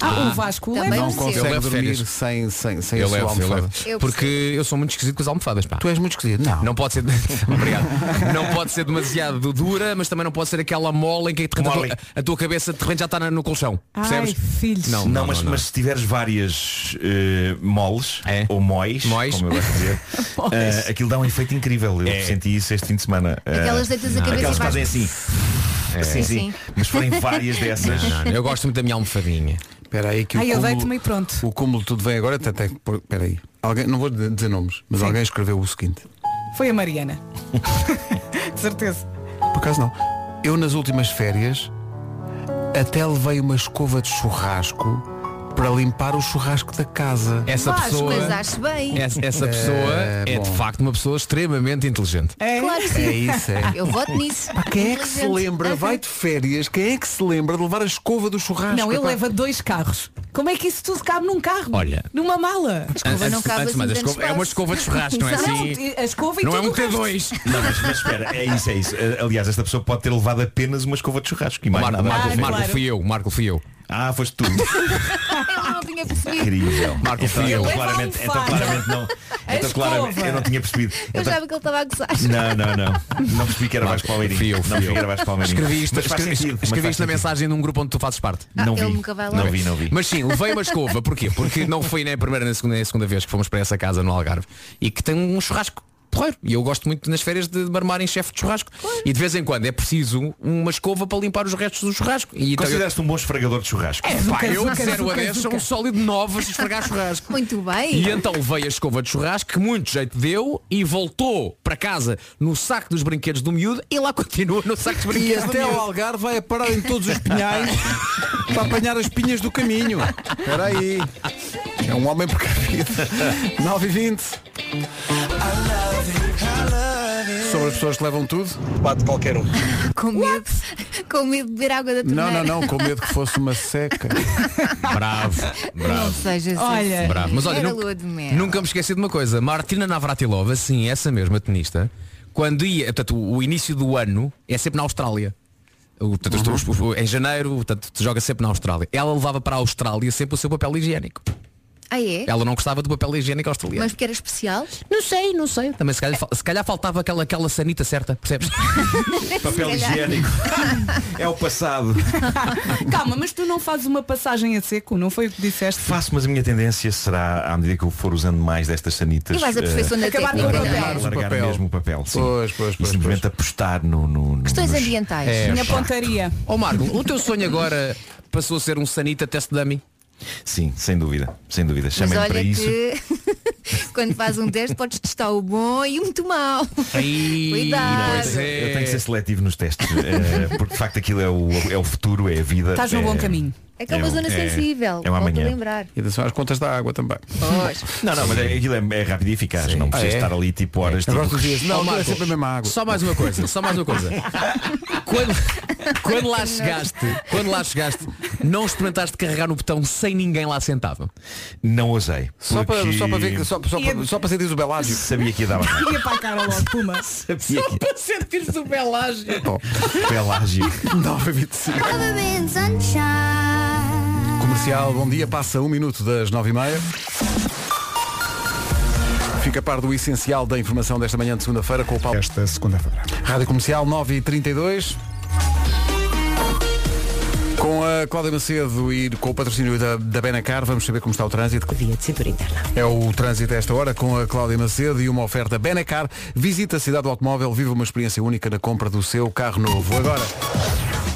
[SPEAKER 3] Ah, o Vasco leva
[SPEAKER 2] não
[SPEAKER 3] o seu.
[SPEAKER 5] Eu
[SPEAKER 2] consegue
[SPEAKER 5] levo
[SPEAKER 2] dormir
[SPEAKER 5] férias.
[SPEAKER 2] sem, sem, sem
[SPEAKER 5] eu
[SPEAKER 2] a sua
[SPEAKER 5] levo, eu
[SPEAKER 2] almofada.
[SPEAKER 5] levo. Porque eu sou muito esquisito com as almofadas, pá. Tu
[SPEAKER 2] és muito esquisito, não.
[SPEAKER 5] Não pode ser. Obrigado. Não pode ser demasiado dura, mas também não pode ser aquela mole em que de repente a, tua, a tua cabeça de repente já está na- no colchão. Percebes? Não,
[SPEAKER 13] Não,
[SPEAKER 5] não,
[SPEAKER 13] mas,
[SPEAKER 5] não, É. não.
[SPEAKER 13] mas se tiveres várias eh, moles ou móis, como eu gosto de dizer, eh, aquilo dá um efeito incrível. Eu senti isso este fim de semana. Eh,
[SPEAKER 4] Aquelas deitas a cabeça
[SPEAKER 13] Aquelas que
[SPEAKER 4] e vais-
[SPEAKER 13] fazem assim.
[SPEAKER 5] É.
[SPEAKER 13] Sim, sim.
[SPEAKER 4] Sim.
[SPEAKER 13] Mas forem várias dessas.
[SPEAKER 5] Não, não, não. Eu gosto muito da minha almofadinha.
[SPEAKER 2] Espera aí que o
[SPEAKER 3] Ai, eu
[SPEAKER 2] cúmulo-
[SPEAKER 3] deito-me e pronto.
[SPEAKER 2] O cúmulo de tudo vem agora, até tem que pôr- Espera aí. Alguém, não vou de- dizer nomes, mas alguém escreveu o seguinte.
[SPEAKER 3] Foi a Mariana. De certeza.
[SPEAKER 2] Por acaso não. Eu nas últimas férias até levei uma escova de churrasco para limpar o churrasco da casa. Eh,
[SPEAKER 5] Essa
[SPEAKER 4] Vasco,
[SPEAKER 5] pessoa.
[SPEAKER 4] mas acho bem.
[SPEAKER 5] Essa, essa pessoa é, de
[SPEAKER 2] bom.
[SPEAKER 5] facto uma pessoa extremamente inteligente.
[SPEAKER 4] Claro que sim.
[SPEAKER 2] É isso, é.
[SPEAKER 4] Eu voto nisso.
[SPEAKER 2] Pá, quem é que se
[SPEAKER 4] Inteligente.
[SPEAKER 2] lembra? Vai de férias, quem é que se lembra de levar a escova do churrasco?
[SPEAKER 3] Não, ele
[SPEAKER 2] pá?
[SPEAKER 3] leva dois carros. Como é que isso tudo cabe num carro?
[SPEAKER 5] Olha.
[SPEAKER 3] Numa mala.
[SPEAKER 5] A escova não Antes- cabe antes de mais, assim a escova- tanto é uma escova de espaço. churrasco, não é assim?
[SPEAKER 3] a escova e
[SPEAKER 5] Não é
[SPEAKER 3] tudo
[SPEAKER 5] um
[SPEAKER 3] o resto.
[SPEAKER 5] T2.
[SPEAKER 13] Não, mas, mas espera, é isso, é isso. Eh, Aliás, esta pessoa pode ter levado apenas uma escova de churrasco. E mais
[SPEAKER 5] Marco,
[SPEAKER 13] nada.
[SPEAKER 5] Marco,
[SPEAKER 13] Marco,
[SPEAKER 5] Marco, fui eu, Marco, fui eu.
[SPEAKER 13] Ah, foste tu.
[SPEAKER 4] Eu não tinha percebido.
[SPEAKER 13] Incrível.
[SPEAKER 5] Marco,
[SPEAKER 13] então,
[SPEAKER 5] fui eu.
[SPEAKER 13] então claramente, então
[SPEAKER 4] Leva um
[SPEAKER 13] claramente não.
[SPEAKER 5] É
[SPEAKER 4] A
[SPEAKER 13] Então claramente
[SPEAKER 4] escova.
[SPEAKER 13] eu não tinha percebido.
[SPEAKER 4] Eu
[SPEAKER 13] Então-
[SPEAKER 4] achava que ele estava a gozar.
[SPEAKER 13] Não, não, não. Não percebi que era Vasco Palmeirinho.
[SPEAKER 5] Fui eu,
[SPEAKER 13] não
[SPEAKER 5] fui
[SPEAKER 13] percebi
[SPEAKER 5] eu.
[SPEAKER 13] que era Vasco Palmeirinho.
[SPEAKER 5] Escrevi isto,
[SPEAKER 13] Mas faz
[SPEAKER 5] escrevi,
[SPEAKER 13] sentido, mas
[SPEAKER 5] escrevi
[SPEAKER 13] faz
[SPEAKER 5] isto na
[SPEAKER 13] sentido.
[SPEAKER 5] mensagem num grupo onde tu fazes parte.
[SPEAKER 13] Ah, Não ele vi. nunca vai lá. Não vi, não vi.
[SPEAKER 5] Mas sim, levei uma escova, porquê? Porque não foi nem a primeira nem a segunda nem a segunda vez que fomos para essa casa no Algarve e que tem um churrasco. Porreiro. E eu gosto muito nas férias de marmar em chefe de churrasco. E de vez em quando é preciso uma escova para limpar os restos do churrasco. E então eu-
[SPEAKER 13] Consideraste um bom esfregador de churrasco.
[SPEAKER 5] É, pá, eu de 0 a 10 sou um sólido 9 se esfregar churrasco.
[SPEAKER 4] Muito bem.
[SPEAKER 5] E então levei a escova de churrasco, que muito jeito deu, e voltou para casa no saco dos brinquedos do miúdo e lá continua no saco dos
[SPEAKER 2] E
[SPEAKER 5] brinquedos do
[SPEAKER 2] até
[SPEAKER 5] miúdo.
[SPEAKER 2] o Algarve vai a parar em todos os pinhais para apanhar as pinhas do caminho. Espera aí. É um homem precavido. 9 e 20. Sobre as pessoas que levam tudo. Bate qualquer um.
[SPEAKER 4] Com medo, com medo de beber água da
[SPEAKER 2] Não,
[SPEAKER 4] torneira.
[SPEAKER 2] não, não, com medo que fosse uma seca.
[SPEAKER 5] Bravo,
[SPEAKER 4] Não
[SPEAKER 5] bravo.
[SPEAKER 4] sejas
[SPEAKER 5] Olha,
[SPEAKER 4] assim.
[SPEAKER 5] bravo. Mas olha,
[SPEAKER 4] Era
[SPEAKER 5] nunca,
[SPEAKER 4] lua de mel.
[SPEAKER 5] nunca me esqueci de uma coisa. Martina Navratilova, sim, essa mesma tenista, quando ia, portanto, o o início do ano é sempre na Austrália. O- portanto,
[SPEAKER 13] Uhum.
[SPEAKER 5] os- os- os- em janeiro, portanto, se joga sempre na Austrália. Ela levava para a Austrália sempre o seu papel higiênico.
[SPEAKER 4] Ah, é?
[SPEAKER 5] Ela não gostava do papel higiênico australiano.
[SPEAKER 4] Mas porque era especial?
[SPEAKER 5] Não sei, não sei. Também se calhar, fal- se calhar faltava aquela, aquela sanita certa, percebes?
[SPEAKER 13] Papel
[SPEAKER 3] Se calhar.
[SPEAKER 13] higiênico. É o passado.
[SPEAKER 3] Calma, mas tu não fazes uma passagem a seco, não foi o que disseste?
[SPEAKER 13] Faço, mas a minha tendência será, à medida que eu for usando mais destas sanitas,
[SPEAKER 3] E vais aperfeiçoando a
[SPEAKER 13] eh,
[SPEAKER 3] Acabar técnica, com o não é? papel.
[SPEAKER 13] largar
[SPEAKER 3] Papel.
[SPEAKER 13] mesmo o papel. Sim. e simplesmente apostar no. no, no
[SPEAKER 4] Questões
[SPEAKER 13] nos-
[SPEAKER 4] ambientais.
[SPEAKER 13] É,
[SPEAKER 3] Minha
[SPEAKER 13] pá.
[SPEAKER 3] pontaria.
[SPEAKER 5] Ó Marco, o teu sonho agora passou a ser um sanita test dummy?
[SPEAKER 13] Sim, sem dúvida. Sem dúvida.
[SPEAKER 4] Mas
[SPEAKER 13] Chamem-me
[SPEAKER 4] olha
[SPEAKER 13] para isso.
[SPEAKER 4] que quando faz um teste podes testar o bom e o muito mau. Cuidado.
[SPEAKER 13] Pois é. Eu tenho que ser seletivo nos testes, eh, porque de facto aquilo é o, é o futuro, é a vida.
[SPEAKER 4] Estás no
[SPEAKER 13] é-
[SPEAKER 4] bom caminho. É que é uma
[SPEAKER 13] um-
[SPEAKER 4] zona sensível,
[SPEAKER 13] É uma
[SPEAKER 4] volto a
[SPEAKER 13] amanhã.
[SPEAKER 4] lembrar.
[SPEAKER 2] E das as contas da água também.
[SPEAKER 13] Não, não, mas é- aquilo é, é rápido e eficaz. Não precisas
[SPEAKER 5] Ah, é?
[SPEAKER 13] estar ali tipo horas.
[SPEAKER 5] Eu
[SPEAKER 13] tipo,
[SPEAKER 5] gosto dos dias. Não, aquilo é sempre a mesma água. Só mais uma coisa, só mais uma coisa. Quando, quando lá chegaste, quando lá chegaste, não experimentaste carregar no botão sem ninguém lá sentado?
[SPEAKER 13] Não ousei.
[SPEAKER 2] Só para- só para ver que- só- só para- só para sentir o belágio.
[SPEAKER 13] Sabia que ia dar mais.
[SPEAKER 3] Ia para a cara logo, puma.
[SPEAKER 13] Sabia que
[SPEAKER 5] para sentir-se o belágio.
[SPEAKER 13] Belágio.
[SPEAKER 2] 925.
[SPEAKER 8] Parabéns, Sunshine.
[SPEAKER 2] Comercial, bom dia, passa um minuto das nove e meia. Fica a par do essencial da informação desta manhã de segunda-feira com o Paulo. Esta segunda-feira. Rádio Comercial 9 e 32 com a Cláudia Macedo e com o patrocínio da, da Benacar, vamos saber como está o trânsito.
[SPEAKER 6] Via de cintura interna.
[SPEAKER 2] É o trânsito a esta hora com a Cláudia Macedo e uma oferta Benacar. Visita a cidade do automóvel, vive uma experiência única na compra do seu carro novo. Agora,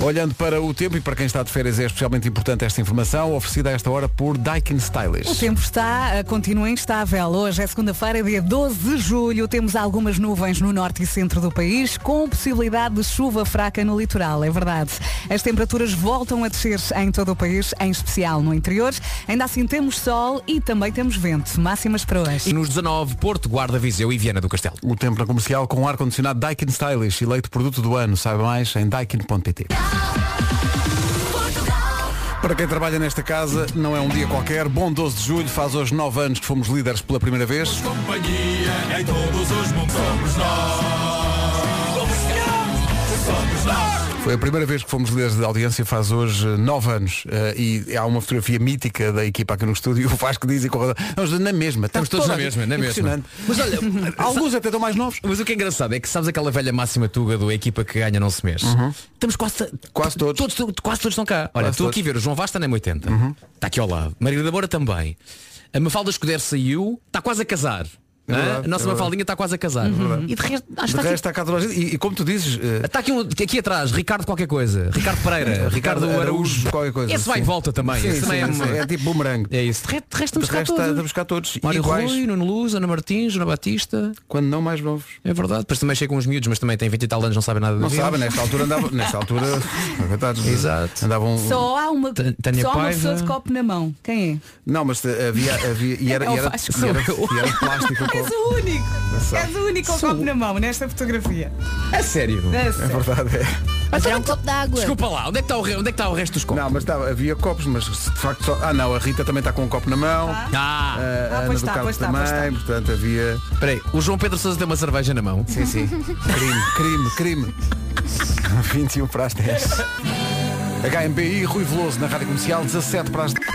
[SPEAKER 2] olhando para o tempo e para quem está de férias é especialmente importante esta informação, oferecida a esta hora por Daikin Stylish.
[SPEAKER 3] O tempo está, eh, continua instável. Hoje é segunda-feira, dia 12 de julho. Temos algumas nuvens no norte e centro do país, com possibilidade de chuva fraca no litoral, é verdade. As temperaturas voltam a descer em todo o país, em especial no interior. Ainda assim temos sol e também temos vento. Máximas para hoje.
[SPEAKER 5] E nos 19, Porto, Guarda, Viseu e Viana do Castelo.
[SPEAKER 2] O tempo na comercial com ar-condicionado Daikin Stylish, eleito produto do ano. Saiba mais em daikin.pt. Para quem trabalha nesta casa, não é um dia qualquer. Bom 12 de julho, faz hoje 9 anos que fomos líderes pela primeira vez.
[SPEAKER 8] Companhia em todos os mundos somos nós. Somos nós. Somos nós.
[SPEAKER 2] Foi a primeira vez que fomos líderes de audiência, faz hoje eh, nove anos. Eh, e há uma fotografia mítica da equipa aqui no estúdio e o Vasco diz e corre. Estamos na mesma,
[SPEAKER 5] Estamos todos
[SPEAKER 2] toda
[SPEAKER 5] na
[SPEAKER 2] a-
[SPEAKER 5] mesma, na mesma.
[SPEAKER 2] Impressionante. alguns até estão mais novos.
[SPEAKER 5] Mas o que é engraçado é que sabes aquela velha máxima tuga do a equipa que ganha não se mexe. Estamos quase,
[SPEAKER 2] Uhum. quase todos.
[SPEAKER 5] quase todos estão cá. Olha,
[SPEAKER 2] Quase
[SPEAKER 5] estou aqui a
[SPEAKER 2] todos. Uhum.
[SPEAKER 5] ver, o João Vaz está na M80. Está aqui ao lado. Margarida Moura também. A Mafalda Escuder saiu, está quase a casar.
[SPEAKER 2] É
[SPEAKER 5] Hã?
[SPEAKER 2] verdade,
[SPEAKER 5] a nossa
[SPEAKER 2] é
[SPEAKER 5] Mafaldinha está quase a casar. E de resto, acho que
[SPEAKER 2] De
[SPEAKER 5] Tá, está aqui-
[SPEAKER 2] resto, está cá toda a gente. E, e como tu dizes, eh,
[SPEAKER 5] Está aqui, um, aqui atrás, Ricardo qualquer coisa. Ricardo Pereira, Ricardo
[SPEAKER 2] Ricardo Araújo,
[SPEAKER 5] Araújo.
[SPEAKER 2] qualquer coisa,
[SPEAKER 5] Esse vai
[SPEAKER 2] sim.
[SPEAKER 5] e volta também.
[SPEAKER 2] Sim,
[SPEAKER 5] Esse também
[SPEAKER 2] sim,
[SPEAKER 5] é, uma-
[SPEAKER 2] sim, é tipo bumerangue.
[SPEAKER 5] É isso. De resto, de resto
[SPEAKER 2] de
[SPEAKER 5] estamos cá
[SPEAKER 2] resto, está-
[SPEAKER 5] todos.
[SPEAKER 2] estamos cá todos.
[SPEAKER 5] Mário
[SPEAKER 2] Iguais.
[SPEAKER 5] Rui, Nuno Luz, Ana Martins, Ana Batista.
[SPEAKER 2] Quando não mais novos.
[SPEAKER 5] É verdade. Depois também chegam uns miúdos, mas também têm 20 e tal anos, não sabem nada
[SPEAKER 2] Não
[SPEAKER 5] da vida.
[SPEAKER 2] sabe, nesta altura andava. Nesta altura. coitados, Andavam.
[SPEAKER 3] Só há uma,
[SPEAKER 2] T- Tânia
[SPEAKER 3] só há uma
[SPEAKER 2] Paiva.
[SPEAKER 3] pessoa de copo na mão. Quem é?
[SPEAKER 2] Não, mas eh, havia. havia e, era,
[SPEAKER 3] É o
[SPEAKER 2] e, era,
[SPEAKER 3] Vasco,
[SPEAKER 2] e, era,
[SPEAKER 3] sou
[SPEAKER 2] e era de plástico. o
[SPEAKER 3] És
[SPEAKER 2] copo.
[SPEAKER 3] o único.
[SPEAKER 2] Só.
[SPEAKER 3] És o único com o copo na mão nesta fotografia.
[SPEAKER 5] É sério. Então
[SPEAKER 3] É
[SPEAKER 2] É
[SPEAKER 3] sério.
[SPEAKER 2] verdade, é.
[SPEAKER 4] Mas era um copo d'água.
[SPEAKER 5] Desculpa lá, onde é que está o, re- onde é que está o resto dos copos?
[SPEAKER 2] Não, mas tá, havia copos, mas se de facto só... Ah não, a Rita também está com um copo na mão. Ah,
[SPEAKER 5] Ah.
[SPEAKER 2] a
[SPEAKER 5] Ah,
[SPEAKER 2] Ana
[SPEAKER 5] pois
[SPEAKER 2] do
[SPEAKER 5] está,
[SPEAKER 2] Carlos
[SPEAKER 5] pois está,
[SPEAKER 2] também,
[SPEAKER 5] pois
[SPEAKER 2] portanto havia.
[SPEAKER 5] Espera aí, o João Pedro Sousa tem uma cerveja na mão.
[SPEAKER 2] Sim, sim. Crime, crime, crime. 21 para as 10. HMBI Rui Veloso na Rádio Comercial, 17 para as 10.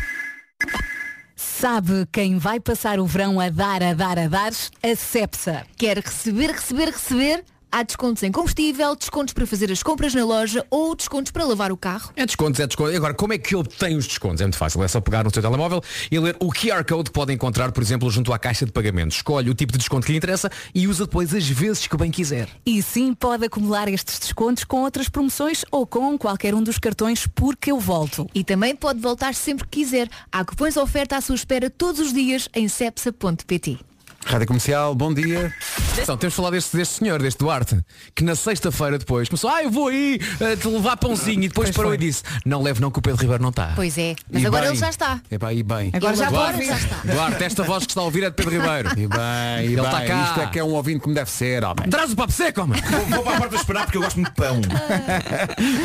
[SPEAKER 3] Sabe quem vai passar o verão a dar, a dar, a dar? A Cepsa.
[SPEAKER 4] Quer receber, receber, receber? Há descontos em combustível, descontos para fazer as compras na loja ou descontos para lavar o carro.
[SPEAKER 5] É descontos, é descontos. Agora, como é que obtém os descontos? É muito fácil. É só pegar no seu telemóvel e ler o QR Code que pode encontrar, por exemplo, junto à caixa de pagamentos. Escolhe o tipo de desconto que lhe interessa e usa depois as vezes que bem quiser.
[SPEAKER 3] E sim, pode acumular estes descontos com outras promoções ou com qualquer um dos cartões Porque Eu Volto.
[SPEAKER 4] E também pode voltar sempre que quiser. Há cupons à oferta à sua espera todos os dias em cepsa.pt.
[SPEAKER 2] Rádio Comercial, bom dia.
[SPEAKER 5] Então, temos falado deste, deste senhor, deste Duarte, que na sexta-feira depois começou, ah, eu vou aí eh, te levar pãozinho e depois parou e disse, não leve não que o Pedro Ribeiro não está.
[SPEAKER 4] Pois é, mas
[SPEAKER 5] E
[SPEAKER 4] agora
[SPEAKER 5] bem.
[SPEAKER 4] ele já está.
[SPEAKER 2] É pá, e bem.
[SPEAKER 4] Agora já
[SPEAKER 5] Duarte,
[SPEAKER 4] pode, já está.
[SPEAKER 5] Duarte, esta voz que está a ouvir é de Pedro Ribeiro.
[SPEAKER 2] E bem, e
[SPEAKER 5] Ele
[SPEAKER 2] bem.
[SPEAKER 5] está cá.
[SPEAKER 2] Isto é que é um ouvinte como deve ser, homem.
[SPEAKER 5] Traz o papo seco, homem.
[SPEAKER 13] Vou, vou para a porta esperar porque eu gosto muito de pão.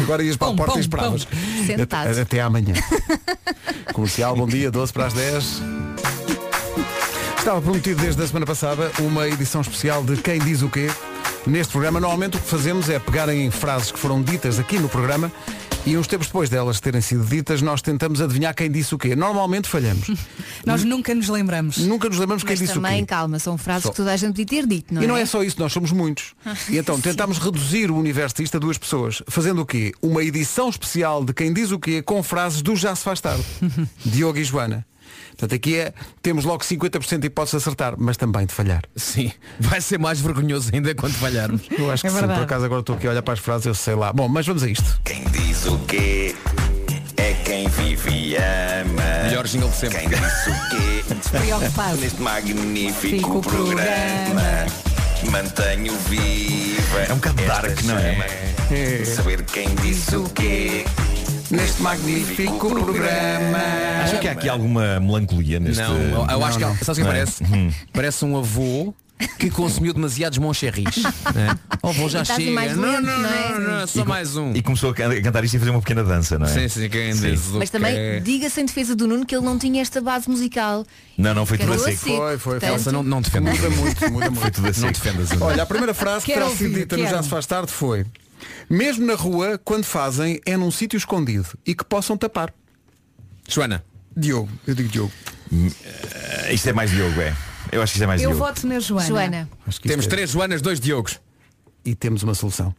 [SPEAKER 2] Agora ias para a
[SPEAKER 13] Pão,
[SPEAKER 2] porta
[SPEAKER 13] pão,
[SPEAKER 2] e esperavas.
[SPEAKER 13] pão.
[SPEAKER 4] Sentado.
[SPEAKER 2] Até, até amanhã. Comercial, bom dia, 12 para as 10. Estava prometido desde a semana passada uma edição especial de Quem Diz o Quê. Neste programa, normalmente o que fazemos é pegar em frases que foram ditas aqui no programa e uns tempos depois delas terem sido ditas, nós tentamos adivinhar quem disse o quê. Normalmente falhamos.
[SPEAKER 3] Nós nunca nos lembramos.
[SPEAKER 2] Nunca nos lembramos quem
[SPEAKER 7] Mas
[SPEAKER 2] disse o
[SPEAKER 7] também,
[SPEAKER 2] quê.
[SPEAKER 7] calma, são frases
[SPEAKER 2] Só.
[SPEAKER 7] que toda a gente podia ter dito, não
[SPEAKER 2] e
[SPEAKER 7] é?
[SPEAKER 2] não é só isso, nós somos muitos. E então tentámos reduzir o universo disto a duas pessoas, fazendo o quê? Uma edição especial de quem diz o quê com frases do Já se faz tarde. Diogo e Joana. Portanto, aqui é, temos logo 50% de hipótese de acertar, mas também de falhar.
[SPEAKER 5] Sim, vai ser mais vergonhoso ainda quando falharmos.
[SPEAKER 2] Eu acho que sim, por acaso agora estou aqui a olhar para as frases, eu sei lá. Bom, mas vamos a isto.
[SPEAKER 12] Diz o quê? É quem vive e ama. Melhor jingle de sempre. Quem disse o quê?
[SPEAKER 3] Despreocupado.
[SPEAKER 12] Neste
[SPEAKER 3] Fico
[SPEAKER 12] magnífico programa. Mantenho viva. É um bocado dark, não é? Saber quem disse o quê.
[SPEAKER 2] Neste magnífico programa.
[SPEAKER 13] Acho que é há aqui alguma melancolia neste.
[SPEAKER 5] Não, eu, eu acho
[SPEAKER 13] Não,
[SPEAKER 5] que sabes o que
[SPEAKER 13] não é?
[SPEAKER 5] parece? Parece um avô que consumiu demasiados moncherris. né? O avô já
[SPEAKER 13] Estás
[SPEAKER 5] chega.
[SPEAKER 13] mais
[SPEAKER 5] não,
[SPEAKER 13] lento,
[SPEAKER 5] não,
[SPEAKER 13] não é?
[SPEAKER 5] não, não,
[SPEAKER 13] Ah, E
[SPEAKER 5] só
[SPEAKER 13] com-
[SPEAKER 5] mais um.
[SPEAKER 13] E começou a can- a cantar isto e fazer uma pequena dança, não é?
[SPEAKER 5] Sim, sim, quem diz o
[SPEAKER 7] Mas também
[SPEAKER 13] quê?
[SPEAKER 7] diga-se em defesa do Nuno que ele não tinha esta base musical.
[SPEAKER 13] Não, não, foi
[SPEAKER 7] Quero
[SPEAKER 13] tudo a
[SPEAKER 7] a
[SPEAKER 13] seco.
[SPEAKER 7] seco. Foi, foi, foi.
[SPEAKER 5] Elsa, não, não defenda.
[SPEAKER 7] Muda
[SPEAKER 2] muito, muda
[SPEAKER 13] Foi tudo a seco.
[SPEAKER 5] Não defendas. Ana.
[SPEAKER 2] Olha, a primeira frase que
[SPEAKER 5] Quero
[SPEAKER 2] terá sido
[SPEAKER 5] ouvir,
[SPEAKER 2] dita no
[SPEAKER 5] quero.
[SPEAKER 2] Já se faz tarde foi Mesmo na rua, quando fazem, é num sítio escondido e que possam tapar.
[SPEAKER 5] Joana.
[SPEAKER 2] Diogo, eu digo Diogo.
[SPEAKER 13] Eh, Isto é mais Diogo, é. Eu acho que isto é mais
[SPEAKER 3] Eu
[SPEAKER 13] Diogo.
[SPEAKER 3] voto na Joana.
[SPEAKER 7] Joana.
[SPEAKER 2] é-
[SPEAKER 5] Temos três Joanas, dois Diogos.
[SPEAKER 2] E temos uma solução.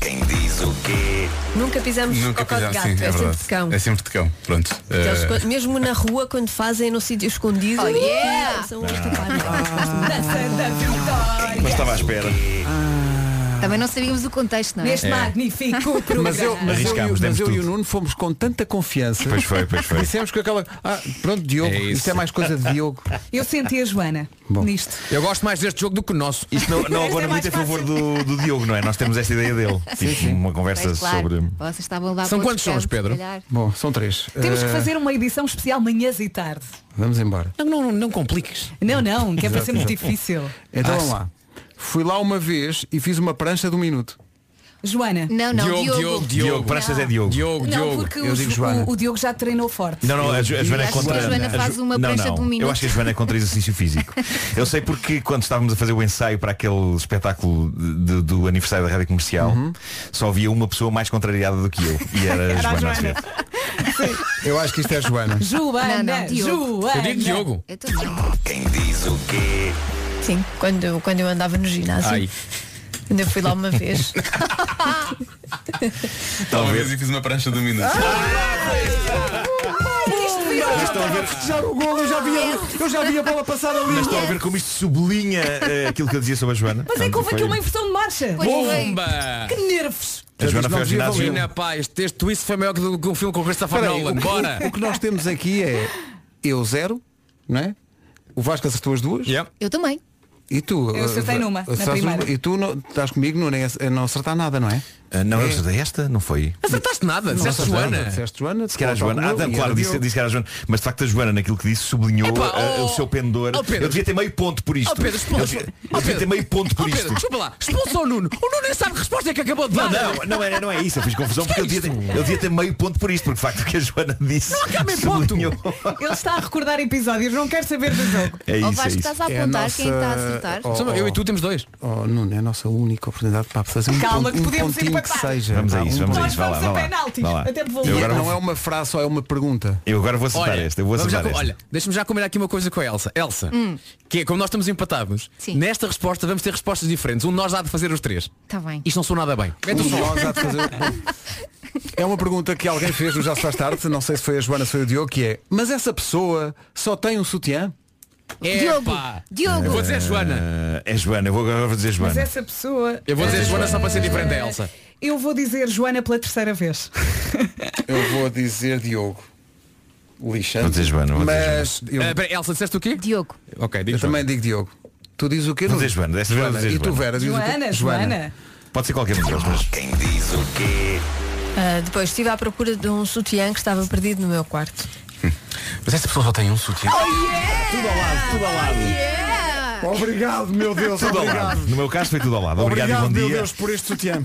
[SPEAKER 12] Quem diz o quê?
[SPEAKER 7] Nunca pisamos
[SPEAKER 1] Nunca
[SPEAKER 7] cocó de gato,
[SPEAKER 1] fizeram, sim, é,
[SPEAKER 7] é, sempre
[SPEAKER 1] verdade.
[SPEAKER 7] de cão.
[SPEAKER 1] É sempre de cão. Pronto.
[SPEAKER 7] Aqueles
[SPEAKER 1] Eh,
[SPEAKER 7] co- mesmo na rua quando fazem no sítio escondido
[SPEAKER 8] Oh,
[SPEAKER 7] yeah! são os tapados.
[SPEAKER 13] ah. Mas estava à espera.
[SPEAKER 7] Também não sabíamos o contexto, não é?
[SPEAKER 13] Neste É.
[SPEAKER 7] magnífico
[SPEAKER 2] Mas eu, mas eu, e o-
[SPEAKER 13] Arriscámos,
[SPEAKER 2] mas
[SPEAKER 13] demos
[SPEAKER 2] eu e o
[SPEAKER 13] tudo.
[SPEAKER 2] Nuno fomos com tanta confiança.
[SPEAKER 13] Pois foi, pois foi.
[SPEAKER 2] Dissemos que aquela. Ah, pronto, Diogo,
[SPEAKER 5] É
[SPEAKER 2] isto
[SPEAKER 5] isso.
[SPEAKER 2] é mais coisa de Diogo.
[SPEAKER 3] Eu senti a Joana nisto.
[SPEAKER 5] Eu gosto mais deste jogo do que o nosso.
[SPEAKER 13] Isto não, não
[SPEAKER 5] é
[SPEAKER 13] abona muito a favor do, do Diogo, não é? Nós temos esta ideia dele. Tipo, uma conversa
[SPEAKER 7] Pois, claro.
[SPEAKER 13] sobre.
[SPEAKER 7] Vocês estavam lá
[SPEAKER 13] São
[SPEAKER 7] para
[SPEAKER 13] quantos
[SPEAKER 7] outro
[SPEAKER 13] sons,
[SPEAKER 7] canto,
[SPEAKER 13] Pedro?
[SPEAKER 7] se calhar.
[SPEAKER 2] Bom, são três.
[SPEAKER 3] Temos que
[SPEAKER 2] Eh,
[SPEAKER 3] fazer uma edição especial manhãs e tarde.
[SPEAKER 2] Vamos embora.
[SPEAKER 5] Não, não, não compliques.
[SPEAKER 3] Não, não, que é para
[SPEAKER 2] Exato,
[SPEAKER 3] ser muito
[SPEAKER 2] exato.
[SPEAKER 3] difícil.
[SPEAKER 2] Então
[SPEAKER 3] Ah,
[SPEAKER 2] vamos lá. Fui lá uma vez e fiz uma prancha de um minuto.
[SPEAKER 3] Joana.
[SPEAKER 7] Não, não, Diogo, Diogo. Diogo, Diogo.
[SPEAKER 13] Diogo, pranchas é Diogo. Diogo,
[SPEAKER 3] Não, porque o, Ju- o- o Diogo já treinou forte.
[SPEAKER 13] Não, não, a, Jo- a Joana é
[SPEAKER 7] Acho que a
[SPEAKER 13] contra.
[SPEAKER 7] Joana faz
[SPEAKER 13] Jo-
[SPEAKER 7] uma
[SPEAKER 13] não,
[SPEAKER 7] prancha
[SPEAKER 13] não.
[SPEAKER 7] de um minuto.
[SPEAKER 13] Eu acho que a Joana é contra exercício físico. Eu sei porque quando estávamos a fazer o ensaio para aquele espetáculo de- do aniversário da rádio comercial,
[SPEAKER 2] Uhum.
[SPEAKER 13] só havia uma pessoa mais contrariada do que eu. E era a
[SPEAKER 3] Era a
[SPEAKER 13] é Joana.
[SPEAKER 3] Joana.
[SPEAKER 13] Azevedo.
[SPEAKER 2] Eu acho que isto é Joana.
[SPEAKER 3] Joana,
[SPEAKER 7] Não, não, Diogo.
[SPEAKER 3] Joana.
[SPEAKER 7] Eu digo Diogo. Eu também.
[SPEAKER 12] Quem diz o quê?
[SPEAKER 7] É Sim, quando, eu- quando eu andava no
[SPEAKER 4] Ah,
[SPEAKER 7] ginásio.
[SPEAKER 1] Ai.
[SPEAKER 7] Ainda fui lá uma vez.
[SPEAKER 1] Talvez e fiz uma prancha de um minuto.
[SPEAKER 4] Ah,
[SPEAKER 2] festejar o golo, eu já vi
[SPEAKER 3] é.
[SPEAKER 2] a, eu já vi a bola passar ali.
[SPEAKER 13] Mas estão a ver como isto sublinha eh, aquilo que eu dizia sobre a Joana.
[SPEAKER 3] Mas é que
[SPEAKER 13] Portanto,
[SPEAKER 3] houve aqui
[SPEAKER 13] foi-
[SPEAKER 3] uma inversão de marcha.
[SPEAKER 13] Pois foi. Bomba!
[SPEAKER 3] Que nervos!
[SPEAKER 13] A Joana foi ao ginásio.
[SPEAKER 5] Imagina, pá, este, este twist foi maior do que um filme com o Christopher
[SPEAKER 2] Espera aí,
[SPEAKER 5] Nolan.
[SPEAKER 2] o, que-
[SPEAKER 5] Bora!
[SPEAKER 2] o- o que nós temos aqui é eu zero, não é? O Vasco acertou as duas.
[SPEAKER 7] Eu também.
[SPEAKER 2] E tu?
[SPEAKER 7] Eu acertei
[SPEAKER 2] eh,
[SPEAKER 7] numa, na
[SPEAKER 2] acertaste
[SPEAKER 7] primeira.
[SPEAKER 2] E tu não, estás comigo não, nem, a não acertar nada, não é?
[SPEAKER 13] Ah, Não, eu
[SPEAKER 2] É.
[SPEAKER 13] acertei esta, não foi?
[SPEAKER 5] Acertaste nada, disseste
[SPEAKER 13] acertei,
[SPEAKER 5] Joana.
[SPEAKER 13] não,
[SPEAKER 2] Disseste Joana,
[SPEAKER 13] Se calhar a
[SPEAKER 2] faltou
[SPEAKER 13] Joana. Ah,
[SPEAKER 2] algum
[SPEAKER 13] tá,
[SPEAKER 2] e
[SPEAKER 13] claro,
[SPEAKER 2] era
[SPEAKER 13] disse,
[SPEAKER 2] Diogo.
[SPEAKER 13] disse que era a Joana. Mas de facto a Joana, naquilo que disse, sublinhou
[SPEAKER 5] Epá,
[SPEAKER 13] ah,
[SPEAKER 5] oh,
[SPEAKER 13] o seu pendor.
[SPEAKER 5] oh, Pedro.
[SPEAKER 13] eu devia ter meio ponto por isto.
[SPEAKER 5] Oh, Pedro, expulsa-
[SPEAKER 13] eu devia, eu
[SPEAKER 5] Oh,
[SPEAKER 13] devia ter
[SPEAKER 5] Pedro.
[SPEAKER 13] meio ponto por
[SPEAKER 5] Oh,
[SPEAKER 13] isto.
[SPEAKER 5] Pedro, desculpa lá, expulsa o Nuno. O Nuno nem sabe que resposta é que acabou de
[SPEAKER 13] Não,
[SPEAKER 5] dar.
[SPEAKER 13] não, não, é, não é isso, eu fiz confusão porque eu devia, ter, eu devia ter meio ponto por isto, porque de facto o que a Joana disse. Não acaba em ponto!
[SPEAKER 3] Ele está a recordar episódios, não quer saber do jogo.
[SPEAKER 13] É
[SPEAKER 7] Ó, Vasco, estás a
[SPEAKER 2] É a
[SPEAKER 7] apontar
[SPEAKER 2] nossa-
[SPEAKER 7] quem está a acertar.
[SPEAKER 2] Oh, oh.
[SPEAKER 5] tu temos dois.
[SPEAKER 2] Oh, Nuno, é a nossa única oportunidade para fazer um,
[SPEAKER 7] Calma,
[SPEAKER 2] ponto-
[SPEAKER 7] que
[SPEAKER 2] um
[SPEAKER 7] podemos ir
[SPEAKER 2] pontinho
[SPEAKER 7] para
[SPEAKER 2] que
[SPEAKER 7] baixo.
[SPEAKER 2] seja.
[SPEAKER 13] Vamos a
[SPEAKER 2] Há
[SPEAKER 13] isso,
[SPEAKER 2] um
[SPEAKER 13] vamos a
[SPEAKER 2] ponto.
[SPEAKER 13] isso, vá lá, vá lá. Vá lá.
[SPEAKER 2] E
[SPEAKER 13] Eu agora
[SPEAKER 2] não
[SPEAKER 13] vou-
[SPEAKER 2] é uma frase, só é uma pergunta.
[SPEAKER 13] Eu agora vou acertar
[SPEAKER 5] Olha,
[SPEAKER 13] esta, eu vou
[SPEAKER 5] vamos já
[SPEAKER 13] acertar
[SPEAKER 5] com-
[SPEAKER 13] esta.
[SPEAKER 5] Olha, deixa-me já combinar aqui uma coisa com a Elsa. Elsa,
[SPEAKER 7] Hum.
[SPEAKER 5] que é como nós estamos empatados, nesta resposta vamos ter respostas diferentes. Um de nós há de fazer os três.
[SPEAKER 7] Está Tá bem.
[SPEAKER 5] Isto não sou nada bem. Mete o
[SPEAKER 2] Um de
[SPEAKER 5] som.
[SPEAKER 2] nós há de fazer- É uma pergunta que alguém fez no Já se faz tarde, não sei se foi a Joana, se foi o Diogo, que é, mas essa pessoa só tem um sutiã?
[SPEAKER 5] Diogo.
[SPEAKER 7] Diogo.
[SPEAKER 5] Vou dizer Joana.
[SPEAKER 13] Ah, é Joana, eu vou agora vou dizer Joana.
[SPEAKER 3] Mas é essa pessoa.
[SPEAKER 5] Eu vou dizer Joana só para ser diferente da
[SPEAKER 3] Ah,
[SPEAKER 5] Elsa.
[SPEAKER 3] Eu vou dizer Joana pela terceira vez.
[SPEAKER 2] Eu vou dizer Diogo. Lixando.
[SPEAKER 13] Vou dizer Joana, vou dizer
[SPEAKER 2] Mas eu,
[SPEAKER 5] Ah, pera, Elsa, disseste o quê?
[SPEAKER 7] Diogo.
[SPEAKER 5] Ok,
[SPEAKER 2] eu também digo Diogo. Tu dizes o quê?
[SPEAKER 13] Vou
[SPEAKER 2] Nuno?
[SPEAKER 13] dizer Joana, desta vez vou dizer
[SPEAKER 2] E tu,
[SPEAKER 13] Joana.
[SPEAKER 2] Vera, dizes o
[SPEAKER 7] Joana,
[SPEAKER 2] quê?
[SPEAKER 7] Joana.
[SPEAKER 13] Pode ser qualquer um deles, mas. Quem diz o quê?
[SPEAKER 7] Ah, depois estive à procura de um sutiã que estava perdido no meu quarto.
[SPEAKER 1] Mas esta pessoa só tem um sutiã.
[SPEAKER 3] é.
[SPEAKER 13] Tudo ao lado, tudo ao lado.
[SPEAKER 2] Obrigado, meu Deus,
[SPEAKER 13] Tudo ao lado. No meu caso foi tudo ao lado. Obrigado, e bom dia.
[SPEAKER 2] por este sutiã.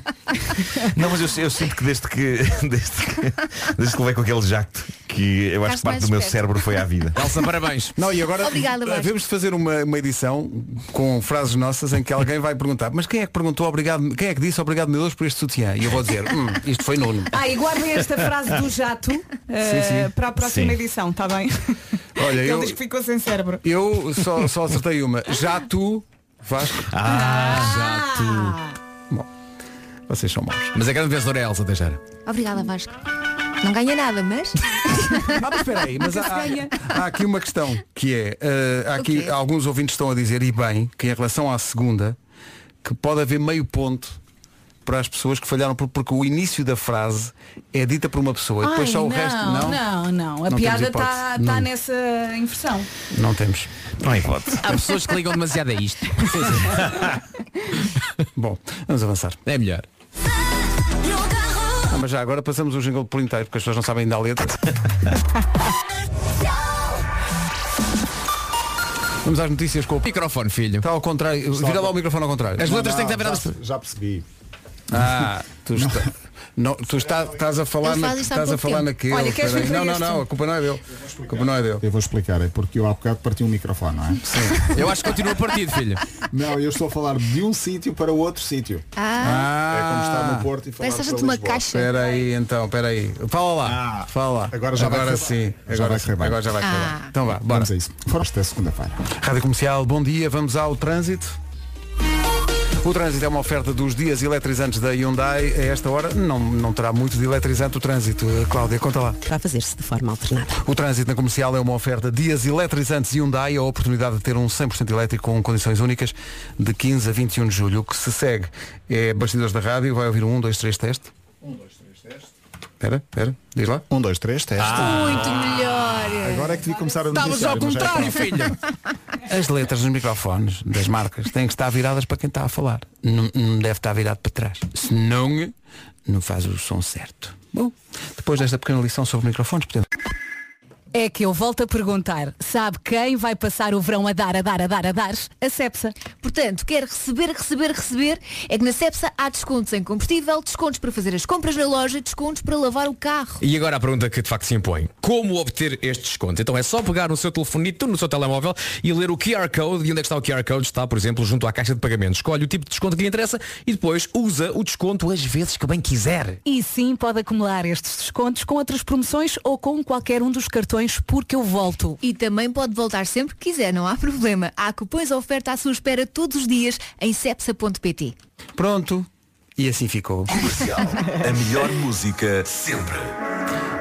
[SPEAKER 13] Não, mas eu, eu sinto que desde que, desde que desde que levei com aquele jacto, que que eu acho
[SPEAKER 4] Ficaste
[SPEAKER 13] que parte
[SPEAKER 4] mais
[SPEAKER 13] do meu
[SPEAKER 4] esperto.
[SPEAKER 13] cérebro foi à vida.
[SPEAKER 5] Elsa, parabéns.
[SPEAKER 2] Não, e agora
[SPEAKER 4] Obrigada, Vasco.
[SPEAKER 2] devemos fazer uma, uma edição com frases nossas em que alguém vai perguntar, mas quem é que perguntou obrigado, quem é que disse obrigado meu Deus por este sutiã? E eu vou dizer, "Hum, isto foi Nuno.
[SPEAKER 3] Ah, e guardem esta frase do jato eh,
[SPEAKER 2] sim.
[SPEAKER 3] para a próxima
[SPEAKER 2] Sim.
[SPEAKER 3] edição, está bem?
[SPEAKER 2] Olha,
[SPEAKER 3] Ele
[SPEAKER 2] eu-
[SPEAKER 3] diz que ficou sem cérebro.
[SPEAKER 2] Eu só, só acertei uma. Já tu, Vasco. já
[SPEAKER 5] Ah,
[SPEAKER 2] tu. Bom, vocês são maus.
[SPEAKER 5] Mas a grande vencedora é a Elsa Teixeira.
[SPEAKER 7] Obrigada, Vasco. Não ganha nada, mas.
[SPEAKER 2] Não, mas espera aí, mas há-
[SPEAKER 7] Nunca se ganha.
[SPEAKER 2] Há aqui uma questão que é, eh, há aqui
[SPEAKER 7] O quê?
[SPEAKER 2] alguns ouvintes estão a dizer, e bem, que em relação à segunda, que pode haver meio ponto para as pessoas que falharam, por- porque o início da frase é dita por uma pessoa e depois
[SPEAKER 3] Ai,
[SPEAKER 2] só o
[SPEAKER 3] não,
[SPEAKER 2] resto. Não,
[SPEAKER 3] não, não. A
[SPEAKER 2] Não
[SPEAKER 3] piada
[SPEAKER 2] temos
[SPEAKER 3] está
[SPEAKER 2] hipótese. Não.
[SPEAKER 3] nessa inversão.
[SPEAKER 2] não temos.
[SPEAKER 13] Não há hipótese.
[SPEAKER 5] Há pessoas que ligam demasiado a isto.
[SPEAKER 2] Bom, vamos avançar.
[SPEAKER 5] É melhor.
[SPEAKER 2] Ah, mas já agora passamos o jingle por inteiro, porque as pessoas não sabem ainda a letra. Vamos às notícias com o
[SPEAKER 5] microfone, filho.
[SPEAKER 2] Está ao contrário. Vira lá o microfone ao contrário.
[SPEAKER 5] As letras têm que estar
[SPEAKER 11] já, já percebi.
[SPEAKER 2] Ah, tu, está- não, tu está- estás a falar,
[SPEAKER 11] Ele
[SPEAKER 2] na,
[SPEAKER 11] faz isto há
[SPEAKER 2] estás a
[SPEAKER 11] pouco
[SPEAKER 2] falar
[SPEAKER 11] tempo.
[SPEAKER 2] naquilo.
[SPEAKER 11] Olha, queres
[SPEAKER 2] peraí.
[SPEAKER 11] ver
[SPEAKER 2] não, não,
[SPEAKER 11] este?
[SPEAKER 2] não, a culpa não é dele. A culpa não é dele.
[SPEAKER 11] Eu vou explicar, é porque eu há bocado parti um microfone, não é?
[SPEAKER 2] Sim.
[SPEAKER 5] Eu acho que continua partido, filho.
[SPEAKER 11] Não, eu estou a falar de um sítio para outro sítio.
[SPEAKER 7] Ah.
[SPEAKER 11] É como estar no Porto e falar para Lisboa. Ah,
[SPEAKER 2] Espera aí, então, espera aí. Fala lá. fala lá.
[SPEAKER 11] Agora já
[SPEAKER 2] agora
[SPEAKER 11] vai
[SPEAKER 2] sim.
[SPEAKER 11] acabar. Já
[SPEAKER 2] Agora,
[SPEAKER 11] vai
[SPEAKER 2] sim,
[SPEAKER 11] acabar.
[SPEAKER 2] agora já vai acabar.
[SPEAKER 11] Ah.
[SPEAKER 2] Então vá, bora.
[SPEAKER 11] Vamos a isso. Fora esta segunda-feira.
[SPEAKER 2] Rádio Comercial, bom dia, vamos ao trânsito. O trânsito é uma oferta dos dias eletrizantes da Hyundai. A esta hora não, não terá muito de eletrizante o trânsito. Eh, Cláudia, conta lá.
[SPEAKER 6] Vai fazer-se de forma alternada.
[SPEAKER 2] O trânsito na comercial é uma oferta dias eletrizantes Hyundai, a oportunidade de ter um 100% elétrico com condições únicas de 15 a 21 de julho. O que se segue é bastidores da rádio, vai ouvir um, dois, três, teste. Espera, espera, diz lá.
[SPEAKER 11] Um, dois, três, teste.
[SPEAKER 7] Muito melhor.
[SPEAKER 11] Agora é que devia começar a
[SPEAKER 7] Estavas
[SPEAKER 11] noticiar,
[SPEAKER 7] ao
[SPEAKER 11] mas já é
[SPEAKER 7] contrário,
[SPEAKER 11] pronto.
[SPEAKER 7] filho.
[SPEAKER 2] As letras nos microfones das marcas têm que estar viradas para quem está a falar. Não, não deve estar virado para trás. Senão, não faz o som certo. Bom, depois desta pequena lição sobre microfones, podemos...
[SPEAKER 3] É que eu volto a perguntar, sabe quem vai passar o verão a dar, a dar, a dar, a dar? A Cepsa.
[SPEAKER 7] Portanto, quer receber, receber, receber, é que na Cepsa há descontos em combustível, descontos para fazer as compras na loja, descontos para lavar o carro.
[SPEAKER 5] E agora a pergunta que de facto se impõe. Como obter este desconto? Então é só pegar no seu telefonito, no seu telemóvel e ler o QR Code. E onde é que está o QR Code? Está, por exemplo, junto à caixa de pagamento. Escolhe o tipo de desconto que lhe interessa e depois usa o desconto as vezes que bem quiser.
[SPEAKER 3] E sim, pode acumular estes descontos com outras promoções ou com qualquer um dos cartões Porque eu volto.
[SPEAKER 7] E também pode voltar sempre que quiser, não há problema. Há cupons à oferta à sua espera todos os dias em cepsa.pt.
[SPEAKER 2] Pronto. E assim ficou.
[SPEAKER 12] A melhor música sempre.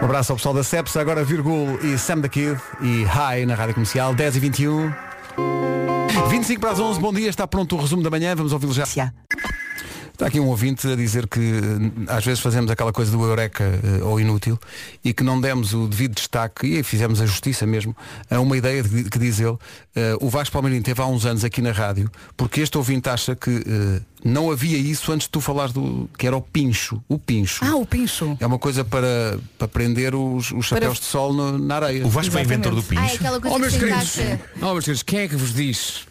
[SPEAKER 2] Um abraço ao pessoal da Cepsa, agora Virgul e Sam da Kid e Hi na Rádio Comercial, 10 e 21. 25 para as 11, bom dia, está pronto o resumo da manhã, vamos ouvi-lo já. Está aqui um ouvinte a dizer que eh, às vezes fazemos aquela coisa do eureka eh, ou inútil e que não demos o devido destaque e fizemos a justiça mesmo a uma ideia de- que diz ele, eh, o Vasco Palmeirinho teve há uns anos aqui na rádio, porque este ouvinte acha que eh, não havia isso antes de tu falares do que era o pincho, o pincho.
[SPEAKER 3] Ah, o pincho.
[SPEAKER 2] É uma coisa para, para prender os, os chapéus
[SPEAKER 5] Para-
[SPEAKER 2] de sol no- na areia.
[SPEAKER 5] O Vasco é inventor do pincho.
[SPEAKER 7] Ah, é aquela coisa
[SPEAKER 5] oh,
[SPEAKER 7] que
[SPEAKER 5] meus
[SPEAKER 7] se
[SPEAKER 5] queridos,
[SPEAKER 7] encaixa.
[SPEAKER 5] oh, meus queridos, quem é que vos diz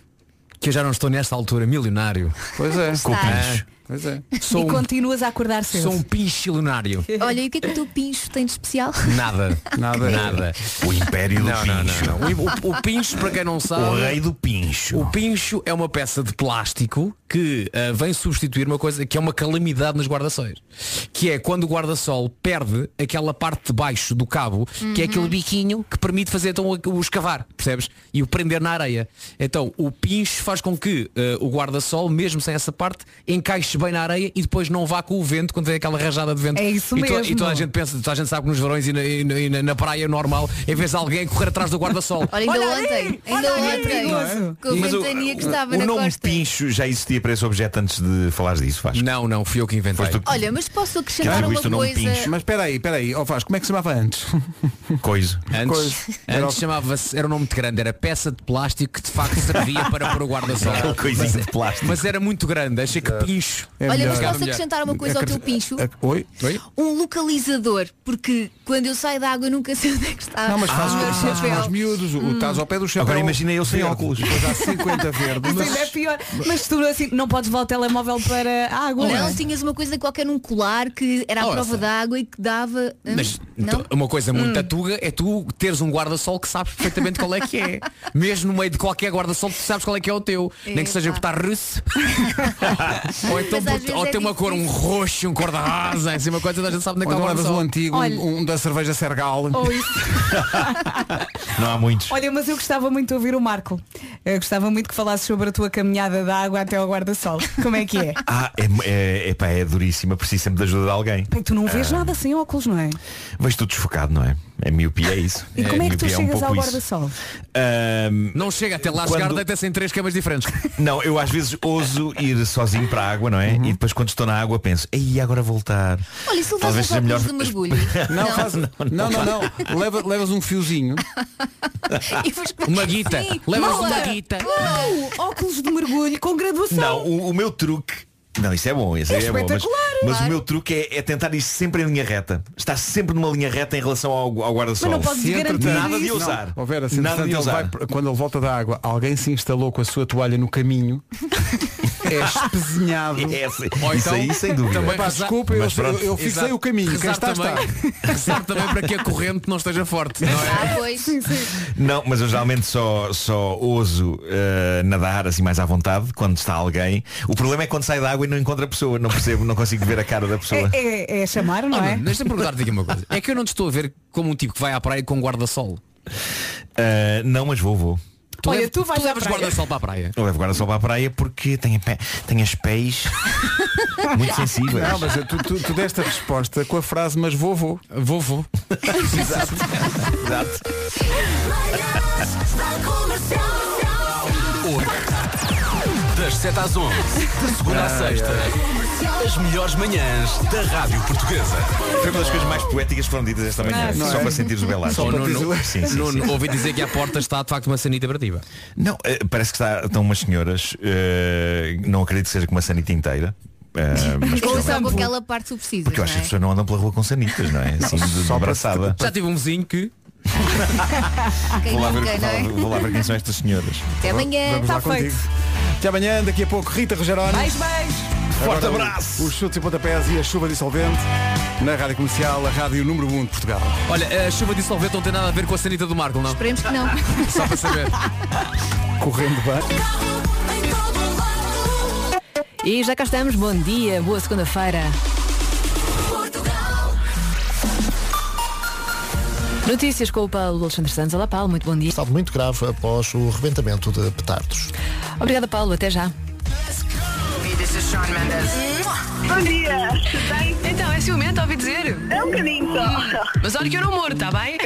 [SPEAKER 5] que eu já não estou nesta altura milionário?
[SPEAKER 2] Pois é.
[SPEAKER 5] Com o
[SPEAKER 7] Está.
[SPEAKER 5] pincho.
[SPEAKER 2] Pois é.
[SPEAKER 5] Sou,
[SPEAKER 3] e
[SPEAKER 5] um,
[SPEAKER 3] continuas a acordar cedo.
[SPEAKER 5] sou um pinchilionário.
[SPEAKER 7] Olha, e o que é que o teu pincho tem de especial?
[SPEAKER 5] Nada.
[SPEAKER 2] Nada.
[SPEAKER 5] Nada.
[SPEAKER 13] O império do
[SPEAKER 5] não, não,
[SPEAKER 13] pincho.
[SPEAKER 5] não, não. O, o- o pincho, para quem não sabe.
[SPEAKER 13] O rei do pincho.
[SPEAKER 5] O pincho é uma peça de plástico que ah, vem substituir uma coisa que é uma calamidade nos guarda-sóis. Que é quando o guarda-sol perde aquela parte de baixo do cabo, que é
[SPEAKER 3] Uhum.
[SPEAKER 5] aquele biquinho que permite fazer então o- o escavar, percebes? E o prender na areia. Então o pincho faz com que ah, o guarda-sol, mesmo sem essa parte, encaixe bem na areia e depois não vá com o vento quando vem aquela rajada de vento.
[SPEAKER 3] É isso
[SPEAKER 5] e toda- e toda a
[SPEAKER 3] mesmo.
[SPEAKER 5] gente pensa, toda a gente sabe que nos verões e na, e na- e na- na praia normal, em vez de alguém correr atrás do guarda-sol.
[SPEAKER 7] Olha, ainda
[SPEAKER 8] Olha aí!
[SPEAKER 7] ontem, ainda
[SPEAKER 8] Olha aí,
[SPEAKER 7] ontem,
[SPEAKER 2] é?
[SPEAKER 8] perigoso.
[SPEAKER 7] com a
[SPEAKER 13] Mas o-
[SPEAKER 7] ventania que estava
[SPEAKER 13] o
[SPEAKER 7] na
[SPEAKER 13] nome
[SPEAKER 7] costa.
[SPEAKER 13] pincho já existia para esse objeto antes de falares disso, Vasco?
[SPEAKER 5] Não, não, fui eu que inventei.
[SPEAKER 7] Olha, mas posso acrescentar
[SPEAKER 13] Quer dizer,
[SPEAKER 7] uma
[SPEAKER 13] isto não
[SPEAKER 7] coisa.
[SPEAKER 13] pincho.
[SPEAKER 2] Mas espera aí, espera aí, ó Vasco, como é que se chamava antes?
[SPEAKER 13] Coisa.
[SPEAKER 5] Antes,
[SPEAKER 2] Coisa. Era o-
[SPEAKER 5] antes chamava-se, era um nome muito grande, era peça de plástico que de facto servia para pôr o guarda-sol.
[SPEAKER 13] Aquela coisinha
[SPEAKER 5] Mas-
[SPEAKER 13] de plástico.
[SPEAKER 5] Mas era muito grande, achei que pincho É
[SPEAKER 4] pincho.
[SPEAKER 2] É
[SPEAKER 4] Olha, mas posso acrescentar uma coisa ao teu pincho?
[SPEAKER 2] Oi?
[SPEAKER 4] Um localizador, porque quando eu saio da água eu nunca sei onde é que está.
[SPEAKER 2] Não, mas fazes
[SPEAKER 4] o meu
[SPEAKER 2] fazes com os
[SPEAKER 4] chapéu. Hum.
[SPEAKER 2] miúdos, o- o estás ao pé do chapéu.
[SPEAKER 13] Agora imagina eu sem
[SPEAKER 2] verde,
[SPEAKER 13] óculos.
[SPEAKER 2] Depois há 50 verdes.
[SPEAKER 3] Assim ainda é pior. Mas tu assim, não podes levar o telemóvel para a água.
[SPEAKER 4] Não,
[SPEAKER 3] não é?
[SPEAKER 4] tinhas uma coisa qualquer num colar que era à
[SPEAKER 5] Ora,
[SPEAKER 4] prova
[SPEAKER 5] sim.
[SPEAKER 4] d'água e que dava. hum?
[SPEAKER 5] Mas então,
[SPEAKER 4] não?
[SPEAKER 5] uma coisa muito
[SPEAKER 4] Hum.
[SPEAKER 5] tatuga é tu teres um guarda-sol que sabes perfeitamente qual é que é. Mesmo no meio de qualquer guarda-sol, tu sabes qual é que é o teu. Nem que seja botar russo. ou então
[SPEAKER 4] Mas às
[SPEAKER 5] por-
[SPEAKER 4] vezes
[SPEAKER 5] ou
[SPEAKER 4] é
[SPEAKER 5] ter uma cor, um roxo, um cor de rosa, assim, uma coisa da gente sabe onde é
[SPEAKER 2] Ou então levas
[SPEAKER 5] que está o
[SPEAKER 2] um
[SPEAKER 5] guarda-sol.
[SPEAKER 2] antigo, um, um da cerveja Sergal.
[SPEAKER 3] Ou isso.
[SPEAKER 13] Não há muitos.
[SPEAKER 3] Olha, mas eu gostava muito de ouvir o Marco. Eu gostava muito que falasses sobre a tua caminhada da água até ao guarda-sol. Como é que é?
[SPEAKER 13] Ah, é, é, epá, é duríssima, preciso sempre da ajuda de alguém.
[SPEAKER 3] Bem, tu não vês
[SPEAKER 13] Ah,
[SPEAKER 3] nada sem óculos, não é?
[SPEAKER 13] Vejo tudo desfocado, não é? A miopia é isso.
[SPEAKER 3] E como é que tu
[SPEAKER 13] miopia um
[SPEAKER 3] chegas ao
[SPEAKER 13] pouco isso.
[SPEAKER 3] guarda-sol?
[SPEAKER 5] Não chega até lá chegar, deita-se em três camas diferentes.
[SPEAKER 13] Não, eu às vezes ouso ir sozinho para a água, não
[SPEAKER 5] Uhum.
[SPEAKER 13] é? E depois quando estou na água penso, ei, agora voltar.
[SPEAKER 4] Olha, e se levas
[SPEAKER 13] Talvez
[SPEAKER 4] os
[SPEAKER 13] seja melhor.
[SPEAKER 4] óculos do mergulho?
[SPEAKER 2] Não, faz- não, não, não. Leva- levas um fiozinho.
[SPEAKER 5] Uma guita.
[SPEAKER 4] Sim,
[SPEAKER 5] Levas
[SPEAKER 4] boa.
[SPEAKER 5] uma guita.
[SPEAKER 3] Uau, óculos de mergulho com graduação.
[SPEAKER 13] Não, o, o meu truque. Não, isso é bom, isso
[SPEAKER 3] É
[SPEAKER 13] aí é bom. Mas,
[SPEAKER 3] espetacular.
[SPEAKER 13] mas o
[SPEAKER 3] Claro.
[SPEAKER 13] meu truque é, é tentar ir sempre em linha reta. Está sempre numa linha reta em relação ao, ao guarda-sol.
[SPEAKER 2] Mas não podes Se garantir entretanto-
[SPEAKER 13] nada de
[SPEAKER 2] isso.
[SPEAKER 13] usar.
[SPEAKER 2] Não, ó Vera, se
[SPEAKER 5] assim
[SPEAKER 13] nada
[SPEAKER 2] entretanto
[SPEAKER 13] de
[SPEAKER 2] ele
[SPEAKER 13] usar.
[SPEAKER 2] vai- quando ele volta da água, alguém se instalou com a sua toalha no caminho. É espezinhado.
[SPEAKER 13] É, sim. isso aí sem dúvida.
[SPEAKER 5] então, também
[SPEAKER 2] Pá,
[SPEAKER 5] rezar-
[SPEAKER 2] desculpa, eu,
[SPEAKER 5] Mas
[SPEAKER 2] eu,
[SPEAKER 5] pronto.
[SPEAKER 2] eu fixei
[SPEAKER 5] Exato.
[SPEAKER 2] o caminho. Quem
[SPEAKER 5] Rezar
[SPEAKER 2] está, está.
[SPEAKER 5] também, Rezar também para que a corrente não esteja forte. Não é?
[SPEAKER 4] Ah, pois.
[SPEAKER 13] Não, mas eu geralmente só, só ouso eh, nadar assim mais à vontade quando está alguém. O problema é quando sai da água e não encontra a pessoa. Não percebo, não consigo ver a cara da pessoa.
[SPEAKER 3] É, é- é chamar, não
[SPEAKER 5] Oh,
[SPEAKER 3] é?
[SPEAKER 5] Nuno, Deixa-me perguntar-te aqui uma coisa. É que eu não te estou a ver como um tipo que vai à praia com um guarda-sol.
[SPEAKER 2] Ah,
[SPEAKER 13] Eh, não, mas vou, vou.
[SPEAKER 3] é. Olha,
[SPEAKER 5] lev-
[SPEAKER 3] tu vais à
[SPEAKER 5] levas
[SPEAKER 3] praia.
[SPEAKER 5] guarda-sol para a praia.
[SPEAKER 13] Eu levo guarda-sol para a praia porque tenho, pé, tenho as pés muito sensíveis.
[SPEAKER 2] Não, mas tu, tu, tu deste a resposta com a frase, mas vovô.
[SPEAKER 5] Vovô.
[SPEAKER 2] Exato.
[SPEAKER 13] Exato.
[SPEAKER 8] Das 7 às 11, de segunda à sexta, as melhores manhãs da Rádio Portuguesa.
[SPEAKER 13] Foi uma das coisas mais poéticas que foram ditas esta manhã.
[SPEAKER 8] Ah, sim.
[SPEAKER 2] é?
[SPEAKER 13] só
[SPEAKER 3] é?
[SPEAKER 13] para sentir o belados.
[SPEAKER 5] Só Nuno,
[SPEAKER 13] Sim, sim,
[SPEAKER 5] Nuno,
[SPEAKER 13] sim.
[SPEAKER 5] ouvi dizer que à porta está de facto uma sanita operativa.
[SPEAKER 13] Não, eh, parece que está, estão umas senhoras, eh, não acredito que seja com uma sanita inteira. eh, mas
[SPEAKER 4] Ou só com
[SPEAKER 5] é.
[SPEAKER 13] possivelmente-
[SPEAKER 4] aquela parte que tu precisas.
[SPEAKER 13] Porque eu acho que
[SPEAKER 4] não
[SPEAKER 13] as pessoas não andam pela rua com sanitas, não é? Assim, de, de abraçada.
[SPEAKER 5] Já tive um vizinho que.
[SPEAKER 4] é? Quem
[SPEAKER 13] Vou lá, ver,
[SPEAKER 4] nunca, não é?
[SPEAKER 13] vou lá ver quem são estas senhoras.
[SPEAKER 4] Até amanhã.
[SPEAKER 2] Vamos lá
[SPEAKER 4] Tá feito.
[SPEAKER 2] contigo. Até amanhã, daqui a pouco, Rita Rogeroni.
[SPEAKER 3] Mais, mais.
[SPEAKER 2] Agora um.
[SPEAKER 13] Forte abraço.
[SPEAKER 2] o- Os chutes e pontapés e a chuva dissolvente na Rádio Comercial, a Rádio número 1 de Portugal.
[SPEAKER 5] Olha, a chuva de solvente não tem nada a ver com a sanita do Marco, não?
[SPEAKER 4] Esperemos que não.
[SPEAKER 5] Só para saber.
[SPEAKER 2] Correndo bem.
[SPEAKER 16] E já cá estamos, bom dia, boa segunda-feira. Notícias com o Paulo Alexandre Santos. Olá Paulo, muito bom dia.
[SPEAKER 17] Estado muito grave após o rebentamento de petardos.
[SPEAKER 16] Obrigada Paulo, até já.
[SPEAKER 18] Bom dia, tudo bem? Então, é ciumento, ouvi dizer? É um bocadinho só. Mas olha que eu não moro, tá bem?